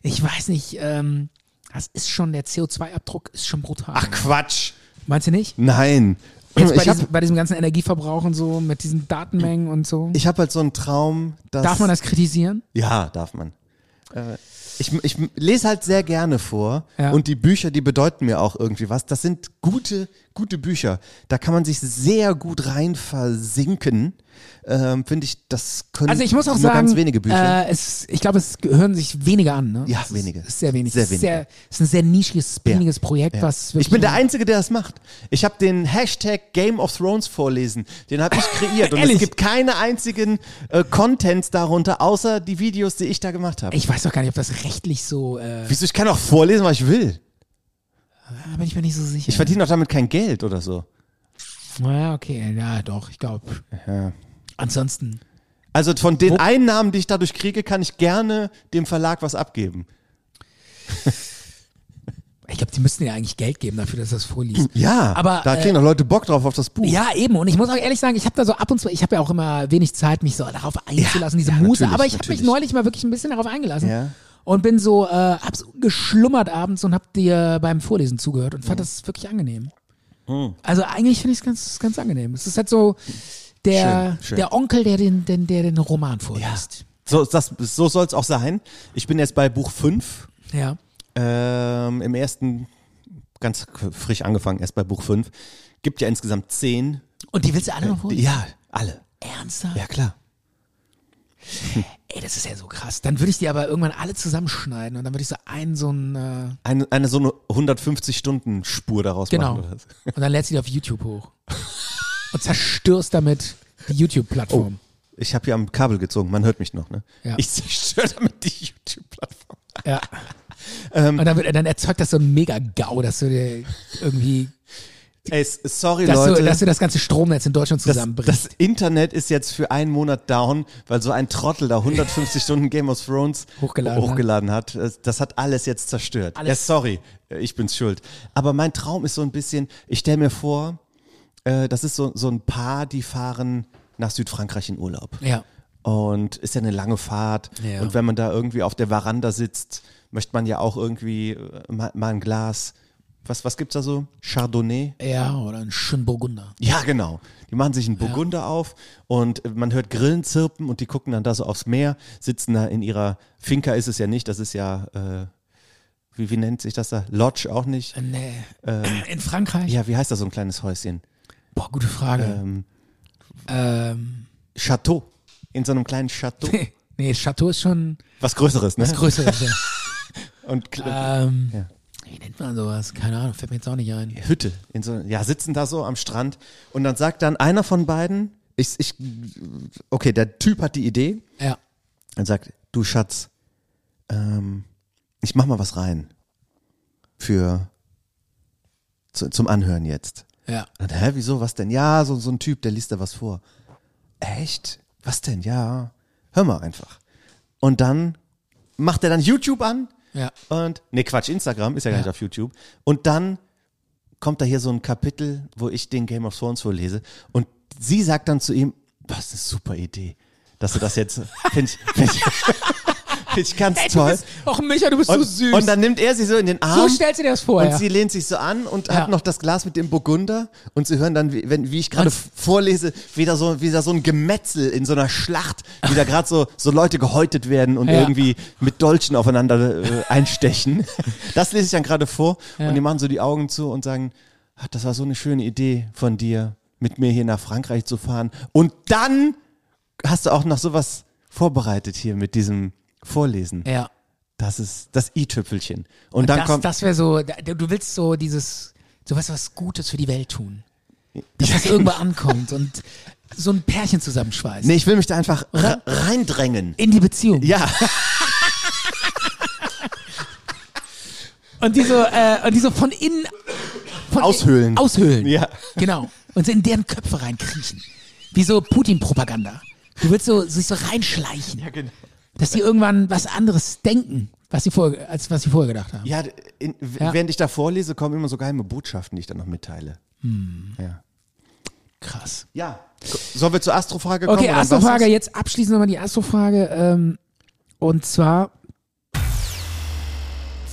S2: Ich weiß nicht, ähm, das ist schon, der CO2-Abdruck ist schon brutal.
S3: Ach Quatsch!
S2: Meinst du nicht?
S3: Nein.
S2: Jetzt bei,
S3: ich habe
S2: diesem, bei diesem ganzen Energieverbrauch und so, mit diesen Datenmengen und so.
S3: ich hab halt so einen Traum, dass.
S2: Darf man das kritisieren?
S3: Ja, darf man. Äh, ich, ich lese halt sehr gerne vor
S2: Ja.
S3: und die Bücher, die bedeuten mir auch irgendwie was. Das sind gute, gute Bücher. Da kann man sich sehr gut rein versinken. Ähm, Finde ich, das können
S2: Also ich muss auch
S3: nur
S2: sagen,
S3: ganz wenige Bücher.
S2: Äh, es, ich glaube, es hören sich wenige an. Ne?
S3: Ja,
S2: es
S3: wenige.
S2: Ist, ist sehr wenig.
S3: Sehr
S2: Es ist,
S3: wenige.
S2: sehr, es ist ein sehr nischiges, spinniges Projekt,
S3: Ja.
S2: was
S3: ich bin
S2: wirklich-
S3: der Einzige, der das macht. Ich habe den Hashtag Game of Thrones vorlesen. Den habe ich kreiert. Und es
S2: Ah, Ehrlich?
S3: gibt keine einzigen äh, Contents darunter, außer die Videos, die ich da gemacht habe.
S2: Ich weiß doch gar nicht, ob das rechtlich so. Äh,
S3: Wieso? Ich kann auch vorlesen, was ich will.
S2: da bin ich mir nicht so sicher.
S3: Ah, Ich verdiene doch damit kein Geld oder so.
S2: Ja, okay, ja, doch, ich glaube. Ansonsten.
S3: Also von den
S2: Wo-
S3: Einnahmen, die ich dadurch kriege, kann ich gerne dem Verlag was abgeben.
S2: Ich glaube, die müssten ja eigentlich Geld geben dafür, dass das vorliest.
S3: Ja,
S2: Aber,
S3: da
S2: äh,
S3: kriegen doch Leute Bock drauf auf das Buch.
S2: Ja, eben. Und ich muss auch ehrlich sagen, ich habe da so ab und zu, ich habe ja auch immer wenig Zeit, mich so darauf einzulassen, diese
S3: ja,
S2: Muse.
S3: natürlich,
S2: Aber ich habe mich
S3: natürlich.
S2: neulich mal wirklich ein bisschen darauf eingelassen.
S3: Ja.
S2: Und bin
S3: Mhm.
S2: so, äh, hab so geschlummert abends und hab dir beim Vorlesen zugehört und fand das wirklich angenehm. Also eigentlich finde ich es ganz, ganz angenehm. Es ist halt so der,
S3: Schön, schön.
S2: der Onkel, der den, den, der den Roman vorliest.
S3: So, das, so soll es auch sein. Ich bin jetzt bei Buch 5.
S2: Ja.
S3: Ähm, Im ersten, ganz k- frisch angefangen, erst bei Buch 5. Gibt ja insgesamt 10.
S2: Und die willst du alle noch holen?
S3: Ja, alle.
S2: Ernsthaft?
S3: Ja, klar.
S2: Ey, das ist ja so krass. Dann würde ich die aber irgendwann alle zusammenschneiden und dann würde ich so einen so einen. Äh,
S3: Eine, eine so eine 150-Stunden-Spur daraus
S2: genau.
S3: machen. oder was?
S2: Und dann lädst du die auf YouTube hoch. Und zerstörst damit die YouTube-Plattform.
S3: Ich habe hier am Kabel gezogen, man hört mich noch, ne?
S2: Ja.
S3: Ich zerstöre damit die YouTube-Plattform.
S2: Ja.
S3: Ähm.
S2: und dann, wird, dann erzeugt das so ein Mega-GAU, dass du dir irgendwie.
S3: Ey, s- sorry,
S2: Dass
S3: Leute.
S2: du, dass du das ganze Stromnetz in Deutschland
S3: das,
S2: zusammenbrichst.
S3: das Internet ist jetzt für einen Monat down, weil so ein Trottel da 150 Stunden Game of Thrones
S2: Hochgeladen hat.
S3: hochgeladen hat. Das- Das hat alles jetzt zerstört.
S2: Alles.
S3: Ja, sorry, ich bin's schuld. Aber mein Traum ist so ein bisschen, ich stelle mir vor, äh, das ist so, so ein Paar, die fahren nach Südfrankreich in Urlaub.
S2: Ja.
S3: Und ist ja eine lange Fahrt.
S2: Ja.
S3: Und wenn man da irgendwie auf der Veranda sitzt, möchte man ja auch irgendwie äh, mal, mal ein Glas. Was, was gibt's da so? Chardonnay?
S2: Ja, oder ein schönen Burgunder.
S3: Ja, genau. Die machen sich einen Burgunder auf und äh, man hört Grillen zirpen und die gucken dann da so aufs Meer, sitzen da in ihrer Finca ist es ja nicht, das ist ja, äh, wie, wie nennt sich das da? Lodge auch nicht.
S2: Nee. in Frankreich?
S3: Ja, wie heißt das so ein kleines Häuschen?
S2: Boah, gute Frage.
S3: Ähm,
S2: Ähm,
S3: Chateau. In so einem kleinen Chateau.
S2: nee, Chateau ist schon
S3: Was Größeres, ne?
S2: das Größere. ja.
S3: und kl-
S2: ähm,
S3: Ja.
S2: Wie nennt man sowas? Keine Ahnung, fällt mir jetzt auch nicht ein.
S3: Hütte. In so, ja, sitzen da so am Strand und dann sagt dann einer von beiden, ich, ich, okay, der Typ hat die Idee,
S2: Ja.
S3: und sagt, du Schatz, ähm, ich mach mal was rein für zu, zum Anhören jetzt.
S2: Ja.
S3: Und hä, wieso, was denn? Ja, so, so ein Typ, der liest da was vor. Echt? Was denn? Ja. Hör mal einfach. Und dann macht er dann YouTube an
S2: Ja.
S3: und, nee, Quatsch, Instagram ist ja gar
S2: Ja.
S3: nicht auf YouTube. Und dann kommt da hier so ein Kapitel, wo ich den Game of Thrones vorlese. Und sie sagt dann zu ihm, was eine super Idee, dass du das jetzt, finde ich, finde ich, find ich ganz toll.
S2: Och, Micha, du bist
S3: Und,
S2: so süß.
S3: und dann nimmt er sie so in den
S2: so
S3: Arm.
S2: stellst du dir das vor,
S3: und
S2: ja.
S3: sie lehnt sich so an und
S2: Ja.
S3: hat noch das Glas mit dem Burgunder und sie hören dann, wie, wenn, wie ich gerade f- vorlese, wieder so, wieder so ein Gemetzel in so einer Schlacht, wie da gerade so, so Leute gehäutet werden und
S2: Ja.
S3: irgendwie mit Dolchen aufeinander äh, einstechen. Das lese ich dann gerade vor und die machen so die Augen zu und sagen, "Ah, das war so eine schöne Idee von dir, mit mir hier nach Frankreich zu fahren. Und dann hast du auch noch sowas vorbereitet hier mit diesem Vorlesen.
S2: ja.
S3: Das ist das i-Tüpfelchen. Und dann
S2: das
S3: kommt.
S2: das wäre so, da- du willst so dieses, so was, was Gutes für die Welt tun. Dass das irgendwo ankommt und so ein Pärchen zusammenschweißt.
S3: nee, ich will mich da einfach re reindrängen.
S2: In die Beziehung.
S3: Ja,
S2: Und die so, äh, und die so von innen von
S3: Aushöhlen.
S2: in- aushöhlen.
S3: Ja.
S2: Genau. Und so in deren Köpfe reinkriechen. Wie so Putin-Propaganda. Du willst so, sich so reinschleichen. Ja, genau. Dass die irgendwann was anderes denken, was sie vorher, als was sie vorher gedacht haben.
S3: ja, in, w-
S2: Ja.
S3: während ich da vorlese, kommen immer so geheime Botschaften, die ich dann noch mitteile.
S2: Hm.
S3: Ja.
S2: Krass.
S3: ja. So- Sollen wir zur Astrofrage kommen?
S2: Okay,
S3: oder was
S2: Astrofrage,
S3: ist-
S2: jetzt abschließend nochmal die Astrofrage. Ähm, und zwar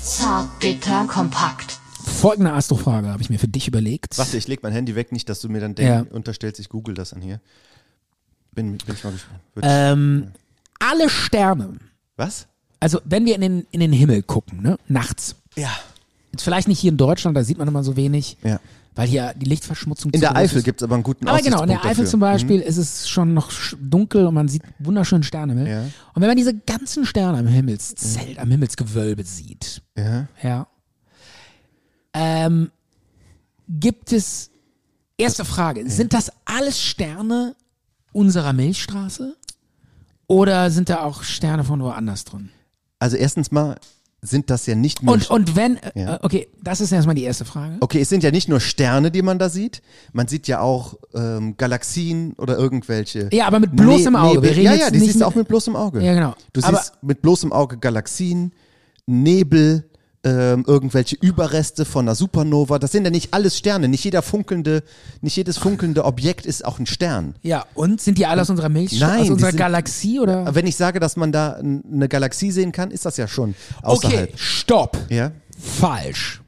S9: Zart, bitter, kompakt.
S2: folgende Astrofrage habe ich mir für dich überlegt.
S3: Warte, ich leg mein Handy weg, nicht, dass du mir dann denkst,
S2: Ja.
S3: unterstellst, ich google das an hier. Bin, bin ich mal gespannt. Wird-
S2: Ähm, alle Sterne,
S3: was?
S2: also wenn wir in den, in den Himmel gucken, ne, nachts,
S3: Ja.
S2: Jetzt vielleicht nicht hier in Deutschland, da sieht man immer so wenig,
S3: ja.
S2: weil hier die Lichtverschmutzung
S3: In
S2: zu
S3: der
S2: groß
S3: Eifel
S2: ist.
S3: gibt es aber einen guten
S2: Aber genau, in der
S3: Aussichtspunkt
S2: Eifel
S3: dafür. Mhm.
S2: zum Beispiel ist es schon noch sch- dunkel und man sieht wunderschönen Sternenhimmel.
S3: Ja.
S2: Und wenn man diese ganzen Sterne am Himmelszelt, am Himmelsgewölbe sieht,
S3: Ja.
S2: ja, ähm, gibt es, erste Frage, sind das alles Sterne unserer Milchstraße? Oder sind da auch Sterne von woanders drin?
S3: Also erstens mal sind das ja nicht nur
S2: Und, und wenn, äh,
S3: Ja.
S2: okay, das ist erstmal die erste Frage.
S3: Okay, es sind ja nicht nur Sterne, die man da sieht. Man sieht ja auch ähm, Galaxien oder irgendwelche. Ne-,
S2: Ja, aber mit bloßem Auge. Wir reden
S3: ja,
S2: jetzt
S3: ja, die
S2: nicht
S3: siehst du
S2: mit-
S3: auch mit bloßem Auge.
S2: Ja, genau.
S3: Du
S2: Aber-
S3: siehst mit bloßem Auge Galaxien, Nebel, ähm, irgendwelche Überreste von einer Supernova. Das sind ja nicht alles Sterne. Nicht jeder funkelnde, nicht jedes funkelnde Objekt ist auch ein Stern.
S2: Ja, und sind die alle aus unserer Milchstraße,
S3: Nein,
S2: aus
S3: die
S2: unserer
S3: sind-
S2: Galaxie oder?
S3: Wenn ich sage, dass man da n- eine Galaxie sehen kann, ist das ja schon
S2: Okay,
S3: außerhalb.
S2: stopp.
S3: Ja,
S2: Falsch.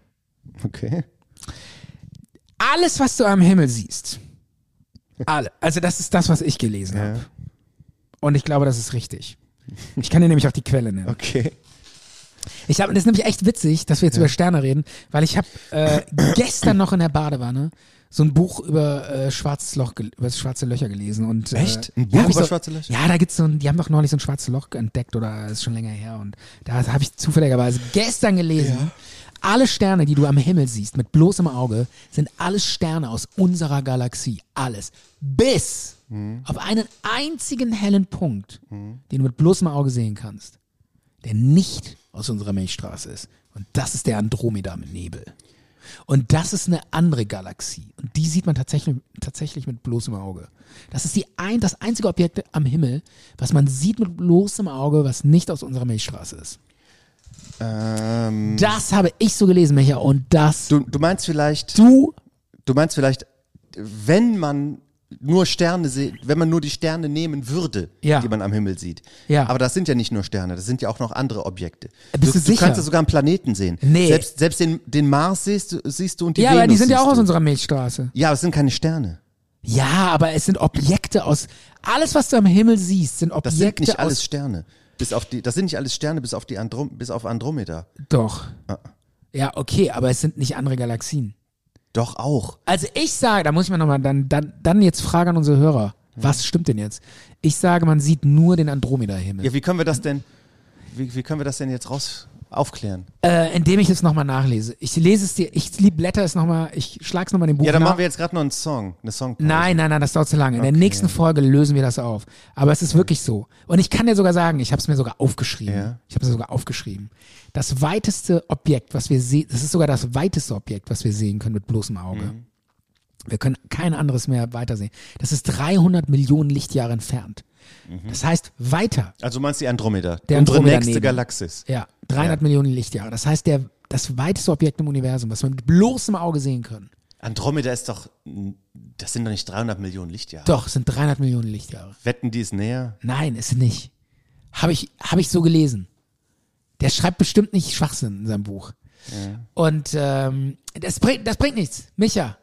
S3: okay.
S2: Alles, was du am Himmel siehst, alle. Also das ist das, was ich gelesen habe. Und ich glaube, das ist richtig. Ich kann dir nämlich auch die Quelle nennen.
S3: Okay.
S2: Ich habe, das ist nämlich echt witzig, dass wir jetzt über Sterne reden, weil ich habe äh, gestern noch in der Badewanne so ein Buch über äh, schwarzes Loch, gel- über schwarze Löcher gelesen und äh,
S3: Echt? Ein
S2: ja,
S3: Buch
S2: hab ich
S3: über
S2: so,
S3: schwarze Löcher?
S2: Ja, da gibt's so ein, die haben doch neulich so ein schwarzes Loch entdeckt oder ist schon länger her und da habe ich zufälligerweise gestern gelesen. Alle Sterne, die du am Himmel siehst mit bloßem Auge, sind alles Sterne aus unserer Galaxie. Alles. Bis
S3: Mhm.
S2: auf einen einzigen hellen Punkt, den du mit bloßem Auge sehen kannst der nicht aus unserer Milchstraße ist. Und das ist der Andromeda mit Nebel. Und das ist eine andere Galaxie. Und die sieht man tatsächlich, tatsächlich mit bloßem Auge. Das ist die ein, das einzige Objekt am Himmel, was man sieht mit bloßem Auge, was nicht aus unserer Milchstraße ist.
S3: Ähm,
S2: Das habe ich so gelesen, Micha. Und das.
S3: du, du meinst vielleicht,
S2: Du.
S3: du meinst vielleicht, wenn man nur Sterne se- wenn man nur die Sterne nehmen würde,
S2: Ja.
S3: die man am Himmel sieht.
S2: Ja.
S3: Aber das sind ja nicht nur Sterne, das sind ja auch noch andere Objekte.
S2: Bist
S3: du,
S2: du sicher?
S3: kannst ja sogar einen Planeten sehen.
S2: Nee.
S3: Selbst, selbst den, den Mars siehst du, siehst du und die
S2: Ja,
S3: Venus
S2: aber die sind ja
S3: siehst
S2: auch aus
S3: du.
S2: unserer Milchstraße.
S3: Ja, aber es sind keine Sterne.
S2: Ja, aber es sind Objekte aus. Alles, was du am Himmel siehst, sind Objekte
S3: Das sind
S2: aus
S3: nicht alles Sterne. Bis auf die, das sind nicht alles Sterne bis auf, die Androm bis auf Andromeda.
S2: Doch.
S3: Ah.
S2: Ja, okay, aber es sind nicht andere Galaxien.
S3: Doch auch.
S2: Also ich sage, da muss ich mir nochmal, dann, dann, dann jetzt Frage an unsere Hörer.
S3: Mhm.
S2: Was stimmt denn jetzt? Ich sage, man sieht nur den Andromeda-Himmel.
S3: Ja, wie können wir das denn, wie, wie können wir das denn jetzt raus aufklären?
S2: Äh, indem ich es nochmal nachlese. Ich lese es dir, ich lieb blätter es nochmal, ich schlag's nochmal in den Buch
S3: Ja, dann
S2: nach.
S3: machen wir jetzt gerade noch einen Song, eine Songpause.
S2: Nein, nein, nein, das dauert zu lange. In der nächsten Folge lösen wir das auf. Aber es ist wirklich so. Und ich kann dir sogar sagen, ich habe es mir sogar aufgeschrieben.
S3: Ja.
S2: Ich habe es sogar aufgeschrieben. Das weiteste Objekt, was wir sehen, das ist sogar das weiteste Objekt, was wir sehen können mit bloßem Auge. Wir können kein anderes mehr weitersehen. Das ist 300 Millionen Lichtjahre entfernt. Das heißt weiter.
S3: Also meinst du die Andromeda?
S2: Der
S3: Unsere
S2: Andromeda
S3: nächste
S2: neben.
S3: Galaxis.
S2: Ja, 300 Millionen Lichtjahre. Das heißt, der, das weiteste Objekt im Universum, was wir mit bloßem Auge sehen können.
S3: Andromeda ist doch, das sind doch nicht 300 Millionen Lichtjahre.
S2: Doch, es sind 300 Millionen Lichtjahre.
S3: Wetten, die ist näher?
S2: Nein, ist nicht. Habe ich, hab ich so gelesen. Der schreibt bestimmt nicht Schwachsinn in seinem Buch. Und ähm, das, bringt, das bringt nichts, Micha.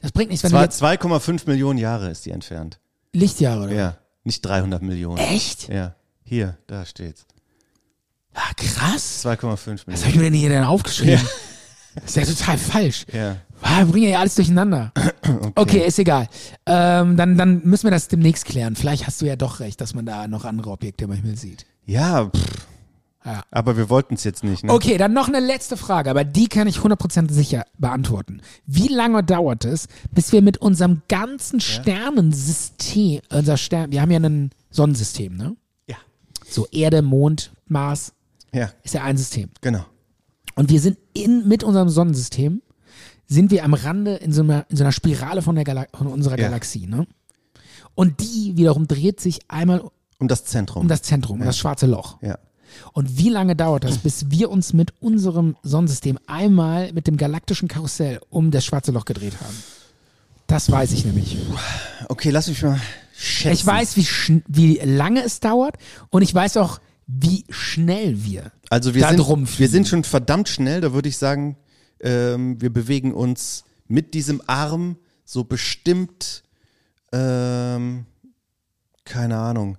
S2: Das bringt nichts, wenn
S3: Zwar
S2: du jetzt
S3: 2,5 Millionen Jahre ist die entfernt.
S2: Lichtjahre oder
S3: Ja, nicht 300 Millionen.
S2: Echt?
S3: Ja, hier, da steht's.
S2: Ah, krass.
S3: 2,5
S2: Was habe ich
S3: Millionen.
S2: mir denn hier denn aufgeschrieben? Das ist ja total falsch.
S3: Ja.
S2: Ah, wir bringen ja alles durcheinander. Okay, ist egal. Ähm, dann, dann müssen wir das demnächst klären. Vielleicht hast du ja doch recht, dass man da noch andere Objekte manchmal sieht.
S3: Ja, pff.
S2: Ja.
S3: aber wir wollten es jetzt nicht. Ne?
S2: Okay, dann noch eine letzte Frage, aber die kann ich 100% sicher beantworten. Wie lange dauert es, bis wir mit unserem ganzen Sternensystem, unser Stern, wir haben ja ein Sonnensystem, ne?
S3: Ja.
S2: So Erde, Mond, Mars
S3: Ja,
S2: ist ja ein System.
S3: genau.
S2: Und wir sind in, mit unserem Sonnensystem, sind wir am Rande in so einer, in so einer Spirale von, der Gala von unserer
S3: Ja.
S2: Galaxie, ne? Und die wiederum dreht sich einmal
S3: Um das Zentrum.
S2: um das Zentrum, um das schwarze Loch.
S3: ja.
S2: Und wie lange dauert das, bis wir uns mit unserem Sonnensystem einmal mit dem galaktischen Karussell um das schwarze Loch gedreht haben? Das weiß ich nämlich.
S3: Okay, lass mich mal schätzen.
S2: Ich weiß, wie, schn- wie lange es dauert und ich weiß auch, wie schnell wir.
S3: Also wir
S2: da
S3: sind,
S2: drum
S3: wir sind
S2: fliegen.
S3: schon verdammt schnell, da würde ich sagen, ähm, wir bewegen uns mit diesem Arm so bestimmt, ähm, keine Ahnung,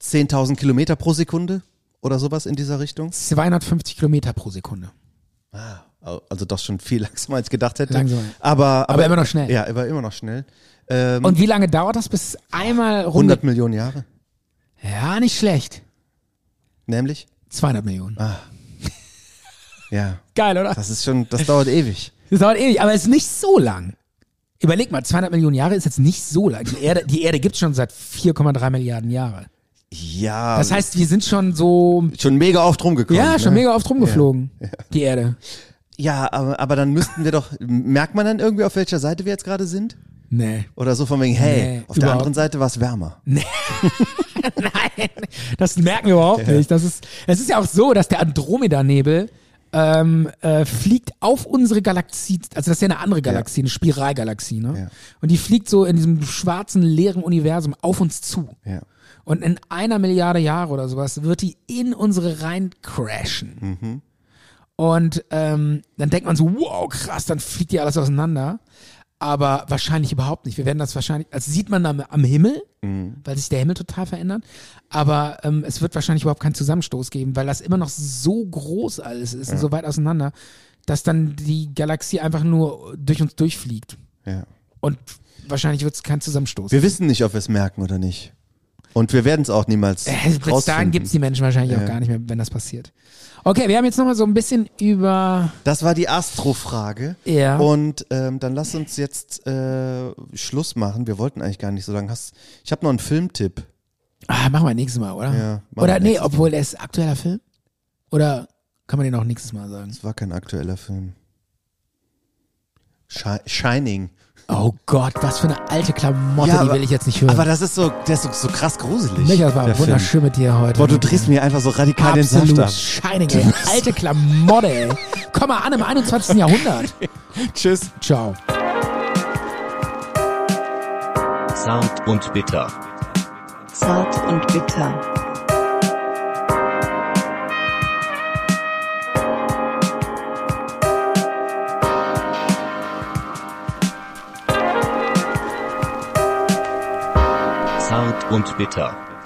S3: 10.000 Kilometer pro Sekunde oder sowas in dieser Richtung.
S2: 250 Kilometer pro Sekunde.
S3: Also doch schon viel langsamer, als ich gedacht hätte.
S2: Langsamer.
S3: Aber, aber,
S2: Aber immer noch schnell.
S3: Ja, aber immer noch schnell.
S2: Und wie lange dauert das, bis es einmal rund?
S3: 100 Millionen Jahre,
S2: Ja, nicht schlecht.
S3: nämlich.
S2: 200 Millionen.
S3: Ja,
S2: Geil, oder?
S3: das ist schon, das dauert ewig.
S2: Das dauert ewig, aber es ist nicht so lang. Überleg mal, 200 Millionen Jahre ist jetzt nicht so lang. Die Erde, die Erde gibt es schon seit 4,3 Milliarden Jahre.
S3: Ja,
S2: Das heißt, wir sind schon so.
S3: schon mega oft rumgekommen.
S2: Ja, schon
S3: ne?
S2: mega oft rumgeflogen. Die Erde.
S3: Ja, aber, aber dann müssten wir doch, merkt man dann irgendwie, auf welcher Seite wir jetzt gerade sind?
S2: Nee.
S3: Oder so von wegen, hey,
S2: Nee,
S3: auf der
S2: überhaupt.
S3: anderen Seite war es wärmer.
S2: Nein, das merken wir überhaupt nicht. Das ist, es ist ja auch so, dass der Andromeda-Nebel ähm, äh, fliegt auf unsere Galaxie, also das ist ja eine andere Galaxie, eine Spiralgalaxie, ne?
S3: Ja.
S2: Und die fliegt so in diesem schwarzen, leeren Universum auf uns zu.
S3: Ja.
S2: Und in einer Milliarde Jahre oder sowas wird die in unsere rein crashen. Und ähm, dann denkt man so, wow, krass, dann fliegt die alles auseinander. aber wahrscheinlich überhaupt nicht. Wir werden das wahrscheinlich, also sieht man am, am Himmel,
S3: Mhm.
S2: weil sich der Himmel total verändert, aber ähm, es wird wahrscheinlich überhaupt keinen Zusammenstoß geben, weil das immer noch so groß alles ist und so weit auseinander, dass dann die Galaxie einfach nur durch uns durchfliegt.
S3: Ja.
S2: Und wahrscheinlich wird es keinen Zusammenstoß.
S3: Wir wissen nicht, ob wir es merken oder nicht. Und wir werden es auch niemals
S2: Äh, Bis dahin
S3: rausfinden.
S2: gibt es die Menschen wahrscheinlich
S3: Ja.
S2: auch gar nicht mehr, wenn das passiert. Okay, wir haben jetzt nochmal so ein bisschen über.
S3: Das war die Astro-Frage.
S2: Ja.
S3: Und ähm, dann lass uns jetzt äh, Schluss machen. Wir wollten eigentlich gar nicht so lange. Hast, ich habe noch einen Filmtipp.
S2: Ah, machen wir nächstes Mal, oder?
S3: Ja, machen wir
S2: oder nee,
S3: nächstes
S2: obwohl der ist aktueller Film. Oder kann man den auch nächstes Mal sagen?
S3: Das war kein aktueller Film. Shi- Shining.
S2: Oh Gott, was für eine alte Klamotte, die
S3: aber-
S2: will ich jetzt nicht hören.
S3: Aber das ist so, der ist so, so krass gruselig.
S2: Micha, das war
S3: der
S2: wunderschön
S3: Film.
S2: mit dir heute.
S3: Boah, du drehst mir einfach so radikal den
S2: Absolut
S3: Saft
S2: shining, ey. Alte Klamotte, ey. Komm mal an im 21. Jahrhundert.
S3: ab. Tschüss.
S2: Ciao.
S12: Zart und bitter.
S1: Zart und bitter.
S12: Zart und bitter.